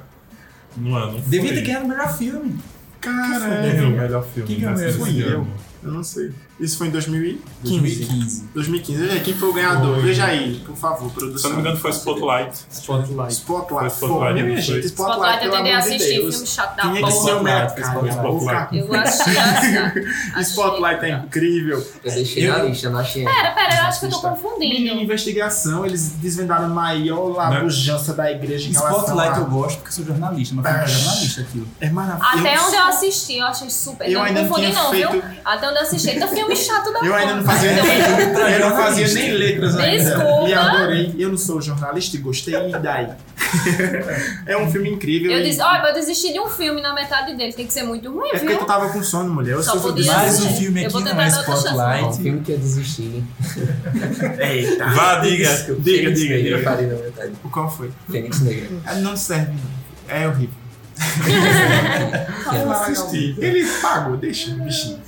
[SPEAKER 3] no ano.
[SPEAKER 2] Deveria ter
[SPEAKER 3] Foi.
[SPEAKER 2] ganhado o melhor filme.
[SPEAKER 3] Ganhou é o
[SPEAKER 4] Caralho.
[SPEAKER 3] melhor filme.
[SPEAKER 2] Quem ganhou?
[SPEAKER 3] desse
[SPEAKER 2] Fui
[SPEAKER 4] eu.
[SPEAKER 3] ano.
[SPEAKER 4] Eu não sei. Isso foi em 2000 e-
[SPEAKER 2] 2015.
[SPEAKER 4] 2015. Veja aí, quem foi o ganhador? Veja aí, por favor, produção.
[SPEAKER 3] Se eu não me engano, foi Spotlight.
[SPEAKER 6] Spotlight.
[SPEAKER 4] Spotlight.
[SPEAKER 3] Foi Spotlight,
[SPEAKER 4] Pô,
[SPEAKER 3] não
[SPEAKER 4] minha
[SPEAKER 3] foi?
[SPEAKER 4] gente,
[SPEAKER 5] Spotlight,
[SPEAKER 4] Spotlight,
[SPEAKER 5] eu
[SPEAKER 4] pelo
[SPEAKER 5] tentei
[SPEAKER 4] é amor de
[SPEAKER 5] assistir
[SPEAKER 4] Deus.
[SPEAKER 5] filme Tá chato da
[SPEAKER 4] Tinha é que ser
[SPEAKER 5] porra.
[SPEAKER 4] o melhor,
[SPEAKER 2] Spotlight,
[SPEAKER 4] cara.
[SPEAKER 2] Spotlight.
[SPEAKER 4] Vou ficar com
[SPEAKER 5] Eu vou assistir. assistir.
[SPEAKER 4] Spotlight é incrível.
[SPEAKER 7] Eu deixei na
[SPEAKER 2] Eu-
[SPEAKER 7] lista, não
[SPEAKER 4] É.
[SPEAKER 7] achei.
[SPEAKER 5] Pera, pera, eu acho que eu tô
[SPEAKER 4] Menino,
[SPEAKER 5] confundindo.
[SPEAKER 4] investigação, eles desvendaram a maior labujança da igreja em relação
[SPEAKER 2] Spotlight
[SPEAKER 4] a-
[SPEAKER 2] eu gosto porque eu sou jornalista, mas foi
[SPEAKER 4] Ah.
[SPEAKER 2] um jornalista aquilo.
[SPEAKER 4] É maravilhoso.
[SPEAKER 5] Até onde eu assisti, eu achei super.
[SPEAKER 4] Eu
[SPEAKER 5] não
[SPEAKER 4] ainda não
[SPEAKER 5] confundi,
[SPEAKER 4] tinha
[SPEAKER 5] não, viu?
[SPEAKER 4] feito-
[SPEAKER 5] Até onde eu assisti. Então, filme chato da
[SPEAKER 4] Eu ainda
[SPEAKER 5] porra.
[SPEAKER 4] não fazia
[SPEAKER 5] Então,
[SPEAKER 4] nem eu não fazia
[SPEAKER 2] jornalista.
[SPEAKER 4] nem letras ainda.
[SPEAKER 5] Desculpa.
[SPEAKER 4] E adorei. Eu não sou jornalista e gostei, e daí? é um filme incrível.
[SPEAKER 5] Eu
[SPEAKER 4] e-
[SPEAKER 5] disse, olha, pra eu desistir de um filme na metade dele, tem que ser muito ruim,
[SPEAKER 4] É porque
[SPEAKER 5] viu?
[SPEAKER 4] tu tava com sono, mulher. Eu
[SPEAKER 5] Só
[SPEAKER 4] sou
[SPEAKER 5] podia
[SPEAKER 4] fodida.
[SPEAKER 2] Mas
[SPEAKER 5] Sim.
[SPEAKER 2] o filme
[SPEAKER 5] Eu
[SPEAKER 2] aqui
[SPEAKER 5] vou
[SPEAKER 2] não
[SPEAKER 5] tentar
[SPEAKER 2] é
[SPEAKER 5] dar outra chance,
[SPEAKER 7] É um
[SPEAKER 2] Spotlight.
[SPEAKER 7] filme que eu desisti.
[SPEAKER 4] Eita.
[SPEAKER 3] Vá, diga.
[SPEAKER 4] Diga, diga,
[SPEAKER 7] Eu
[SPEAKER 4] diga.
[SPEAKER 7] parei na metade.
[SPEAKER 4] O Qual foi?
[SPEAKER 7] Fênix Negra.
[SPEAKER 4] Ah, Não serve. não. É horrível. Ah, Eu assisti. Tá Ele pagou, deixa, bichinho.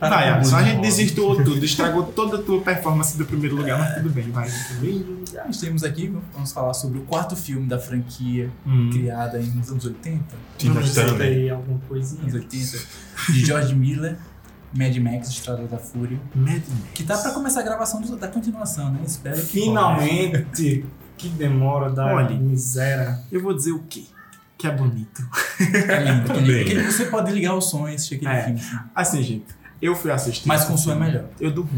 [SPEAKER 4] Vai, Alisson, a gente desvirtuou tudo, estragou toda a tua performance do primeiro lugar, mas tudo bem, vai. Primeiro lugar.
[SPEAKER 2] Ah, Nós temos aqui, vamos falar sobre o quarto filme da franquia
[SPEAKER 6] Hum. tá
[SPEAKER 2] criada em- nos anos 80.
[SPEAKER 3] Tina Turner.
[SPEAKER 6] aí alguma
[SPEAKER 2] Anos
[SPEAKER 6] coisinha.
[SPEAKER 2] 80. De George Miller, Mad Max, Estrada da Fúria.
[SPEAKER 6] Mad
[SPEAKER 2] Que tá pra começar a gravação do- da continuação, né? Espero que.
[SPEAKER 6] Finalmente! Que demora da
[SPEAKER 4] Olha.
[SPEAKER 6] miséria.
[SPEAKER 4] Eu vou dizer o quê? Que é bonito.
[SPEAKER 2] É lindo.
[SPEAKER 3] Também.
[SPEAKER 2] Aquele- Você pode ligar o som e assistir aquele
[SPEAKER 4] É.
[SPEAKER 2] filme. assim.
[SPEAKER 4] Assim, gente, eu fui assistir.
[SPEAKER 2] Mas com som é melhor.
[SPEAKER 4] Eu dormi.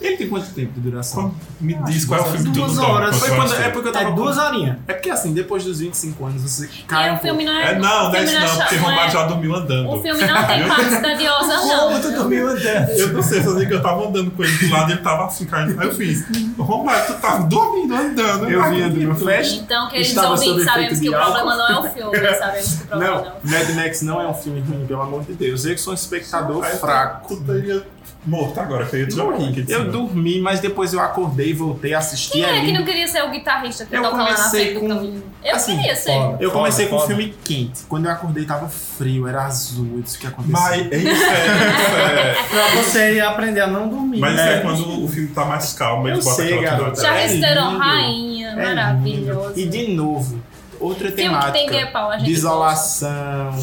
[SPEAKER 4] Ele tem quanto tempo de duração?
[SPEAKER 3] Me diz qual é o filme que tu
[SPEAKER 4] Duas
[SPEAKER 3] dorme,
[SPEAKER 4] horas.
[SPEAKER 3] quantas
[SPEAKER 4] Foi quando,
[SPEAKER 3] tem?
[SPEAKER 4] é porque eu tava.
[SPEAKER 6] É duas horinhas.
[SPEAKER 4] É porque assim, depois dos 25 anos, você cai.
[SPEAKER 5] E
[SPEAKER 4] um
[SPEAKER 5] o filme não é.
[SPEAKER 3] É, não,
[SPEAKER 5] o
[SPEAKER 3] não é
[SPEAKER 5] filme
[SPEAKER 3] isso não,
[SPEAKER 5] cha-
[SPEAKER 3] porque
[SPEAKER 5] não é-
[SPEAKER 3] Romar já dormiu andando.
[SPEAKER 5] O filme não tem partes grandiosas, não.
[SPEAKER 2] tu dormiu andando?
[SPEAKER 3] Eu não sei, só sei que eu tava andando com ele do lado e ele tava assim, caindo. Aí eu fiz, Romar, tu tava dormindo, andando.
[SPEAKER 4] Eu
[SPEAKER 3] não
[SPEAKER 4] vi do meu
[SPEAKER 3] acredito."
[SPEAKER 4] flash.
[SPEAKER 5] Então, queridos
[SPEAKER 4] Estava sob
[SPEAKER 5] ouvintes,
[SPEAKER 4] efeito
[SPEAKER 5] sabemos
[SPEAKER 4] de
[SPEAKER 5] que o
[SPEAKER 4] álcool.
[SPEAKER 5] problema não é o filme, sabemos que o problema
[SPEAKER 4] Não,
[SPEAKER 5] não. é
[SPEAKER 4] Mad Max não é um filme ruim, pelo amor de Deus. Eu que sou um espectador
[SPEAKER 3] Aí eu
[SPEAKER 4] fraco.
[SPEAKER 6] é
[SPEAKER 3] estaria Morto agora, que eu ia te jogar aqui de
[SPEAKER 4] Eu
[SPEAKER 3] cima.
[SPEAKER 4] dormi, mas depois eu acordei, voltei, assisti.
[SPEAKER 5] Quem é
[SPEAKER 4] ali.
[SPEAKER 5] que não queria ser o guitarrista que
[SPEAKER 4] Eu
[SPEAKER 5] toca lá na
[SPEAKER 4] comecei
[SPEAKER 5] frente do
[SPEAKER 4] com-
[SPEAKER 5] caminho? Eu
[SPEAKER 4] assim,
[SPEAKER 5] queria ser.
[SPEAKER 6] foda.
[SPEAKER 4] Eu
[SPEAKER 6] Foda,
[SPEAKER 4] comecei com um
[SPEAKER 6] foda.
[SPEAKER 4] filme quente. Quando eu acordei, tava frio, era azul, isso que aconteceu.
[SPEAKER 3] Mas é isso, é, isso é.
[SPEAKER 6] Pra você aprender a não dormir.
[SPEAKER 3] Mas isso
[SPEAKER 6] né?
[SPEAKER 3] é quando o filme tá mais calmo,
[SPEAKER 4] Eu
[SPEAKER 3] eles botam
[SPEAKER 4] sei,
[SPEAKER 3] aquela
[SPEAKER 4] garota.
[SPEAKER 5] Já
[SPEAKER 4] É
[SPEAKER 5] receberam
[SPEAKER 4] lindo.
[SPEAKER 5] rainha,
[SPEAKER 4] É
[SPEAKER 5] maravilhoso.
[SPEAKER 4] lindo. E de novo, outra
[SPEAKER 5] Filme que
[SPEAKER 4] temática.
[SPEAKER 5] tem gay pau, a gente
[SPEAKER 4] Desolação,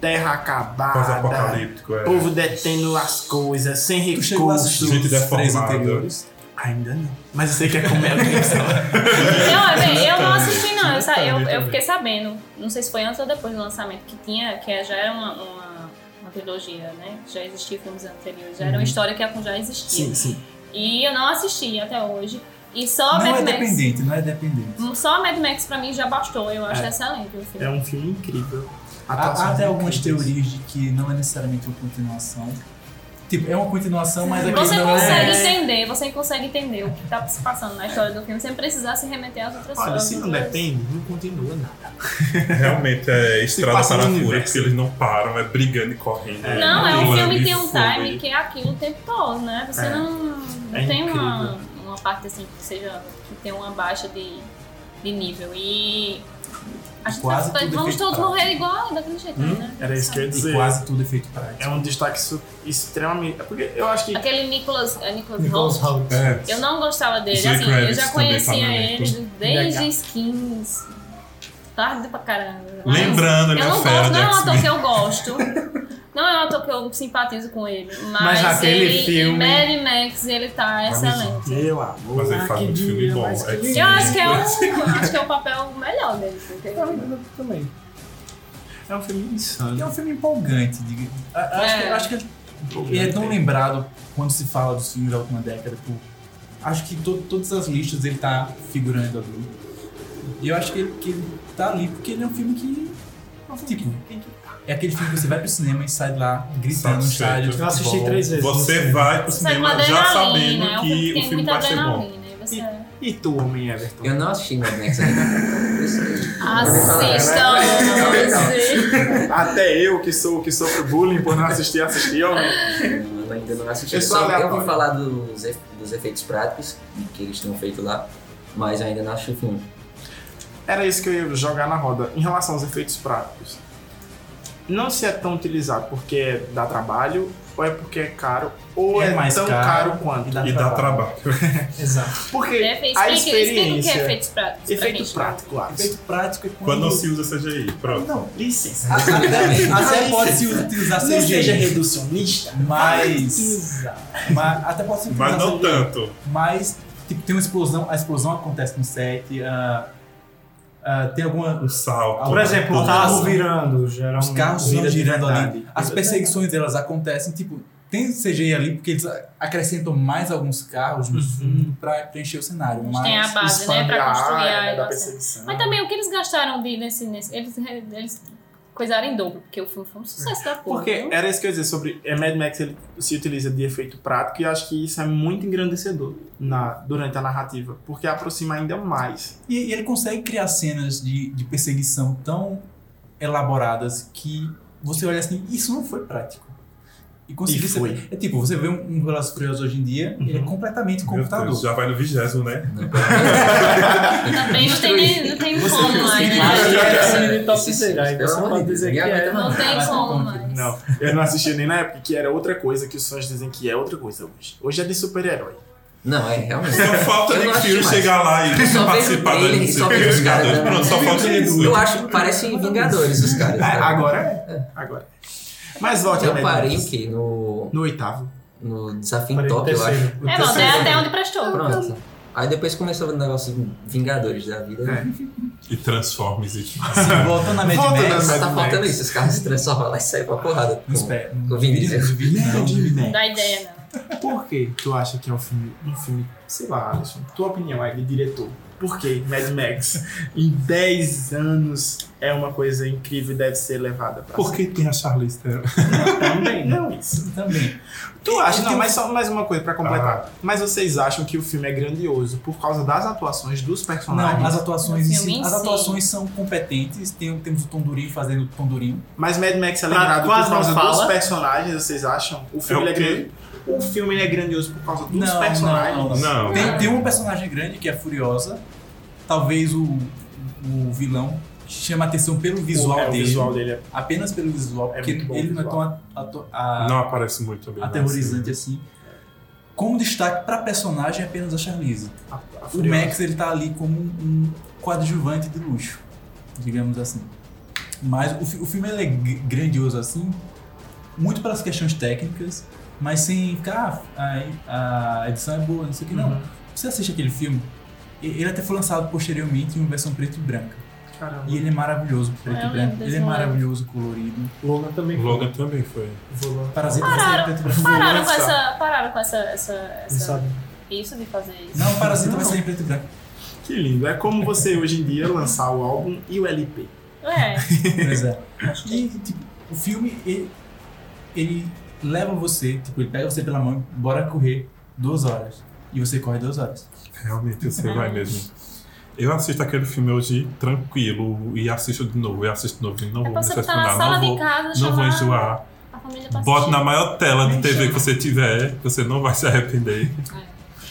[SPEAKER 4] terra acabada,
[SPEAKER 3] Pós-apocalíptico, é.
[SPEAKER 4] povo detendo as coisas, sem
[SPEAKER 2] Tu chegou a assistir
[SPEAKER 3] Gente
[SPEAKER 4] recursos.
[SPEAKER 2] os três
[SPEAKER 3] deformada.
[SPEAKER 2] anteriores.
[SPEAKER 4] Ainda não. Mas eu sei que é comédia.
[SPEAKER 5] Não, é bem, eu não assisti não, eu, sa- eu,
[SPEAKER 3] Exatamente.
[SPEAKER 5] eu fiquei sabendo, não sei se foi antes ou depois do lançamento, que tinha, que é, já era uma, uma, uma trilogia, né? Já existia filmes anteriores, já era uma história que já existia.
[SPEAKER 4] Uhum. sim, sim.
[SPEAKER 5] E eu não assisti até hoje. E
[SPEAKER 2] Não
[SPEAKER 5] só Mad
[SPEAKER 2] é
[SPEAKER 5] Max. Hum.
[SPEAKER 2] dependente, não é dependente.
[SPEAKER 5] Só Mad Max pra mim já bastou, eu acho excelente o filme.
[SPEAKER 4] É um filme incrível.
[SPEAKER 2] Há, há
[SPEAKER 4] Atuações
[SPEAKER 2] até algumas
[SPEAKER 4] incríveis.
[SPEAKER 2] teorias de que não é necessariamente uma continuação. Tipo, é uma continuação, mas aqui
[SPEAKER 5] Você
[SPEAKER 2] não
[SPEAKER 5] consegue
[SPEAKER 2] é.
[SPEAKER 5] entender, você consegue entender o que tá se passando na história do filme sem precisar se remeter às outras
[SPEAKER 4] Olha,
[SPEAKER 5] coisas.
[SPEAKER 4] se não depende, não continua nada.
[SPEAKER 3] Realmente é estrada
[SPEAKER 4] passa
[SPEAKER 3] para a
[SPEAKER 4] no
[SPEAKER 3] fúria,
[SPEAKER 4] universo.
[SPEAKER 3] porque eles não param, é brigando e correndo.
[SPEAKER 4] né,
[SPEAKER 5] Não, é um
[SPEAKER 3] pulando
[SPEAKER 5] filme
[SPEAKER 3] e
[SPEAKER 5] que tem um
[SPEAKER 3] fogo
[SPEAKER 5] time
[SPEAKER 3] e-
[SPEAKER 5] que é aquilo o tempo todo, né? Você
[SPEAKER 4] É.
[SPEAKER 5] não, não
[SPEAKER 4] É
[SPEAKER 5] tem uma,
[SPEAKER 4] incrível.
[SPEAKER 5] uma parte assim que seja que tem uma baixa de, de nível. E acho que
[SPEAKER 2] Quase
[SPEAKER 5] tá-
[SPEAKER 2] tudo é
[SPEAKER 5] vamos
[SPEAKER 2] feito
[SPEAKER 5] todos
[SPEAKER 2] pra-
[SPEAKER 5] morrer igual daquele jeito, né?
[SPEAKER 4] Hum? Era isso que eu ia
[SPEAKER 2] E
[SPEAKER 4] dizer.
[SPEAKER 2] quase tudo é feito prático.
[SPEAKER 4] É um destaque su- extremamente. É porque eu acho que
[SPEAKER 5] Aquele Nicholas, é Nicholas,
[SPEAKER 6] Nicholas
[SPEAKER 5] Hoult,
[SPEAKER 6] Hoult.
[SPEAKER 3] É.
[SPEAKER 5] Eu não gostava dele,
[SPEAKER 3] Zoe
[SPEAKER 5] assim, eu
[SPEAKER 3] Kravitz
[SPEAKER 5] já
[SPEAKER 3] também tá
[SPEAKER 5] conhecia
[SPEAKER 3] na
[SPEAKER 5] ele
[SPEAKER 3] lista.
[SPEAKER 5] desde os 15. Tarde pra caramba. Mas
[SPEAKER 3] Lembrando, ele
[SPEAKER 5] eu
[SPEAKER 3] é
[SPEAKER 5] não
[SPEAKER 3] fera
[SPEAKER 5] gosto, não é um
[SPEAKER 3] Jack
[SPEAKER 5] ator
[SPEAKER 3] Smith.
[SPEAKER 5] que eu gosto. Não é um ator que eu simpatizo com ele. Mas,
[SPEAKER 6] Mas aquele
[SPEAKER 5] ele,
[SPEAKER 6] filme-
[SPEAKER 5] em Mad Max, ele tá excelente.
[SPEAKER 4] Meu amor.
[SPEAKER 3] Mas ele
[SPEAKER 4] ah,
[SPEAKER 3] faz
[SPEAKER 4] que
[SPEAKER 3] muito filme
[SPEAKER 4] dia
[SPEAKER 3] bom,
[SPEAKER 4] mais
[SPEAKER 3] é
[SPEAKER 4] que
[SPEAKER 3] que-
[SPEAKER 5] Eu acho que é o, acho que é o papel melhor dele. porque-
[SPEAKER 6] também.
[SPEAKER 4] É um filme
[SPEAKER 2] E É
[SPEAKER 4] insano.
[SPEAKER 2] um filme empolgante. diga- a- a- Acho,
[SPEAKER 5] É.
[SPEAKER 2] que, acho que ele- ele é tão lembrado quando se fala dos filmes da última década. Por, acho que to- todas as listas ele tá figurando ali. E eu acho que ele, que ele tá ali porque ele é um filme que. Tipo, é aquele filme que você vai pro cinema e sai de lá gritando no
[SPEAKER 3] Satisfeito.
[SPEAKER 2] estádio. Tipo,
[SPEAKER 6] Eu assisti três vezes.
[SPEAKER 3] Você vai pro
[SPEAKER 5] Sai com
[SPEAKER 3] cinema já
[SPEAKER 5] adrenalina, é
[SPEAKER 3] sabendo
[SPEAKER 5] um
[SPEAKER 3] que
[SPEAKER 5] filme
[SPEAKER 3] o
[SPEAKER 5] que tem
[SPEAKER 3] filme
[SPEAKER 5] muita
[SPEAKER 3] vai ser bom.
[SPEAKER 5] adrenalina. e Você...
[SPEAKER 4] E tu, homem Everton?
[SPEAKER 7] Eu não assisti Mad Max ainda.
[SPEAKER 5] Assistam!
[SPEAKER 4] É Até eu que sou que sofro bullying por não assistir, assistir, ó.
[SPEAKER 7] Eu ainda não assisti.
[SPEAKER 4] É só
[SPEAKER 7] Só eu
[SPEAKER 4] aleatório.
[SPEAKER 7] vou falar dos, efe- dos efeitos práticos que eles tinham feito lá, mas eu ainda não assisti o filme.
[SPEAKER 4] Era isso que eu ia jogar na roda. Em relação aos efeitos práticos, não se é tão utilizado porque dá trabalho, ou é porque é caro, ou
[SPEAKER 2] É
[SPEAKER 4] é,
[SPEAKER 2] mais
[SPEAKER 4] tão
[SPEAKER 2] caro
[SPEAKER 4] caro, quanto.
[SPEAKER 2] e dá-
[SPEAKER 3] E dá trabalho.
[SPEAKER 6] Exato.
[SPEAKER 4] Porque
[SPEAKER 5] Né,
[SPEAKER 4] a
[SPEAKER 5] é Explica explica o que é
[SPEAKER 4] experiência.
[SPEAKER 5] efeitos práticos. pra
[SPEAKER 4] efeito
[SPEAKER 5] gente. né?
[SPEAKER 4] prático, claro.
[SPEAKER 2] Efeito prático é
[SPEAKER 3] Quando não se usa CGI, pronto.
[SPEAKER 2] Não,
[SPEAKER 4] Licença.
[SPEAKER 5] Ah,
[SPEAKER 2] até, até pode se utilizar
[SPEAKER 4] Não seja
[SPEAKER 2] CGI,
[SPEAKER 4] reducionista.
[SPEAKER 2] mas, mas até pode se utilizar
[SPEAKER 3] Mas não
[SPEAKER 2] CGI,
[SPEAKER 3] tanto.
[SPEAKER 2] mas tipo, tem uma explosão, a explosão acontece no set, ah, ah, tem alguma
[SPEAKER 3] Um salto.
[SPEAKER 6] Por exemplo, o
[SPEAKER 2] Os
[SPEAKER 6] carro
[SPEAKER 2] carros-
[SPEAKER 6] virando, geralmente.
[SPEAKER 2] os carros vão
[SPEAKER 6] vira de
[SPEAKER 2] girando ali,
[SPEAKER 6] verdade.
[SPEAKER 2] as perseguições delas acontecem, tipo tem CGI ali porque eles acrescentam mais alguns carros no fundo pra preencher o cenário,
[SPEAKER 5] Mas tem a
[SPEAKER 2] mas
[SPEAKER 5] base, né?
[SPEAKER 4] Expande
[SPEAKER 5] Pra
[SPEAKER 4] a
[SPEAKER 5] construir
[SPEAKER 4] área
[SPEAKER 5] a
[SPEAKER 4] Ah, é da
[SPEAKER 5] nossa-
[SPEAKER 4] perseguição.
[SPEAKER 5] Mas também o que eles gastaram de nesse. nesse eles, eles coisaram em dobro, porque o filme foi um sucesso da porra.
[SPEAKER 4] Porque
[SPEAKER 5] viu?
[SPEAKER 4] era isso que eu ia dizer sobre é, Mad Max ele se utiliza de efeito prático e eu acho que isso é muito engrandecedor na, durante a narrativa, porque aproxima ainda mais.
[SPEAKER 2] e, e ele consegue criar cenas de, de perseguição tão elaboradas que você olha assim, isso não foi prático. E conseguir
[SPEAKER 4] E foi.
[SPEAKER 2] ser- É tipo, você vê um, um Velozes e Furiosos hoje em dia, ele é completamente
[SPEAKER 3] Meu
[SPEAKER 2] computador.
[SPEAKER 3] Deus, já vai no vigésimo, né?
[SPEAKER 5] Também não tem, nem- não tem
[SPEAKER 2] Você
[SPEAKER 5] como
[SPEAKER 2] fez
[SPEAKER 5] mais, né?
[SPEAKER 2] imagem.
[SPEAKER 7] Pelo amor de Deus, ninguém
[SPEAKER 5] é.
[SPEAKER 7] aguenta mais.
[SPEAKER 5] Não tem como mais.
[SPEAKER 4] Não, eu não assistia nem na época, que era outra coisa que os fãs dizem que é outra coisa hoje. Hoje é de super-herói.
[SPEAKER 7] Não, é realmente.
[SPEAKER 3] Só falta
[SPEAKER 7] Eu não
[SPEAKER 3] Nick
[SPEAKER 7] acho
[SPEAKER 3] Fury
[SPEAKER 7] mais.
[SPEAKER 3] chegar lá e
[SPEAKER 7] Eu só vejo
[SPEAKER 3] participar da
[SPEAKER 7] trailer e só vejo os caras. dando-
[SPEAKER 3] Pronto, só falta isso.
[SPEAKER 7] Eu acho que parecem Vingadores os caras.
[SPEAKER 4] É,
[SPEAKER 7] sabe?
[SPEAKER 4] agora né? é. Agora é. Mas volte a
[SPEAKER 7] Eu parei o quê? No,
[SPEAKER 4] No oitavo.
[SPEAKER 7] no Desafio em Tóquio, eu acho.
[SPEAKER 5] É, não, até, até onde prestou.
[SPEAKER 7] Pronto. Aí depois começou o negócio Vingadores da vida.
[SPEAKER 4] É.
[SPEAKER 3] E transformes e tipo.
[SPEAKER 2] Sim, voltando na Mad
[SPEAKER 4] Voltando
[SPEAKER 2] Max.
[SPEAKER 4] na-
[SPEAKER 7] Só
[SPEAKER 4] Mad
[SPEAKER 7] tá
[SPEAKER 4] Max.
[SPEAKER 7] faltando isso, os caras se transformam lá e saem pra porrada.
[SPEAKER 2] Não, espera.
[SPEAKER 7] Com o Vin Diesel.
[SPEAKER 2] Não,
[SPEAKER 4] Não.
[SPEAKER 5] Da ideia, né? não.
[SPEAKER 4] É Por que tu acha que é um filme, um filme, sei lá, Alisson, tua opinião é de diretor? Por que Mad Max em 10 anos é uma coisa incrível e deve ser levada pra
[SPEAKER 3] Por que tem a Charlize Theron?
[SPEAKER 4] cima? Também, não isso.
[SPEAKER 2] também.
[SPEAKER 4] Tu acha,
[SPEAKER 2] Não,
[SPEAKER 4] não, mas Ah. só mais uma coisa pra completar. Mas vocês acham que o filme é grandioso por causa das atuações dos personagens?
[SPEAKER 2] Não, as atuações,
[SPEAKER 5] No
[SPEAKER 2] em si-
[SPEAKER 5] filme em
[SPEAKER 2] as
[SPEAKER 5] si.
[SPEAKER 2] atuações são competentes. Tem, temos o Tom Durinho fazendo o Tom Durinho.
[SPEAKER 4] Mas Mad Max é
[SPEAKER 6] Pra-
[SPEAKER 4] lembrado por
[SPEAKER 6] quase não
[SPEAKER 4] causa dos
[SPEAKER 6] fala.
[SPEAKER 4] personagens, vocês acham? O filme
[SPEAKER 3] É o
[SPEAKER 4] ele é
[SPEAKER 3] quê?
[SPEAKER 4] grande. O filme ele é grandioso por causa dos
[SPEAKER 2] Não,
[SPEAKER 4] personagens.
[SPEAKER 2] não, não,
[SPEAKER 3] Não.
[SPEAKER 2] Tem, tem uma personagem grande que é a Furiosa. Talvez o, o vilão chama atenção pelo visual
[SPEAKER 4] é,
[SPEAKER 2] dele.
[SPEAKER 4] O visual dele é
[SPEAKER 2] Apenas pelo visual,
[SPEAKER 4] É
[SPEAKER 2] porque
[SPEAKER 4] muito bom o
[SPEAKER 2] ele não é tão
[SPEAKER 4] visual.
[SPEAKER 2] ato- a-
[SPEAKER 3] Não aparece muito também. né?
[SPEAKER 2] aterrorizante assim. Como destaque pra personagem é apenas a Charlize.
[SPEAKER 4] a, a
[SPEAKER 2] O
[SPEAKER 4] Furiosa.
[SPEAKER 2] Max ele tá ali como um coadjuvante de luxo, digamos assim. Mas o, fi- o filme ele é g- grandioso assim, muito pelas questões técnicas, mas sem ficar ah, a, a edição é boa, não sei o que não.
[SPEAKER 4] Uhum.
[SPEAKER 2] Você assiste aquele filme, e- ele até foi lançado posteriormente em uma versão preto e branca.
[SPEAKER 4] Caramba.
[SPEAKER 2] E ele é maravilhoso preto
[SPEAKER 5] Ah, eu
[SPEAKER 2] e branco.
[SPEAKER 5] lembro
[SPEAKER 2] Ele é
[SPEAKER 5] desse
[SPEAKER 2] maravilhoso colorido.
[SPEAKER 6] Logan também.
[SPEAKER 3] O Logan também foi.
[SPEAKER 2] Parasita vai
[SPEAKER 5] Pararam.
[SPEAKER 2] ser em preto e branco.
[SPEAKER 5] Pararam com
[SPEAKER 4] lançar.
[SPEAKER 5] essa. Pararam com essa. essa,
[SPEAKER 6] Não
[SPEAKER 5] essa-
[SPEAKER 6] sabe.
[SPEAKER 5] isso de fazer isso.
[SPEAKER 2] Não, Parasita vai ser em preto e branco.
[SPEAKER 4] Que lindo. É como você hoje em dia lançar o álbum e o LP.
[SPEAKER 5] É.
[SPEAKER 2] Pois é. E, tipo, o filme, ele, ele leva você, tipo, ele pega você pela mão, bora correr duas horas. E você corre duas horas.
[SPEAKER 3] Realmente, você vai mesmo. Eu assisto aquele filme hoje tranquilo e assisto de novo, e assisto de novo, e não
[SPEAKER 5] É
[SPEAKER 3] vou
[SPEAKER 5] pra
[SPEAKER 3] me
[SPEAKER 5] você estar na
[SPEAKER 3] decepcionar,
[SPEAKER 5] sala
[SPEAKER 3] não
[SPEAKER 5] de
[SPEAKER 3] vou,
[SPEAKER 5] casa,
[SPEAKER 3] não vou
[SPEAKER 5] chamar
[SPEAKER 3] enjoar.
[SPEAKER 5] a família pra
[SPEAKER 3] Bota na
[SPEAKER 5] assistir.
[SPEAKER 3] maior tela de
[SPEAKER 2] Nem
[SPEAKER 3] TV
[SPEAKER 2] chama.
[SPEAKER 3] que você tiver, que você não vai se arrepender.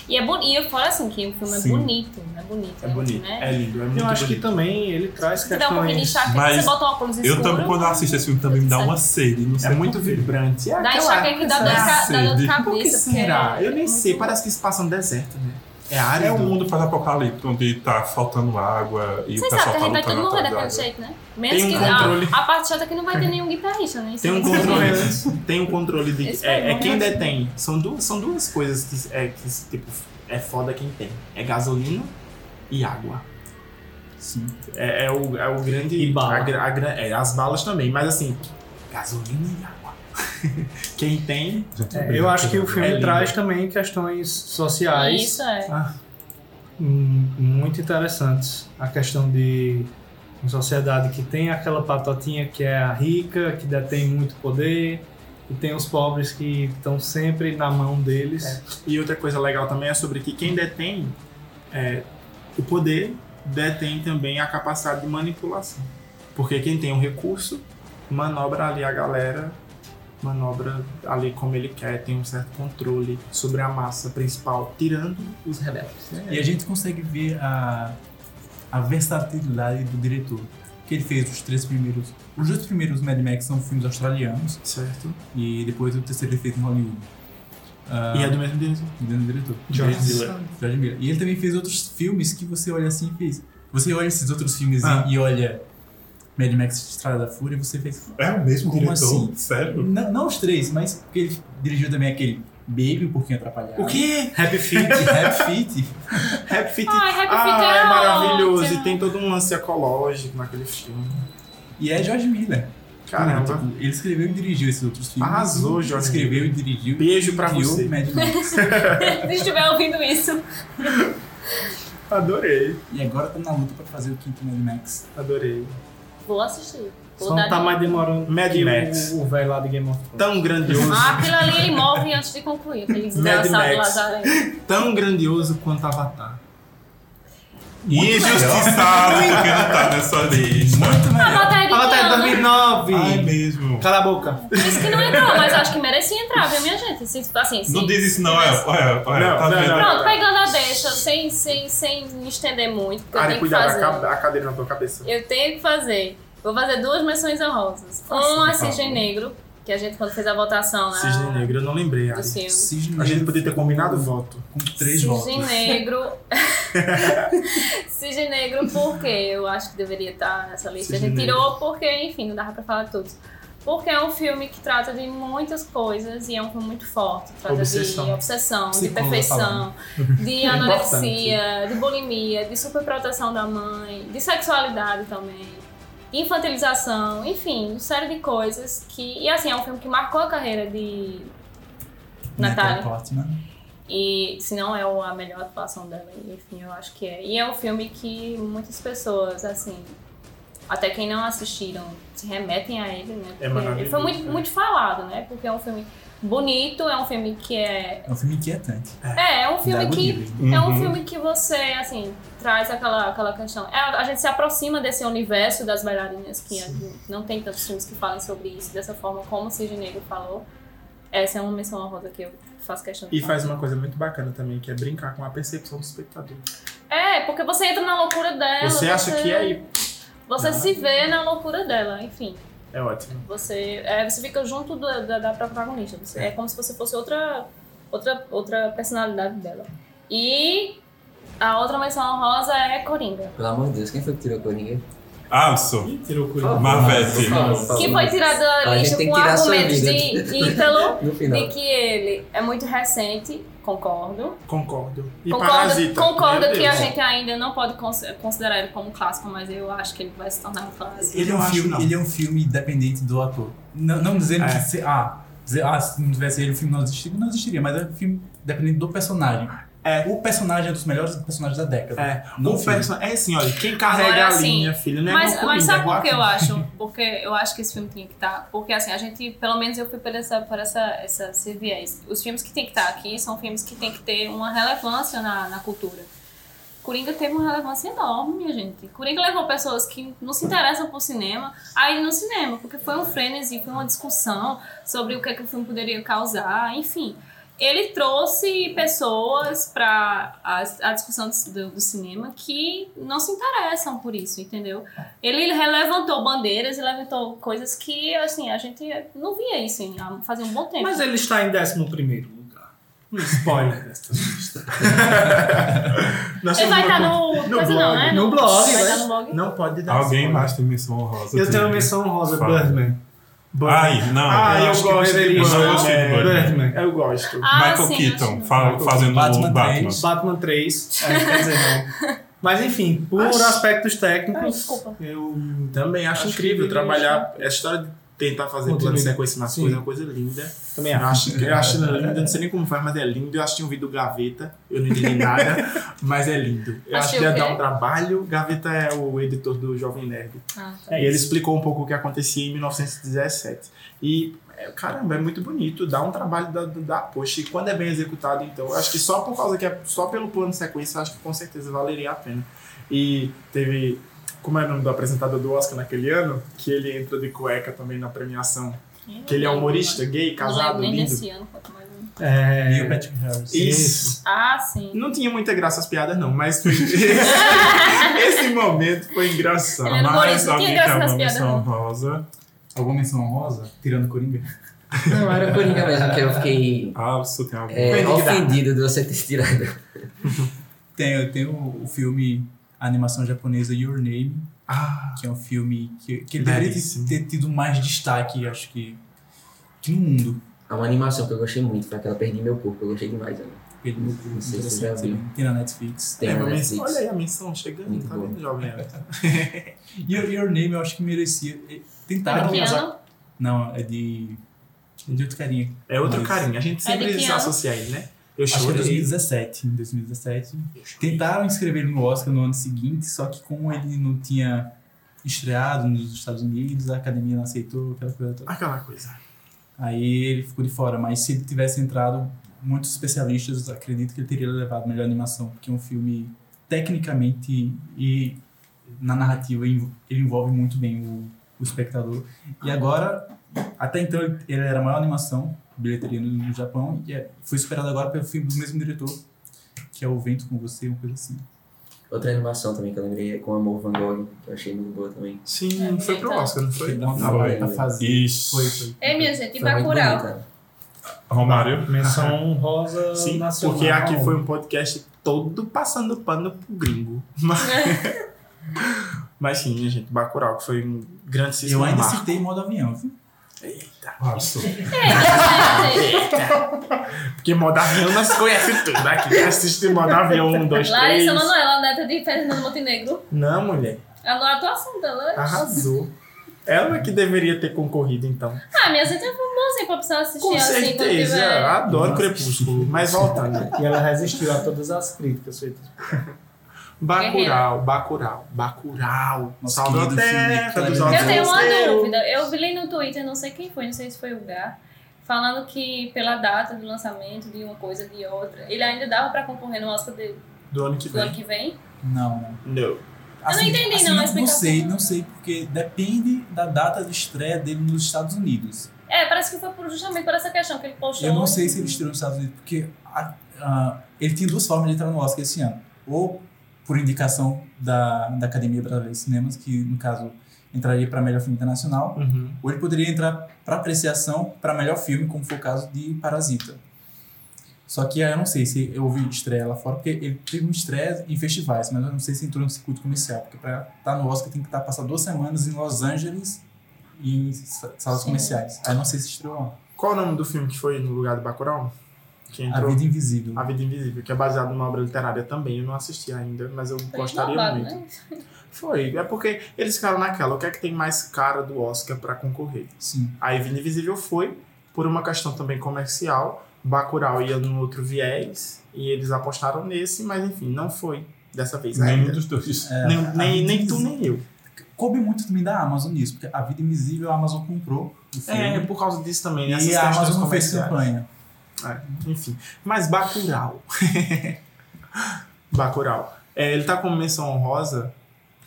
[SPEAKER 5] E é bonito. E fora assim que o filme
[SPEAKER 3] Sim.
[SPEAKER 5] é bonito. É bonito.
[SPEAKER 4] É bonito.
[SPEAKER 5] Né?
[SPEAKER 4] É lindo. É muito
[SPEAKER 6] Eu acho que
[SPEAKER 4] bonito.
[SPEAKER 6] também ele traz
[SPEAKER 5] Você dá um pouquinho de
[SPEAKER 6] questões.
[SPEAKER 5] enxaqueca,
[SPEAKER 3] Mas
[SPEAKER 5] você bota um óculos escuro.
[SPEAKER 3] Eu também, quando eu assisto esse filme, também me dá uma sede, não
[SPEAKER 4] É
[SPEAKER 3] sei
[SPEAKER 4] muito
[SPEAKER 3] por quê.
[SPEAKER 4] vibrante. É
[SPEAKER 5] Dá
[SPEAKER 4] aquela-
[SPEAKER 5] enxaqueca e dá dor de ca- dá dor de
[SPEAKER 3] sede.
[SPEAKER 5] cabeça.
[SPEAKER 4] Por que
[SPEAKER 5] porque
[SPEAKER 4] será?
[SPEAKER 5] é-
[SPEAKER 4] Eu nem
[SPEAKER 5] é
[SPEAKER 4] sei.
[SPEAKER 5] muito-
[SPEAKER 4] Parece que se passa no deserto, né? É árido.
[SPEAKER 3] É um mundo pós-apocalipse, onde tá faltando água e o
[SPEAKER 5] Vocês
[SPEAKER 3] pessoal
[SPEAKER 5] sabem que a
[SPEAKER 3] tá
[SPEAKER 5] gente vai todo
[SPEAKER 3] lutando
[SPEAKER 5] mundo
[SPEAKER 3] atrás da
[SPEAKER 5] daquele
[SPEAKER 3] água.
[SPEAKER 5] jeito, né? Menos
[SPEAKER 4] Tem
[SPEAKER 5] que
[SPEAKER 4] um controle.
[SPEAKER 5] a, a parte chata é que não vai ter nenhum guitarrista, né? Isso
[SPEAKER 4] Tem um
[SPEAKER 5] é muito
[SPEAKER 4] controle,
[SPEAKER 5] bom.
[SPEAKER 4] tem um controle de.
[SPEAKER 5] Esse
[SPEAKER 4] É,
[SPEAKER 5] foi
[SPEAKER 4] é
[SPEAKER 5] bom,
[SPEAKER 4] quem
[SPEAKER 5] né?
[SPEAKER 4] detém. São duas, são duas coisas que, é, que, tipo, é foda quem tem: é gasolina e água.
[SPEAKER 2] Sim.
[SPEAKER 4] É, é o, é o grande.
[SPEAKER 6] E bala.
[SPEAKER 4] a gra- a gra- é, as balas também, mas assim, gasolina e água. quem tem.
[SPEAKER 3] Gente,
[SPEAKER 6] É, eu
[SPEAKER 3] obrigado,
[SPEAKER 6] acho que o
[SPEAKER 3] obrigado.
[SPEAKER 6] filme
[SPEAKER 4] É lindo.
[SPEAKER 6] traz também questões sociais
[SPEAKER 5] Isso é.
[SPEAKER 6] hum, muito interessantes. A questão de uma sociedade que tem aquela patotinha que é a rica, que detém muito poder, e tem os pobres que estão sempre na mão deles.
[SPEAKER 4] E outra coisa legal também é sobre que quem detém é, o poder detém também a capacidade de manipulação. Porque quem tem o recurso manobra ali a galera, manobra ali como ele quer, tem um certo controle sobre a massa principal, tirando os rebeldes. né?
[SPEAKER 2] E a gente consegue ver a, a versatilidade do diretor. Que ele fez os três primeiros. Os dois primeiros Mad Max são filmes australianos.
[SPEAKER 4] Certo?
[SPEAKER 2] E depois o terceiro ele fez em Hollywood.
[SPEAKER 4] E é do mesmo diretor.
[SPEAKER 2] O mesmo diretor.
[SPEAKER 4] George
[SPEAKER 2] George
[SPEAKER 4] Miller.
[SPEAKER 2] George Miller. E ele também fez outros filmes que você olha assim e fez. Você olha esses outros filmes e-
[SPEAKER 4] Ah.
[SPEAKER 2] e, olha Mad Max Estrada da Fúria e você fez.
[SPEAKER 3] É o mesmo
[SPEAKER 2] Como
[SPEAKER 3] diretor?
[SPEAKER 2] assim?
[SPEAKER 3] Sério?
[SPEAKER 2] Não, não os três, mas porque ele dirigiu também aquele Baby, um pouquinho atrapalhado.
[SPEAKER 4] O que?
[SPEAKER 6] Happy Feet.
[SPEAKER 2] Rap Fit.
[SPEAKER 4] Rap Fit.
[SPEAKER 5] Ai, Rap
[SPEAKER 4] ah,
[SPEAKER 5] Fit é
[SPEAKER 4] é maravilhoso.
[SPEAKER 5] ótimo.
[SPEAKER 4] E tem todo um lance ecológico naquele filme.
[SPEAKER 2] E é George Miller.
[SPEAKER 4] Caramba.
[SPEAKER 2] Tipo, Ele escreveu e dirigiu esses outros filmes.
[SPEAKER 4] Arrasou, George
[SPEAKER 2] Escreveu e dirigiu.
[SPEAKER 4] Beijo pra
[SPEAKER 2] criou
[SPEAKER 4] você.
[SPEAKER 2] Mad Max.
[SPEAKER 5] Se estiver ouvindo isso.
[SPEAKER 4] Adorei,
[SPEAKER 2] E agora tá na luta pra fazer o quinto Mad Max.
[SPEAKER 4] adorei.
[SPEAKER 5] Vou assistir. Vou
[SPEAKER 4] um
[SPEAKER 6] Só não
[SPEAKER 5] dar
[SPEAKER 6] tá
[SPEAKER 5] de-
[SPEAKER 6] mais demorando
[SPEAKER 4] Mad
[SPEAKER 6] que o-
[SPEAKER 4] Max.
[SPEAKER 6] o velho lá de Game of Thrones.
[SPEAKER 4] Tão grandioso.
[SPEAKER 5] Ah, aquilo ali ele morre antes de concluir. Aquele desgraçado
[SPEAKER 4] Max.
[SPEAKER 5] Lazarento.
[SPEAKER 4] tão grandioso quanto Avatar.
[SPEAKER 3] Injustiçado, porque não tá nessa lista.
[SPEAKER 2] Muito melhor.
[SPEAKER 5] Avatar é de que
[SPEAKER 6] Avatar é
[SPEAKER 5] ano?
[SPEAKER 6] 2009!
[SPEAKER 3] Ah, é mesmo.
[SPEAKER 6] Cala a boca.
[SPEAKER 5] Isso que não entrou, mas acho que merecia entrar, viu, minha gente? Se, assim, se-
[SPEAKER 3] Não diz isso não, olha, olha, olha,
[SPEAKER 4] Não,
[SPEAKER 3] tá
[SPEAKER 4] não,
[SPEAKER 3] vendo?
[SPEAKER 4] não.
[SPEAKER 5] Pronto, pegando a deixa, sem, sem, sem me estender muito, porque eu
[SPEAKER 4] Ari,
[SPEAKER 5] tenho que
[SPEAKER 4] cuidado,
[SPEAKER 5] fazer.
[SPEAKER 4] a, ca- a cadeira na tua cabeça.
[SPEAKER 5] Eu tenho que fazer. Vou fazer duas menções honrosas. Um a Cisne Negro, que a gente, quando fez a votação lá
[SPEAKER 4] Cisne negro, eu não lembrei, Ari.
[SPEAKER 5] dos filmes.
[SPEAKER 2] Cisne
[SPEAKER 4] A gente
[SPEAKER 2] Negro
[SPEAKER 4] podia ter combinado o voto.
[SPEAKER 2] com três votos. né,
[SPEAKER 5] Cisne negro. Cisne negro, porque eu acho que deveria estar nessa lista. a
[SPEAKER 4] Cisne
[SPEAKER 5] gente
[SPEAKER 4] negro.
[SPEAKER 5] tirou porque, enfim, não dava pra falar tudo. Porque é um filme que trata de muitas coisas e é um filme muito forte. Trata de
[SPEAKER 4] Obsessão.
[SPEAKER 5] obsessão, de
[SPEAKER 2] Psicóloga
[SPEAKER 5] perfeição, de anorexia, de bulimia, de superproteção da mãe, de sexualidade também, infantilização, enfim, uma série de coisas que. E assim, é um filme que marcou a carreira de Natália.
[SPEAKER 2] é Portman.
[SPEAKER 5] E se não é o- a melhor atuação dela, enfim, eu acho que é. E é um filme que muitas pessoas, assim, até quem não assistiram, se remetem a ele, né?
[SPEAKER 4] É
[SPEAKER 5] Porque ele foi
[SPEAKER 4] maravilhoso,
[SPEAKER 5] muito,
[SPEAKER 4] né?
[SPEAKER 5] muito falado, né? Porque é um filme bonito, é um filme que é.
[SPEAKER 2] É um filme inquietante.
[SPEAKER 5] É, é um filme
[SPEAKER 2] Dá
[SPEAKER 5] que.
[SPEAKER 2] agonia.
[SPEAKER 5] É um
[SPEAKER 3] Uhum.
[SPEAKER 5] filme que você, assim, traz aquela, aquela questão. É, a gente se aproxima desse universo das bailarinas, que é, não tem tantos filmes que falem sobre isso dessa forma como o Cisne Negro falou. Essa é uma menção honrosa que eu faço questão de
[SPEAKER 4] E
[SPEAKER 5] falar.
[SPEAKER 4] faz uma coisa muito bacana também, que é brincar com a percepção do espectador.
[SPEAKER 5] É, porque você entra na loucura dela.
[SPEAKER 4] Você acha que é,
[SPEAKER 5] Você se vê na loucura dela, enfim.
[SPEAKER 4] é ótimo.
[SPEAKER 5] Você, é, você fica junto do- da, da protagonista. Você- é como se você fosse outra, outra, outra personalidade dela. E a outra menção honrosa é Coringa.
[SPEAKER 7] Pelo amor de Deus, quem foi que tirou a Coringa?
[SPEAKER 3] Alisson,
[SPEAKER 4] Que loucura.
[SPEAKER 3] Marvete.
[SPEAKER 5] Que foi tirada da
[SPEAKER 7] A gente
[SPEAKER 5] lista
[SPEAKER 7] tem
[SPEAKER 5] com
[SPEAKER 7] que tirar a sua
[SPEAKER 5] argumentos
[SPEAKER 7] vida.
[SPEAKER 5] de Ítalo
[SPEAKER 7] No final.
[SPEAKER 5] de que ele é muito recente, concordo.
[SPEAKER 4] Concordo. E
[SPEAKER 5] Concordo,
[SPEAKER 4] Parasita.
[SPEAKER 5] concordo
[SPEAKER 4] Meu
[SPEAKER 5] que a
[SPEAKER 4] Deus.
[SPEAKER 5] gente ainda não pode cons- considerar ele como clássico, mas eu acho que ele vai se tornar um clássico.
[SPEAKER 2] Ele é,
[SPEAKER 4] Eu
[SPEAKER 2] um
[SPEAKER 4] acho
[SPEAKER 2] filme,
[SPEAKER 4] não.
[SPEAKER 2] ele é um filme independente do ator. Não, não dizendo
[SPEAKER 4] É.
[SPEAKER 2] que se, ah, dizer, ah, se não tivesse ele, o filme não existiria, não existiria, mas é um filme dependente do personagem.
[SPEAKER 4] É.
[SPEAKER 2] O personagem é um dos melhores personagens da década.
[SPEAKER 4] É,
[SPEAKER 2] Não
[SPEAKER 4] o
[SPEAKER 2] um filme.
[SPEAKER 4] perso- é assim, olha, quem carrega
[SPEAKER 5] Agora,
[SPEAKER 4] a
[SPEAKER 5] assim,
[SPEAKER 4] linha, filho, né?
[SPEAKER 5] Mas, mas sabe por que eu acho? Porque eu acho que esse filme tinha que estar. Porque assim, a gente, pelo menos eu fui por essa, por essa, essa esse viés. Os filmes que tem que estar aqui são filmes que tem que ter uma relevância na, na cultura. Coringa teve uma relevância enorme, minha gente. Coringa levou pessoas que não se interessam por cinema a ir no cinema, porque foi um frenesi, foi uma discussão sobre o que, é que o filme poderia causar, enfim. Ele trouxe pessoas para a, a discussão do- do- do cinema que não se interessam por isso, entendeu? Ele levantou bandeiras e levantou coisas que, assim, a gente não via isso em, há- fazia um bom tempo.
[SPEAKER 6] Mas ele está em 11 lugar. Um spoiler dessa lista.
[SPEAKER 5] Ele vai estar no...
[SPEAKER 4] no
[SPEAKER 5] coisa não,
[SPEAKER 4] blog.
[SPEAKER 5] né?
[SPEAKER 6] No blog,
[SPEAKER 5] Vai
[SPEAKER 6] mas-
[SPEAKER 5] estar no blog.
[SPEAKER 4] Não pode dar
[SPEAKER 3] alguém
[SPEAKER 4] spoiler.
[SPEAKER 3] mais tem menção honrosa?
[SPEAKER 6] Eu tenho
[SPEAKER 3] dele?
[SPEAKER 6] uma menção honrosa,
[SPEAKER 3] Fala.
[SPEAKER 6] Birdman.
[SPEAKER 3] Ai, não.
[SPEAKER 4] Ah, eu,
[SPEAKER 6] acho que
[SPEAKER 4] gosto de
[SPEAKER 6] deveria.
[SPEAKER 3] Eu não gostei de
[SPEAKER 4] Birdman.
[SPEAKER 3] Birdman.
[SPEAKER 6] Birdman.
[SPEAKER 4] É, Eu gosto.
[SPEAKER 5] Ah,
[SPEAKER 3] Michael
[SPEAKER 5] sim,
[SPEAKER 3] Keaton
[SPEAKER 5] acho-
[SPEAKER 3] fa-
[SPEAKER 2] Michael
[SPEAKER 3] fazendo
[SPEAKER 2] Batman
[SPEAKER 3] o Batman.
[SPEAKER 2] três.
[SPEAKER 6] Batman 3. É, quer dizer, não. Mas enfim, por
[SPEAKER 4] Acho-
[SPEAKER 6] aspectos
[SPEAKER 5] Ai,
[SPEAKER 6] técnicos.
[SPEAKER 5] desculpa.
[SPEAKER 4] Eu também acho,
[SPEAKER 6] Acho
[SPEAKER 4] incrível
[SPEAKER 6] que-
[SPEAKER 4] trabalhar a história de tentar fazer plano de
[SPEAKER 6] Continue.
[SPEAKER 4] sequência nas
[SPEAKER 6] Sim.
[SPEAKER 4] coisas, é uma coisa linda.
[SPEAKER 6] Também
[SPEAKER 4] Eu
[SPEAKER 6] acho.
[SPEAKER 4] acho, eu acho lindo, não sei nem como faz, mas é lindo. Eu acho que tinha ouvido Gaveta, eu não entendi nada, mas é lindo. Eu acho
[SPEAKER 5] Achei
[SPEAKER 4] que ia
[SPEAKER 5] o quê?
[SPEAKER 4] dar um trabalho. Gaveta é o editor do Jovem Nerd.
[SPEAKER 5] Ah, tá.
[SPEAKER 4] e ele explicou um pouco o que acontecia em 1917. E, é, caramba, é muito bonito, dá um trabalho da, da poxa. E quando é bem executado, então, eu acho que só por causa que é só pelo plano de sequência, eu acho que com certeza valeria a pena. E teve, como é o nome do apresentador do Oscar naquele ano, que ele entra de cueca também na premiação. Que ele é humorista, gay,
[SPEAKER 5] Não lembro
[SPEAKER 4] casado,
[SPEAKER 5] nem
[SPEAKER 4] lindo.
[SPEAKER 5] desse ano, quanto mais um.
[SPEAKER 6] É,
[SPEAKER 2] E o Patrick Harris.
[SPEAKER 4] Isso.
[SPEAKER 5] Ah, sim.
[SPEAKER 4] Não tinha muita graça as piadas, não, mas foi- esse momento foi engraçado.
[SPEAKER 5] Ele era
[SPEAKER 3] Mas
[SPEAKER 5] humorista, não
[SPEAKER 3] alguém
[SPEAKER 5] tinha
[SPEAKER 3] tem
[SPEAKER 5] graça
[SPEAKER 3] uma
[SPEAKER 5] nas piadas.
[SPEAKER 3] menção
[SPEAKER 5] não.
[SPEAKER 3] honrosa?
[SPEAKER 2] Alguma menção honrosa? Tirando Coringa?
[SPEAKER 7] Não, era Coringa mesmo, que eu fiquei
[SPEAKER 3] Alisson Ah, tem algum?
[SPEAKER 7] é,
[SPEAKER 4] Coringa.
[SPEAKER 7] ofendido de você ter tirado.
[SPEAKER 2] Tem, tem o, o filme, a animação japonesa Your Name,
[SPEAKER 4] Ah,
[SPEAKER 2] que é um filme que, que ele deveria ter,
[SPEAKER 4] Belíssimo.
[SPEAKER 2] ter tido mais destaque, acho que, que no mundo.
[SPEAKER 7] É uma animação que eu gostei muito, foi aquela Perdi Meu Corpo, eu gostei demais. Né?
[SPEAKER 2] Ele,
[SPEAKER 7] Não sei se você já
[SPEAKER 2] interessante,
[SPEAKER 7] viu.
[SPEAKER 2] né? tem na Netflix.
[SPEAKER 7] Tem
[SPEAKER 4] é,
[SPEAKER 7] na
[SPEAKER 4] uma menção-
[SPEAKER 7] Netflix.
[SPEAKER 4] olha aí a menção chegando,
[SPEAKER 7] Muito
[SPEAKER 4] tá
[SPEAKER 7] bom.
[SPEAKER 4] vendo, jovem?
[SPEAKER 2] Your, Your Name eu acho que merecia. eh,
[SPEAKER 5] É
[SPEAKER 2] Tentaram.
[SPEAKER 5] de que ano?
[SPEAKER 2] Não, é de. É de outro carinha.
[SPEAKER 4] É outro
[SPEAKER 2] Mas-
[SPEAKER 4] carinha, a gente
[SPEAKER 5] É de
[SPEAKER 4] sempre
[SPEAKER 5] que
[SPEAKER 4] se
[SPEAKER 5] ano?
[SPEAKER 4] associa a ele, né? Eu
[SPEAKER 2] Acho que é
[SPEAKER 4] chorei.
[SPEAKER 2] 2017. Em 2017. Tentaram inscrever ele no Oscar no ano seguinte, só que como ele não tinha estreado nos Estados Unidos, a academia não aceitou aquela coisa toda.
[SPEAKER 4] Aquela coisa.
[SPEAKER 2] Aí ele ficou de fora, mas se ele tivesse entrado, muitos especialistas acreditam que ele teria levado melhor animação, porque é um filme tecnicamente e na narrativa env- ele envolve muito bem o, o o espectador. E agora, até então ele ele era a maior animação, bilheteria no, no Japão, e é- foi superado agora pelo filme do mesmo diretor, que é O Vento com Você, uma coisa assim.
[SPEAKER 7] Outra animação também que eu lembrei é com Amor Van Gogh, que eu achei muito boa também.
[SPEAKER 4] Sim, foi pro Oscar, não foi?
[SPEAKER 2] Foi
[SPEAKER 7] Ah,
[SPEAKER 2] bom.
[SPEAKER 3] Foi.
[SPEAKER 4] Tá fazendo.
[SPEAKER 3] Isso.
[SPEAKER 4] Foi, foi.
[SPEAKER 5] Ei, minha gente, e
[SPEAKER 7] Foi muito
[SPEAKER 5] Bacurau?
[SPEAKER 7] bonita.
[SPEAKER 3] Romário.
[SPEAKER 6] Menção rosa
[SPEAKER 4] Sim,
[SPEAKER 6] nacional.
[SPEAKER 4] porque aqui foi um podcast todo passando pano pro gringo. Mas, mas sim, minha gente, Bacurau, que foi um
[SPEAKER 2] E
[SPEAKER 4] grande
[SPEAKER 2] eu
[SPEAKER 4] sistema.
[SPEAKER 2] ainda citei modo avião, viu?
[SPEAKER 5] É,
[SPEAKER 4] Porque modo avião nós conhece tudo aqui. Quem assiste modo avião 1, 2, 3.
[SPEAKER 5] Larissa Manoela, neta de Fernando Montenegro.
[SPEAKER 4] Não, mulher,
[SPEAKER 5] Alô, a atuação dela.
[SPEAKER 4] arrasou. Ela que deveria ter concorrido, então.
[SPEAKER 5] Ah, minha gente, é um bom assim pra pessoa assistir
[SPEAKER 4] Com
[SPEAKER 5] assim quando
[SPEAKER 4] certeza, Ah, eu
[SPEAKER 5] tiver.
[SPEAKER 4] adoro Crepúsculo. Mas voltando.
[SPEAKER 6] E ela resistiu a todas as críticas feitas.
[SPEAKER 4] Bacurau, Bacurau, Bacurau.
[SPEAKER 2] Nosso
[SPEAKER 4] Salve a
[SPEAKER 2] querido filme
[SPEAKER 4] terra
[SPEAKER 2] Cleber
[SPEAKER 4] dos
[SPEAKER 2] de
[SPEAKER 4] olhos
[SPEAKER 5] Eu tenho uma
[SPEAKER 4] grosseiros.
[SPEAKER 5] dúvida. Eu vi li no Twitter, não sei quem foi, não sei se foi o Gá, falando que pela data do lançamento de uma coisa de outra, ele ainda dava pra concorrer no Oscar de-
[SPEAKER 4] Do ano que
[SPEAKER 5] do ano
[SPEAKER 4] vem.
[SPEAKER 5] que vem.
[SPEAKER 2] Não, não.
[SPEAKER 4] Não.
[SPEAKER 5] entendi,
[SPEAKER 2] assim,
[SPEAKER 5] não, a
[SPEAKER 2] Não
[SPEAKER 5] explicação.
[SPEAKER 2] sei, não sei, porque depende da data de estreia dele nos Estados Unidos.
[SPEAKER 5] É, parece que foi por- justamente por essa questão que ele postou.
[SPEAKER 2] Eu não sei se ele estreou nos Estados Unidos, porque a- a- ele tinha duas formas de entrar no Oscar esse ano. Ou por indicação da, da Academia Brasileira de Cinemas, que no caso entraria para melhor filme internacional,
[SPEAKER 4] Uhum.
[SPEAKER 2] ou ele poderia entrar para apreciação para melhor filme, como foi o caso de Parasita. Só que eu não sei se eu ouvi estreia lá fora, porque ele teve uma estreia em festivais, mas eu não sei se entrou no circuito comercial, porque para estar no Oscar tem que estar passar duas semanas em Los Angeles e em sa- salas
[SPEAKER 5] Sim.
[SPEAKER 2] comerciais. Aí eu não sei se estreou lá.
[SPEAKER 4] Qual o nome do filme que foi no lugar do Bacurau? Que
[SPEAKER 2] A
[SPEAKER 4] entrou?
[SPEAKER 2] Vida Invisível.
[SPEAKER 4] A Vida Invisível, que é baseado numa obra literária também. Eu não assisti ainda, mas eu
[SPEAKER 5] Foi
[SPEAKER 4] gostaria
[SPEAKER 5] inovado,
[SPEAKER 4] muito.
[SPEAKER 5] Tá um né?
[SPEAKER 4] Foi. É porque eles ficaram naquela. O que é que tem mais cara do Oscar pra concorrer?
[SPEAKER 2] Sim.
[SPEAKER 4] A Vida Invisível foi por uma questão também comercial. Bacurau ia num outro viés e eles apostaram nesse, mas enfim, não foi dessa vez
[SPEAKER 3] Nenhum
[SPEAKER 4] ainda.
[SPEAKER 3] dos dois.
[SPEAKER 4] Nem,
[SPEAKER 2] É, a
[SPEAKER 4] nem,
[SPEAKER 2] Vida
[SPEAKER 4] nem tu,
[SPEAKER 2] Invisível.
[SPEAKER 4] nem eu.
[SPEAKER 2] Coube muito também da Amazon nisso, porque a Vida Invisível a Amazon comprou o filme.
[SPEAKER 4] É, por causa disso também. né?
[SPEAKER 2] e
[SPEAKER 4] Essas
[SPEAKER 2] a
[SPEAKER 4] questões
[SPEAKER 2] Amazon não fez
[SPEAKER 4] comerciais.
[SPEAKER 2] campanha.
[SPEAKER 4] É, Enfim. Mas Bacurau. Bacurau. É, ele tá com menção honrosa.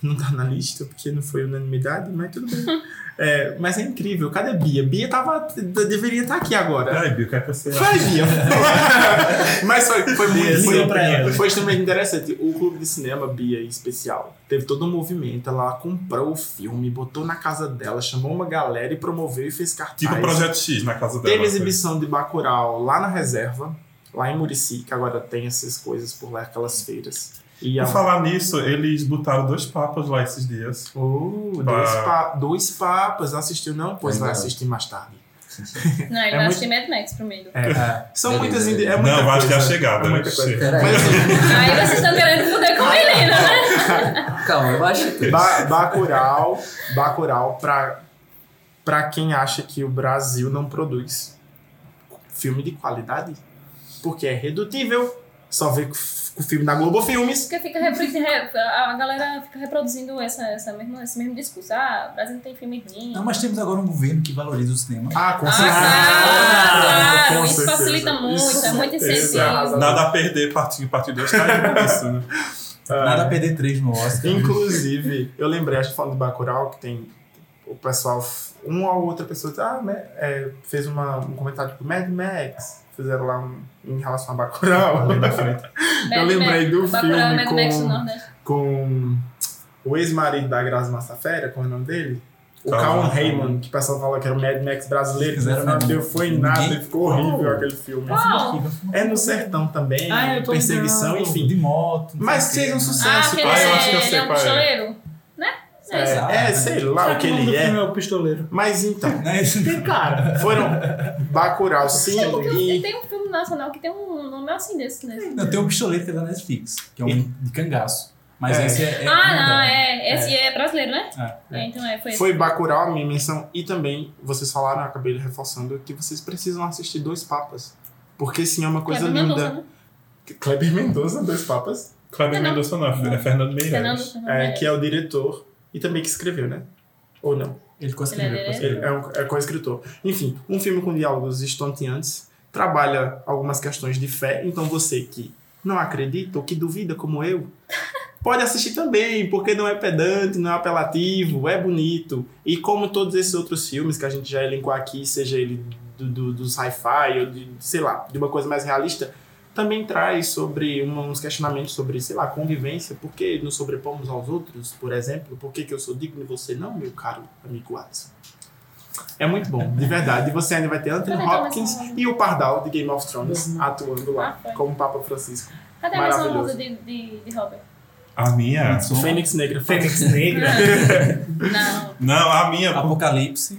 [SPEAKER 4] Não tá na lista, porque não foi unanimidade, mas tudo bem. É, mas é incrível. Cadê Bia? Bia tava, deveria estar aqui agora.
[SPEAKER 3] Peraí, Bill, o que é que você
[SPEAKER 4] Vai, Bia. mas foi, foi muito
[SPEAKER 2] Sim,
[SPEAKER 4] foi,
[SPEAKER 2] pra ela.
[SPEAKER 4] foi extremamente interessante. O clube de cinema, Bia, em especial, teve todo um movimento. Ela comprou o filme, botou na casa dela, chamou uma galera e promoveu e fez cartaz.
[SPEAKER 3] Tipo o Projeto X na casa dela.
[SPEAKER 4] Teve exibição de Bacurau lá na reserva, lá em Murici, que agora tem essas coisas por lá, aquelas feiras. E a...
[SPEAKER 3] Por falar nisso, eles botaram dois papas lá esses dias.
[SPEAKER 4] Oh,
[SPEAKER 3] Ah.
[SPEAKER 4] dois, pa- dois papas, assistiu não? Pois vai assistir mais tarde.
[SPEAKER 5] Não, ele vai
[SPEAKER 4] É muito-
[SPEAKER 5] assistir Mad Max primeiro.
[SPEAKER 2] É.
[SPEAKER 4] São
[SPEAKER 7] Beleza,
[SPEAKER 4] muitas indi- é
[SPEAKER 7] beleza.
[SPEAKER 4] muita
[SPEAKER 3] não, vai acho que é a
[SPEAKER 4] coisa.
[SPEAKER 3] chegada.
[SPEAKER 4] É
[SPEAKER 3] né?
[SPEAKER 4] muita coisa.
[SPEAKER 3] Chega.
[SPEAKER 7] Peraí,
[SPEAKER 4] Mas assim,
[SPEAKER 5] Ainda vocês estão querendo fuder com o menino, né?
[SPEAKER 7] calma, eu acho que
[SPEAKER 4] ba Bacurau, Bacurau pra, pra quem acha que o Brasil não produz filme de qualidade, porque é redutível, só vê o filme da Globo Filmes.
[SPEAKER 5] Porque fica repro- re- a a galera fica reproduzindo essa, essa mesma, esse mesmo discurso. Ah, o Brasil não tem filme ruim.
[SPEAKER 2] Não, mas temos agora um governo que valoriza o cinema.
[SPEAKER 4] Ah, com
[SPEAKER 5] Ah,
[SPEAKER 4] certeza.
[SPEAKER 5] claro,
[SPEAKER 4] Com
[SPEAKER 5] claro. Isso
[SPEAKER 4] certeza.
[SPEAKER 5] facilita muito, é muito incentivo.
[SPEAKER 3] Nada a perder, partindo partido 2 tá indo nisso, né?
[SPEAKER 2] Nada a perder três no Oscar.
[SPEAKER 4] Inclusive, eu lembrei, acho que falando de Bacurau, que tem o pessoal, uma ou outra pessoa diz, ah, né, é, fez uma, um comentário tipo Mad Max, fizeram lá um, em relação a Bacurau.
[SPEAKER 5] Mad
[SPEAKER 4] Eu lembrei
[SPEAKER 5] Max,
[SPEAKER 4] do
[SPEAKER 5] o Bacurau é
[SPEAKER 4] filme
[SPEAKER 5] Mad Max
[SPEAKER 4] com-
[SPEAKER 5] do Nordeste.
[SPEAKER 4] com o ex-marido da Grazi Massafera, como é o nome dele? O
[SPEAKER 3] Calma.
[SPEAKER 4] Calum Raymond, que o pessoal fala que era o Mad Max brasileiro, que no final não deu foi nada, e ficou horrível aquele filme.
[SPEAKER 5] Qual?
[SPEAKER 4] É no sertão também,
[SPEAKER 6] Ah, eu tô
[SPEAKER 4] perseguição,
[SPEAKER 6] ligado.
[SPEAKER 4] é, enfim.
[SPEAKER 2] um De moto. não
[SPEAKER 4] Mas
[SPEAKER 2] sei o
[SPEAKER 4] fez
[SPEAKER 2] quê. né?
[SPEAKER 5] Ah, aquele
[SPEAKER 4] um sucesso.
[SPEAKER 3] Ah, eu
[SPEAKER 5] é-
[SPEAKER 3] acho que eu
[SPEAKER 5] ele
[SPEAKER 3] sei
[SPEAKER 5] é um
[SPEAKER 3] qual é.
[SPEAKER 5] pistoleiro? Né? Não é isso.
[SPEAKER 4] É, é, sei lá o que ele é.
[SPEAKER 6] é o pistoleiro.
[SPEAKER 4] Mas então,
[SPEAKER 2] Né?
[SPEAKER 4] cara, foram Bacurau, sim,
[SPEAKER 5] É porque eu-
[SPEAKER 4] e
[SPEAKER 5] tem um filme nacional que tem um nome assim desse, né?
[SPEAKER 2] Não, tem o pistoleiro que é da Netflix, que é um de cangaço. Mas
[SPEAKER 4] É.
[SPEAKER 2] esse é. é
[SPEAKER 5] ah,
[SPEAKER 2] legal.
[SPEAKER 5] não, é. Esse é, brasileiro, né?
[SPEAKER 2] É.
[SPEAKER 5] É, então é, foi esse.
[SPEAKER 4] foi Bacurau a minha menção. E também, vocês falaram, eu acabei reforçando, que vocês precisam assistir Dois Papas. Porque sim, é uma
[SPEAKER 5] Que é
[SPEAKER 4] coisa
[SPEAKER 5] do Mendonça,
[SPEAKER 4] linda.
[SPEAKER 5] né?
[SPEAKER 4] Kleber Mendonça, Dois Papas.
[SPEAKER 3] Cleber
[SPEAKER 5] Não.
[SPEAKER 3] Mendonça não, é Fernando
[SPEAKER 5] Fernando
[SPEAKER 3] Meirelles.
[SPEAKER 4] É,
[SPEAKER 5] Fernandes.
[SPEAKER 4] que é o diretor e também que escreveu, né? Ou não?
[SPEAKER 2] Ele ficou assim.
[SPEAKER 5] Ele é-
[SPEAKER 2] escrevendo.
[SPEAKER 4] Ele é, um, é co-escritor. Enfim, um filme com diálogos estonteantes, trabalha algumas questões de fé, então você que não acredita ou que duvida, como eu, pode assistir também, porque não é pedante, não é apelativo, é bonito. E como todos esses outros filmes que a gente já elencou aqui, seja ele do, do, do sci-fi ou de, sei lá, de uma coisa mais realista, também traz sobre uma- uns questionamentos sobre, sei lá, convivência, por que nos sobrepomos aos outros, por exemplo, por que, que eu sou digno e você não, meu caro amigo Watson. É muito bom, de verdade. E você ainda vai ter Anthony
[SPEAKER 5] Cadê a Thomas
[SPEAKER 4] Hopkins
[SPEAKER 5] Holland?
[SPEAKER 4] e o Pardal de Game of Thrones atuando lá,
[SPEAKER 5] Ah, foi.
[SPEAKER 4] como Papa Francisco.
[SPEAKER 5] Cadê mais uma
[SPEAKER 4] Maravilhoso.
[SPEAKER 5] música de, de, de Robert?
[SPEAKER 3] A minha?
[SPEAKER 4] O Fênix Negra.
[SPEAKER 6] Fênix Negra.
[SPEAKER 5] Não.
[SPEAKER 3] Não, a minha.
[SPEAKER 2] Apocalipse.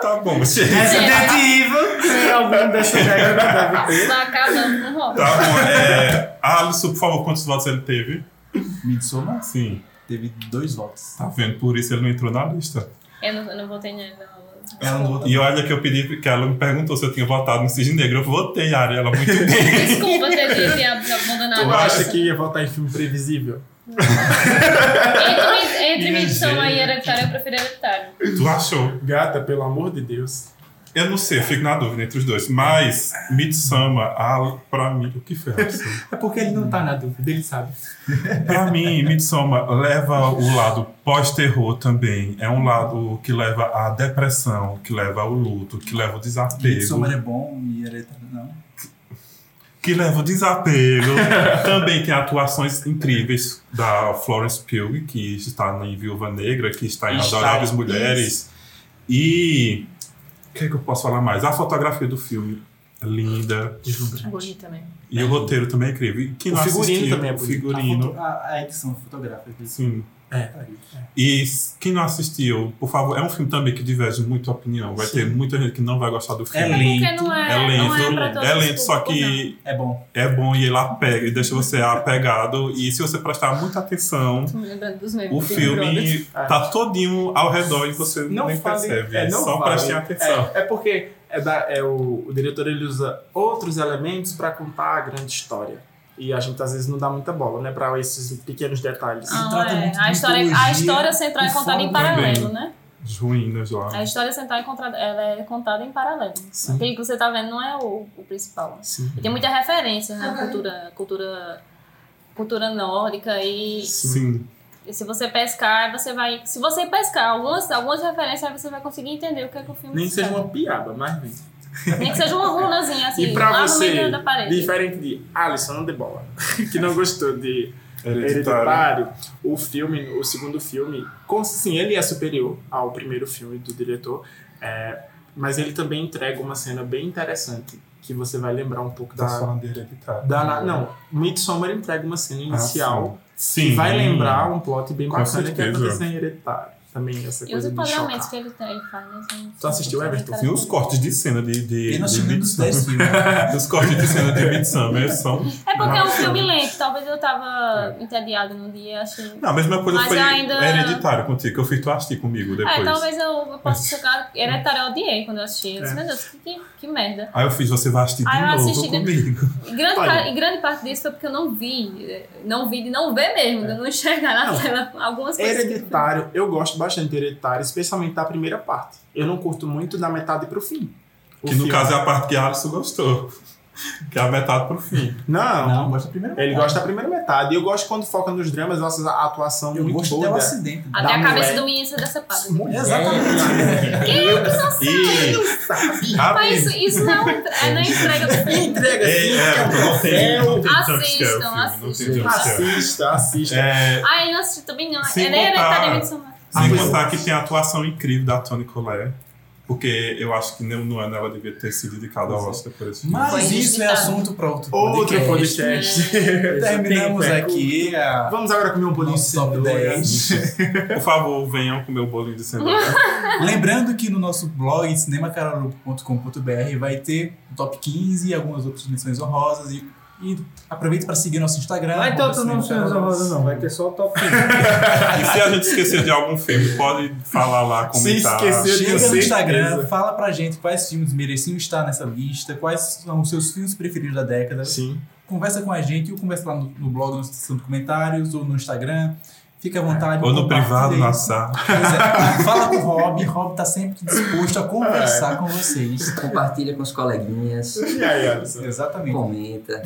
[SPEAKER 3] Tá bom, gente.
[SPEAKER 6] Resident Evil.
[SPEAKER 4] Tem algum dessa regra que deve ter.
[SPEAKER 5] Tá acabando com Robert.
[SPEAKER 3] Tá bom, é. Alisson, por favor, quantos votos ele teve?
[SPEAKER 2] Midsommar
[SPEAKER 3] Sim.
[SPEAKER 2] teve dois votos.
[SPEAKER 3] Tá vendo? Por isso ele não entrou na lista.
[SPEAKER 5] Eu não, eu não votei nele, não.
[SPEAKER 4] É
[SPEAKER 2] Ela
[SPEAKER 4] um
[SPEAKER 2] não votou.
[SPEAKER 3] E olha que eu pedi, que ela me perguntou se eu tinha votado no Cisne Negro. Eu votei, Ari, ela muito bem.
[SPEAKER 5] Desculpa ter dito e abandonado.
[SPEAKER 4] Tu
[SPEAKER 5] a
[SPEAKER 4] acha
[SPEAKER 5] lista.
[SPEAKER 4] que ia voltar em filme previsível?
[SPEAKER 5] É Entre, entre
[SPEAKER 2] Minha
[SPEAKER 5] Midsommar e
[SPEAKER 2] gente.
[SPEAKER 5] Hereditário, eu prefiro Hereditário.
[SPEAKER 3] tu achou?
[SPEAKER 4] Gata, pelo amor de Deus.
[SPEAKER 3] Eu não sei, eu fico na dúvida entre os dois. Mas, Midsummer, ah, pra mim. O que foi, Alisson?
[SPEAKER 4] É porque ele não tá na dúvida, ele sabe.
[SPEAKER 3] Pra mim, Midsommar leva o lado pós-terror também. É um lado que leva à depressão, que leva ao luto, que leva ao desapego.
[SPEAKER 2] Midsommar é bom e Hereditário não.
[SPEAKER 3] Que leva ao desapego. também tem atuações incríveis da Florence Pugh, que está em Viúva Negra, que está em
[SPEAKER 2] Está,
[SPEAKER 3] Adoráveis Mulheres. E... O que, é que eu posso falar mais? A fotografia do filme é linda.
[SPEAKER 5] Bonito também.
[SPEAKER 3] E o roteiro também é incrível. E quem
[SPEAKER 4] O
[SPEAKER 3] não
[SPEAKER 4] figurino
[SPEAKER 3] assistiu,
[SPEAKER 4] também é bonito.
[SPEAKER 2] A,
[SPEAKER 3] figurino.
[SPEAKER 2] foto- a, a edição fotográfica. que eles
[SPEAKER 3] Sim.
[SPEAKER 4] É.
[SPEAKER 3] E s- quem não assistiu, por favor, é um filme também que diverge muito a opinião. Vai ter muita gente que não vai gostar do
[SPEAKER 2] É
[SPEAKER 3] filme.
[SPEAKER 2] lento.
[SPEAKER 5] Porque não é,
[SPEAKER 3] É
[SPEAKER 5] não é
[SPEAKER 3] lento,
[SPEAKER 5] pra todos
[SPEAKER 3] é
[SPEAKER 5] os
[SPEAKER 3] lento, só
[SPEAKER 5] públicos, não.
[SPEAKER 3] que
[SPEAKER 2] É bom.
[SPEAKER 3] é bom e ele apega e deixa você apegado. E se você prestar muita atenção,
[SPEAKER 5] Tô me lembrando dos memes.
[SPEAKER 3] o
[SPEAKER 5] do Big
[SPEAKER 3] filme
[SPEAKER 5] Brother.
[SPEAKER 3] tá todinho ao redor e você
[SPEAKER 4] Não
[SPEAKER 3] nem
[SPEAKER 4] fale-
[SPEAKER 3] percebe.
[SPEAKER 4] é, não
[SPEAKER 3] só
[SPEAKER 4] fale.
[SPEAKER 3] prestem atenção.
[SPEAKER 4] É, é porque é da- é o, o diretor ele usa outros elementos para contar a grande história. E a gente às vezes não dá muita bola, né, para esses pequenos detalhes.
[SPEAKER 5] Não,
[SPEAKER 2] trata
[SPEAKER 5] é.
[SPEAKER 2] muito de
[SPEAKER 5] a, história, a
[SPEAKER 2] mitologia,
[SPEAKER 5] história central é
[SPEAKER 2] o
[SPEAKER 5] contada em
[SPEAKER 2] fogo
[SPEAKER 5] paralelo,
[SPEAKER 3] também. Ah.
[SPEAKER 5] né?
[SPEAKER 3] As ruínas lá.
[SPEAKER 5] A história central é contada, ela é contada em paralelo.
[SPEAKER 4] Sim.
[SPEAKER 5] Aquilo que você tá vendo não é o, o principal.
[SPEAKER 4] Sim.
[SPEAKER 5] Tem muita referência na cultura, cultura, cultura nórdica e,
[SPEAKER 3] Sim.
[SPEAKER 5] e se você pescar, você vai. Se você pescar algumas, algumas referências, aí você vai conseguir entender o que é que o filme
[SPEAKER 4] Nem que
[SPEAKER 5] se
[SPEAKER 4] seja
[SPEAKER 5] trata.
[SPEAKER 4] uma piada, mas vem.
[SPEAKER 5] Nem que seja uma runazinha assim,
[SPEAKER 4] E pra
[SPEAKER 5] lá no
[SPEAKER 4] você,
[SPEAKER 5] meio da parede.
[SPEAKER 4] diferente de Alisson não de bola, que não gostou de
[SPEAKER 3] Hereditário.
[SPEAKER 4] Hereditário, o filme, o segundo filme, com- sim, ele é superior ao primeiro filme do diretor, é, mas ele também entrega uma cena bem interessante que você vai lembrar um pouco
[SPEAKER 3] Tá
[SPEAKER 4] da,
[SPEAKER 3] falando de hereditário.
[SPEAKER 4] da na- não, Midsommar entrega uma cena
[SPEAKER 3] Ah,
[SPEAKER 4] inicial
[SPEAKER 3] Sim.
[SPEAKER 4] que vai lembrar um plot bem
[SPEAKER 3] Com
[SPEAKER 4] bacana que
[SPEAKER 3] certeza.
[SPEAKER 4] aconteceu em Hereditário. Também essa
[SPEAKER 5] E os
[SPEAKER 4] coisa de
[SPEAKER 5] enquadramentos
[SPEAKER 4] chocar.
[SPEAKER 5] que ele tem, ele faz, né? São-
[SPEAKER 4] Tu assistiu, Everton?
[SPEAKER 5] são
[SPEAKER 3] E os cortes de cena de. de,
[SPEAKER 2] E nós
[SPEAKER 3] de
[SPEAKER 2] tivemos
[SPEAKER 3] Midsummer.
[SPEAKER 2] 10 filmes.
[SPEAKER 3] Os cortes de cena de Midsummer são.
[SPEAKER 5] É porque é um
[SPEAKER 3] Maravilhoso.
[SPEAKER 5] filme lento, talvez eu tava entediada num dia, achei. É,
[SPEAKER 3] Não, a mesma coisa
[SPEAKER 5] Mas
[SPEAKER 3] foi
[SPEAKER 5] ainda-
[SPEAKER 3] hereditário contigo, que eu fiz tu assistir comigo depois.
[SPEAKER 5] É, talvez eu, eu possa chegar. Hereditário eu odiei quando eu assisti. Eu
[SPEAKER 4] É.
[SPEAKER 5] disse, meu Deus, que, que, que merda.
[SPEAKER 3] Aí eu fiz, você vai assistir
[SPEAKER 5] Aí eu
[SPEAKER 3] de novo
[SPEAKER 5] assisti de-
[SPEAKER 3] comigo.
[SPEAKER 5] E grande,
[SPEAKER 4] Olha.
[SPEAKER 5] par- e grande parte disso foi porque eu não vi. eh, Não vi de não ver mesmo, de não enxergar na
[SPEAKER 4] É. Não.
[SPEAKER 5] tela algumas coisas.
[SPEAKER 4] Hereditário, eu gosto bastante de Hereditário, especialmente da primeira parte. Eu não curto muito da metade pro fim. O
[SPEAKER 3] Que no
[SPEAKER 4] filme-
[SPEAKER 3] caso é a parte que Alisson gostou. Que é a metade pro fim.
[SPEAKER 4] Não,
[SPEAKER 2] Não, gosta da primeira
[SPEAKER 4] Ele gosta da primeira metade. E eu gosto quando foca nos dramas, nossa a atuação
[SPEAKER 2] Eu
[SPEAKER 4] muito
[SPEAKER 2] gosto assim,
[SPEAKER 4] boa.
[SPEAKER 2] até o
[SPEAKER 4] da-
[SPEAKER 2] acidente.
[SPEAKER 5] Até a
[SPEAKER 4] Da
[SPEAKER 5] cabeça
[SPEAKER 4] mulher.
[SPEAKER 5] do Insta dessa parte.
[SPEAKER 4] Mulher.
[SPEAKER 2] Exatamente.
[SPEAKER 3] E.
[SPEAKER 5] Mas isso, isso não, é, é na entrega do filme.
[SPEAKER 4] Entrega
[SPEAKER 3] É,
[SPEAKER 4] assim,
[SPEAKER 3] é,
[SPEAKER 4] que é um
[SPEAKER 3] não tem, não tem
[SPEAKER 5] Assistam,
[SPEAKER 3] jumpscare o filme, não
[SPEAKER 5] assistam.
[SPEAKER 3] tem jumpscare.
[SPEAKER 4] Assista, assista.
[SPEAKER 3] É,
[SPEAKER 5] Ah, eu não assisti também, não.
[SPEAKER 3] Sem
[SPEAKER 5] é nem
[SPEAKER 3] contar-
[SPEAKER 5] Hereditário nem Midsommar.
[SPEAKER 3] sem
[SPEAKER 4] Mas-
[SPEAKER 3] contar que tem a atuação incrível da Toni Collette, porque eu acho que nem no ano ela devia ter sido indicada ao Oscar por esse filme.
[SPEAKER 5] Ah, Foi
[SPEAKER 2] Mas isso é
[SPEAKER 5] injustiçado.
[SPEAKER 2] assunto para outro
[SPEAKER 4] Outro
[SPEAKER 2] podcast.
[SPEAKER 4] podcast.
[SPEAKER 2] Terminamos
[SPEAKER 4] Tem, tem.
[SPEAKER 2] aqui a
[SPEAKER 4] Vamos agora comer um bolinho de
[SPEAKER 2] nosso top
[SPEAKER 4] cenoura.
[SPEAKER 2] 10.
[SPEAKER 3] Por favor, venham comer o bolinho de cenoura.
[SPEAKER 2] Lembrando que no nosso blog cinemacararu.com.br vai ter o top 15 e algumas outras menções honrosas. E, e aproveita para seguir nosso Instagram.
[SPEAKER 6] Vai ter
[SPEAKER 2] arroba
[SPEAKER 6] outro nome
[SPEAKER 2] cinemacararu.
[SPEAKER 6] Senhor Rosa, não. Vai ter só o top 15.
[SPEAKER 3] e se a gente esquecer de algum filme, pode falar lá,
[SPEAKER 4] Se
[SPEAKER 3] comentar.
[SPEAKER 4] esquecer, Eu tenho
[SPEAKER 2] Chega no
[SPEAKER 4] certeza.
[SPEAKER 2] Instagram, fala pra gente quais filmes mereciam estar nessa lista, quais são os seus filmes preferidos da década.
[SPEAKER 4] é, Sim.
[SPEAKER 2] Conversa com a gente ou conversa lá no, no blog, na seção de comentários ou no Instagram. Fica à vontade.
[SPEAKER 3] Ou no privado,
[SPEAKER 2] compartilha
[SPEAKER 3] na
[SPEAKER 2] aí.
[SPEAKER 3] sala.
[SPEAKER 2] Pois é, Fala com o Rob, Rob tá sempre disposto a conversar
[SPEAKER 3] É.
[SPEAKER 2] com vocês.
[SPEAKER 7] Compartilha com os coleguinhas,
[SPEAKER 4] E aí, Alisson?
[SPEAKER 2] Exatamente.
[SPEAKER 7] comenta,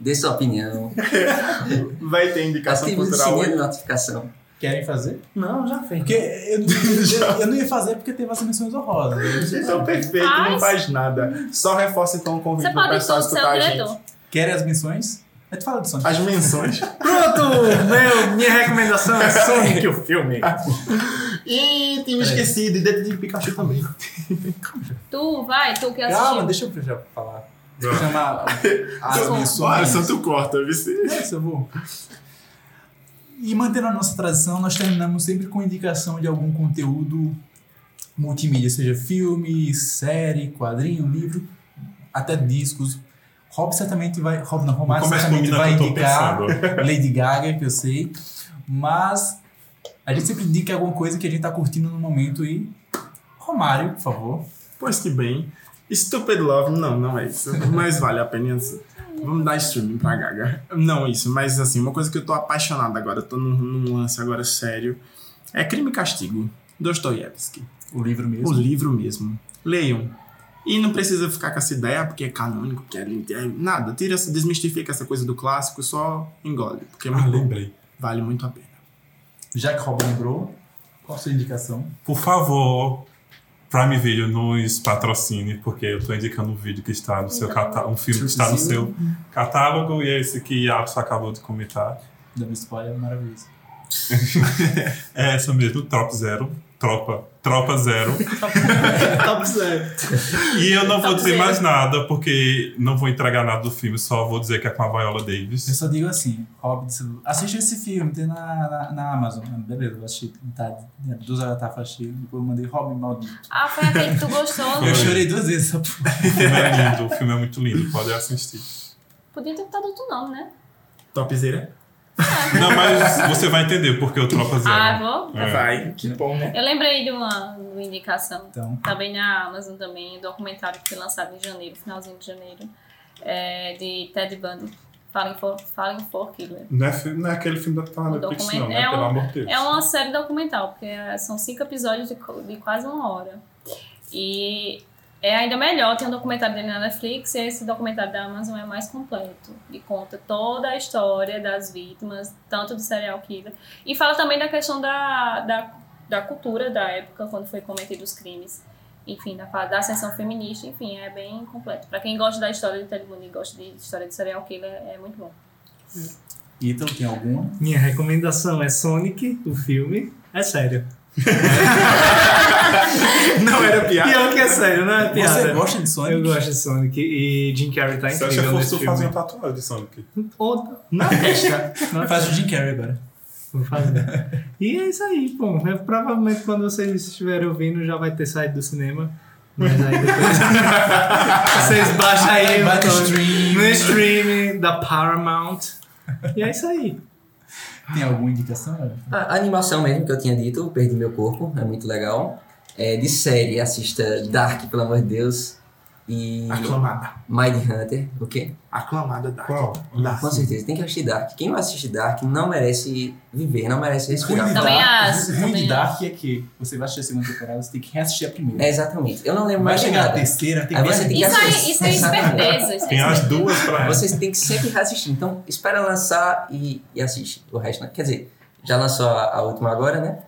[SPEAKER 7] dê sua opinião,
[SPEAKER 4] Vai ter indicação
[SPEAKER 7] ative o
[SPEAKER 4] cultural é-
[SPEAKER 7] sininho de
[SPEAKER 4] hoje?
[SPEAKER 7] notificação.
[SPEAKER 2] Querem fazer?
[SPEAKER 6] Não, já fez.
[SPEAKER 2] Porque eu não, eu não ia fazer porque teve as menções horrorosas.
[SPEAKER 4] Então, perfeito, não
[SPEAKER 5] Mas-
[SPEAKER 4] faz nada. Só reforça então o convite
[SPEAKER 5] Você
[SPEAKER 4] pro
[SPEAKER 5] pode
[SPEAKER 4] pessoal
[SPEAKER 5] tudo, ser o né,
[SPEAKER 4] escutar a gente.
[SPEAKER 5] diretor.
[SPEAKER 2] Querem as menções? A gente fala de Sonic.
[SPEAKER 4] As menções.
[SPEAKER 6] Pronto! Meu, minha
[SPEAKER 3] Ah,
[SPEAKER 6] recomendação é Sonic, o filme.
[SPEAKER 4] Ih, tinha me esquecido. E dentro de Pikachu também.
[SPEAKER 5] Tu, vai, tu que assistiu.
[SPEAKER 2] Calma, deixa eu já falar. Deixa eu chamar as
[SPEAKER 4] Olha,
[SPEAKER 2] menções.
[SPEAKER 4] só tu corta, vice.
[SPEAKER 2] Essa eu vou. E mantendo a nossa tradição, nós terminamos sempre com indicação de algum conteúdo multimídia, seja filme, série, quadrinho, livro, até discos. Rob certamente vai. Rob não, Romário
[SPEAKER 3] Começa com a
[SPEAKER 2] certamente vai
[SPEAKER 3] mina que eu tô
[SPEAKER 2] indicar
[SPEAKER 3] pensando.
[SPEAKER 2] Lady Gaga, que eu sei. Mas a gente sempre indica alguma coisa que a gente tá curtindo no momento e. Romário, por favor.
[SPEAKER 4] Pois que bem. Stupid Love, não, não é isso. Mas vale a pena assim. Vamos dar streaming pra Gaga. Não, isso, mas assim, uma coisa que eu tô apaixonado agora, tô num, num lance agora sério, é Crime e Castigo, Dostoiévski.
[SPEAKER 2] O livro mesmo.
[SPEAKER 4] O livro mesmo. Leiam. E não precisa ficar com essa ideia, ah, porque é canônico, que é, lindo, é nada. Tira essa, desmistifica essa coisa do clássico, só engole, porque é
[SPEAKER 3] Ah,
[SPEAKER 4] muito bom.
[SPEAKER 3] lembrei.
[SPEAKER 4] Vale muito a pena.
[SPEAKER 2] Já que Rob lembrou, qual a sua indicação?
[SPEAKER 3] Por favor, Prime Video nos patrocine, porque eu tô indicando um vídeo que está no seu catálogo, um filme que está no seu
[SPEAKER 5] né?
[SPEAKER 3] catálogo, e é esse que a Alisson acabou de comentar.
[SPEAKER 2] Dando spoiler maravilhoso.
[SPEAKER 3] É essa mesmo, Tropa Zero. Tropa, Tropa Zero.
[SPEAKER 6] Top zero.
[SPEAKER 3] E eu não vou
[SPEAKER 5] Tropa
[SPEAKER 3] dizer
[SPEAKER 5] Zero.
[SPEAKER 3] mais nada, porque não vou entregar nada do filme, só vou dizer que é com a Viola
[SPEAKER 2] Eu
[SPEAKER 3] Davis.
[SPEAKER 2] só digo assim, Hobbit, assiste esse filme, tem na, na, na Amazon. Ah, Beleza, eu assisti, tá, duas horas tá assistindo, depois eu mandei Robin maldito.
[SPEAKER 5] Ah, foi aquele que tu gostou. né?
[SPEAKER 2] Eu
[SPEAKER 3] Foi.
[SPEAKER 5] não?
[SPEAKER 2] chorei duas vezes essa porra.
[SPEAKER 3] O filme é lindo, o filme é muito lindo, pode assistir.
[SPEAKER 5] Podia ter botado outro nome, né?
[SPEAKER 4] Topzera?
[SPEAKER 3] Não, mas você vai entender porque o Tropa Zero.
[SPEAKER 5] Ah, vou.
[SPEAKER 3] É.
[SPEAKER 4] Vai, que bom, né?
[SPEAKER 5] Eu lembrei de uma, de uma indicação.
[SPEAKER 2] Então,
[SPEAKER 5] Também na Amazon, também, um documentário que foi lançado em janeiro, finalzinho de janeiro, é, de Ted Bundy, Falling for, Falling for Killer.
[SPEAKER 3] Não é, fi- não é aquele filme da
[SPEAKER 5] O
[SPEAKER 3] Netflix, não,
[SPEAKER 5] documento-
[SPEAKER 3] né?
[SPEAKER 5] é
[SPEAKER 3] Pelo
[SPEAKER 5] um-
[SPEAKER 3] amor de Deus.
[SPEAKER 5] É uma série documental, porque eh, são cinco episódios de, co- de quase uma hora. E é ainda melhor, tem um documentário dele na Netflix e esse documentário da Amazon é mais completo. E conta toda a história das vítimas, tanto do serial killer. E fala também da questão da, da, da cultura da época, quando foi cometido os crimes. Enfim, da, fa- da ascensão feminista, enfim, é bem completo. Pra quem gosta da história de Ted Bundy e gosta de história de serial killer, é muito bom.
[SPEAKER 2] Ítalo, tem alguma?
[SPEAKER 6] Minha recomendação é Sonic, o filme. É sério.
[SPEAKER 4] Não era piada.
[SPEAKER 6] Pior que é sério, não é piada.
[SPEAKER 2] Você gosta de Sonic?
[SPEAKER 6] Eu gosto de Sonic e Jim Carrey tá
[SPEAKER 3] Se eu
[SPEAKER 6] incrível
[SPEAKER 3] fosse
[SPEAKER 6] nesse
[SPEAKER 3] tu fazer
[SPEAKER 6] filme.
[SPEAKER 3] uma tatuagem de Sonic.
[SPEAKER 6] Ou na testa. Na
[SPEAKER 2] Faz o Jim Carrey agora.
[SPEAKER 6] Vou fazer. E é isso aí, pô. É, provavelmente quando vocês estiverem ouvindo já vai ter saído do cinema. Mas aí depois. vocês baixam aí
[SPEAKER 2] Vai no
[SPEAKER 6] no-
[SPEAKER 2] stream.
[SPEAKER 6] no streaming da Paramount. E é isso aí.
[SPEAKER 2] Tem alguma indicação? Rob?
[SPEAKER 7] A a animação mesmo que eu tinha dito, Perdi Meu Corpo, é muito legal. É, de série, assista Dark, pelo amor de Deus. E
[SPEAKER 4] Aclamada.
[SPEAKER 7] Mind Hunter, o quê?
[SPEAKER 4] Aclamada da.
[SPEAKER 3] Qual? Ah,
[SPEAKER 4] Da.
[SPEAKER 7] Com certeza, tem que assistir Dark. Quem não assiste Dark não merece viver, não merece
[SPEAKER 2] Ruim de
[SPEAKER 7] respirar.
[SPEAKER 5] Também
[SPEAKER 2] Dark-
[SPEAKER 5] acho,
[SPEAKER 2] Ruim de
[SPEAKER 5] também
[SPEAKER 2] Dark é que você vai assistir a segunda temporada, você tem que reassistir a primeira.
[SPEAKER 7] É, exatamente. Eu não lembro
[SPEAKER 2] Vai
[SPEAKER 7] mais de
[SPEAKER 2] chegar a
[SPEAKER 7] nada.
[SPEAKER 2] terceira, tem que
[SPEAKER 7] Aí você
[SPEAKER 2] reassistir.
[SPEAKER 7] E
[SPEAKER 5] Isso
[SPEAKER 7] essas-
[SPEAKER 5] aí, isso aí é esperteza. Isso aí
[SPEAKER 3] Tem
[SPEAKER 5] é
[SPEAKER 3] as
[SPEAKER 5] esperteza.
[SPEAKER 3] duas pra ela.
[SPEAKER 7] Vocês têm que sempre reassistir. Então, espera lançar e, e assiste o resto. Né? Quer dizer, já lançou a, a última agora, né?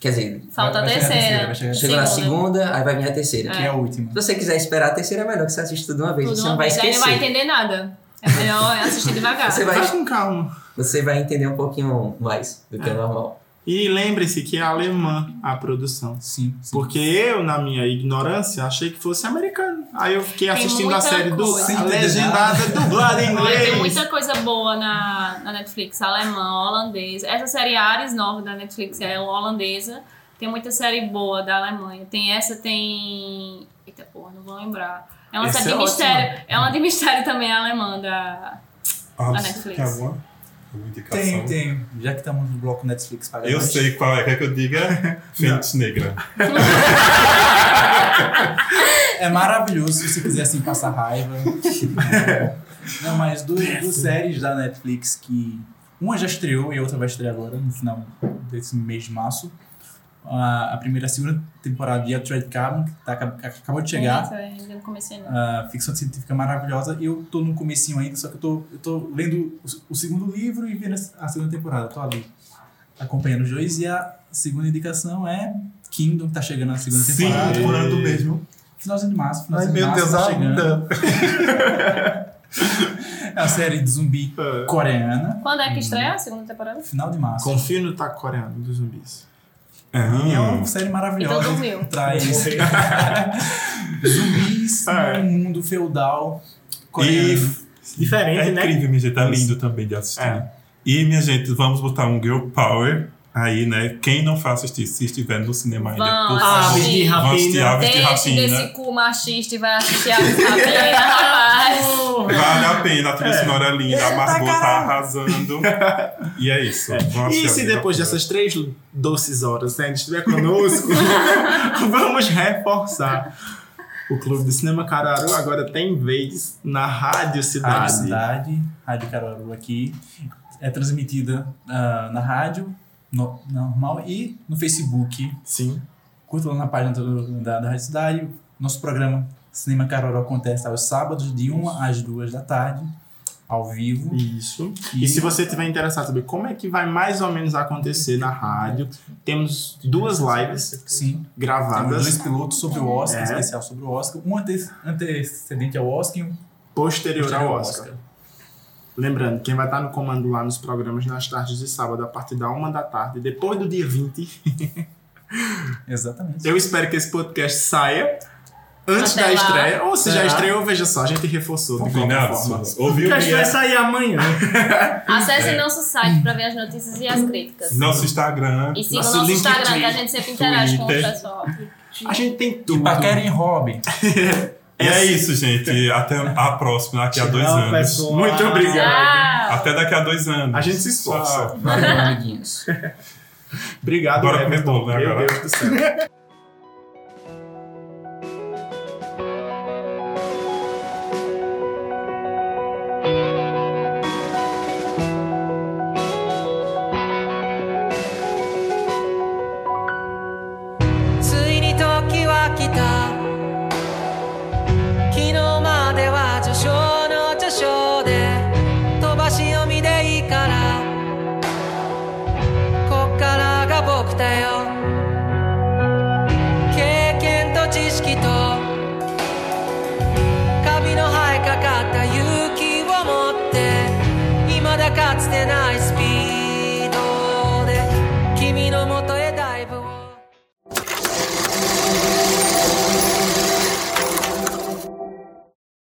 [SPEAKER 7] Quer dizer,
[SPEAKER 5] Falta a
[SPEAKER 2] Vai- vai chegar a terceira,
[SPEAKER 5] terceira.
[SPEAKER 2] vai chegar a
[SPEAKER 5] né?
[SPEAKER 7] chegou na segunda, aí vai vir a terceira.
[SPEAKER 2] Que é a última.
[SPEAKER 7] Se você quiser esperar a terceira, é melhor que você assista tudo de uma vez.
[SPEAKER 5] Tudo
[SPEAKER 7] você
[SPEAKER 5] uma
[SPEAKER 7] não vai
[SPEAKER 5] vez, aí
[SPEAKER 7] esquecer.
[SPEAKER 5] não vai entender nada. É melhor assistir devagar.
[SPEAKER 7] Você vai,
[SPEAKER 4] Vai com calma.
[SPEAKER 7] você vai entender um pouquinho mais do que é normal.
[SPEAKER 4] E lembre-se que é alemã a produção.
[SPEAKER 2] Sim, sim.
[SPEAKER 4] Porque eu, na minha ignorância, achei que fosse americano. Aí eu fiquei
[SPEAKER 5] Tem
[SPEAKER 4] assistindo a
[SPEAKER 5] muita
[SPEAKER 4] série do
[SPEAKER 5] coisa.
[SPEAKER 2] Sem
[SPEAKER 4] a
[SPEAKER 2] entender
[SPEAKER 4] legendada dublada em
[SPEAKER 5] Olha, tem
[SPEAKER 4] inglês.
[SPEAKER 5] muita coisa boa na, na Netflix, alemã, holandesa. Essa série Ares nova da Netflix é holandesa. Tem muita série boa da Alemanha. Tem essa, tem. Eita porra, não vou lembrar. É uma
[SPEAKER 4] Essa
[SPEAKER 5] série
[SPEAKER 4] é
[SPEAKER 5] de mistério. É uma de mistério também alemã da.
[SPEAKER 6] tá
[SPEAKER 3] Ah,
[SPEAKER 5] Na
[SPEAKER 3] você
[SPEAKER 5] Netflix.
[SPEAKER 3] Tem alguma, alguma indicação?
[SPEAKER 2] Tem, tem. Já que estamos no bloco Netflix para
[SPEAKER 3] Eu sei qual é. Quer que eu diga? Fênix Negra.
[SPEAKER 2] É maravilhoso se você quiser assim passar raiva. Não, mas du- duas séries da Netflix que Uma já estreou e a outra vai estrear agora, no final desse mês de março. A, a primeira, a segunda temporada de Altered Carbon, que tá, acab- acabou de chegar.
[SPEAKER 5] Eita, ainda não comecei não.
[SPEAKER 2] Ah, ficção científica maravilhosa. Eu tô no comecinho ainda, só que eu tô, eu tô lendo o, o segundo livro e vendo a a segunda temporada. Tô ali acompanhando os dois. E a segunda indicação é Kingdom, que tá chegando na segunda
[SPEAKER 3] Sim,
[SPEAKER 2] temporada.
[SPEAKER 3] temporada mesmo.
[SPEAKER 2] Finalzinho de março,
[SPEAKER 3] Ai,
[SPEAKER 2] finalzinho de
[SPEAKER 3] meu
[SPEAKER 2] março
[SPEAKER 3] Deus, ah,
[SPEAKER 2] tá chegando.
[SPEAKER 3] ainda.
[SPEAKER 2] É a série de zumbi
[SPEAKER 3] É.
[SPEAKER 2] coreana.
[SPEAKER 5] Quando é que estreia a segunda temporada?
[SPEAKER 2] Final de março.
[SPEAKER 4] Confio no taco coreano dos zumbis.
[SPEAKER 2] E é
[SPEAKER 3] Ah,
[SPEAKER 2] uma série
[SPEAKER 5] Então
[SPEAKER 2] maravilhosa.
[SPEAKER 5] dormiu.
[SPEAKER 2] Traz zumbis
[SPEAKER 4] É.
[SPEAKER 2] no mundo feudal
[SPEAKER 3] E
[SPEAKER 2] coreano.
[SPEAKER 6] Diferente,
[SPEAKER 3] é
[SPEAKER 6] né?
[SPEAKER 3] incrível, minha gente. Tá lindo também de assistir.
[SPEAKER 4] É.
[SPEAKER 3] E, minha gente, vamos botar um Girl Power aí, né? Quem não for assistir, se estiver no cinema ainda,
[SPEAKER 5] Vão
[SPEAKER 3] por
[SPEAKER 5] assistir.
[SPEAKER 3] favor.
[SPEAKER 6] Aves de
[SPEAKER 3] Vão assistir
[SPEAKER 6] rapina.
[SPEAKER 3] Aves de
[SPEAKER 5] Deixe desse
[SPEAKER 3] Rapina.
[SPEAKER 5] cu machista e vai assistir a Sabina, rapaz.
[SPEAKER 3] Vale a pena, a trilha sonora é linda, a Margot tá arrasando. E é isso. Vão assistir
[SPEAKER 4] E
[SPEAKER 3] Aves
[SPEAKER 4] se
[SPEAKER 3] de
[SPEAKER 4] depois
[SPEAKER 3] Rapina.
[SPEAKER 4] dessas três doces horas né, estiver conosco, vamos reforçar. O Clube de Cinema Cararu agora tem vez na Rádio
[SPEAKER 2] Rádio
[SPEAKER 4] Cidade.
[SPEAKER 2] Cidade, Rádio Caruaru aqui. É transmitida ah, na rádio, no- normal, e no Facebook.
[SPEAKER 4] Sim.
[SPEAKER 2] Curta lá na página do- da, da Rádio Cidade. Nosso programa Cinema Caruaru acontece aos sábados, de 1 às 2 da tarde, ao vivo.
[SPEAKER 4] Isso. E se você tiver interessado em saber como é que vai mais ou menos acontecer na rádio, temos duas lives
[SPEAKER 2] Sim, temos dois
[SPEAKER 4] gravadas
[SPEAKER 2] pilotos sobre o Oscar,
[SPEAKER 4] É.
[SPEAKER 2] especial sobre o Oscar. Um ante- antecedente ao Oscar e um
[SPEAKER 4] posterior
[SPEAKER 2] posterior
[SPEAKER 4] ao Oscar. Lembrando, quem vai estar no comando lá nos programas nas tardes de sábado, a partir da uma da tarde, depois do dia 20,
[SPEAKER 2] Exatamente.
[SPEAKER 4] eu espero que esse podcast saia antes
[SPEAKER 5] Até
[SPEAKER 4] da
[SPEAKER 5] lá.
[SPEAKER 4] estreia. Ou se já
[SPEAKER 2] Será?
[SPEAKER 4] estreou, veja só, a gente reforçou de qualquer forma.
[SPEAKER 3] Combinados? Ouviu? né?
[SPEAKER 6] Eu acho que vai
[SPEAKER 3] minha-
[SPEAKER 6] sair amanhã.
[SPEAKER 5] Acesse nosso site pra ver as notícias e as críticas.
[SPEAKER 3] Nosso Instagram.
[SPEAKER 5] E siga o
[SPEAKER 4] Nosso
[SPEAKER 5] nosso
[SPEAKER 4] Linktree,
[SPEAKER 5] Instagram, que a gente sempre interage com o
[SPEAKER 3] Twitter.
[SPEAKER 5] pessoal.
[SPEAKER 4] A gente tem
[SPEAKER 2] E
[SPEAKER 4] tudo.
[SPEAKER 2] Paquerem Robin.
[SPEAKER 3] E é isso, gente. Até a próxima, daqui a dois
[SPEAKER 6] Tchau,
[SPEAKER 3] anos.
[SPEAKER 6] pessoal.
[SPEAKER 4] Muito obrigado.
[SPEAKER 5] Tchau!
[SPEAKER 3] Até daqui a dois anos.
[SPEAKER 4] A gente se esforça.
[SPEAKER 3] Tchau.
[SPEAKER 7] Valeu, amiguinhos.
[SPEAKER 4] Obrigado,
[SPEAKER 3] Bora comer
[SPEAKER 4] Everton.
[SPEAKER 3] bolo, né,
[SPEAKER 4] Meu
[SPEAKER 3] agora?
[SPEAKER 4] Deus do céu.
[SPEAKER 1] ついに時は来た昨日までは序章の序章で飛ばし読みでいいからこっからが僕だよ経験と知識とカビの生えかかった勇気を持って未だかつてないスピードで君のもとへ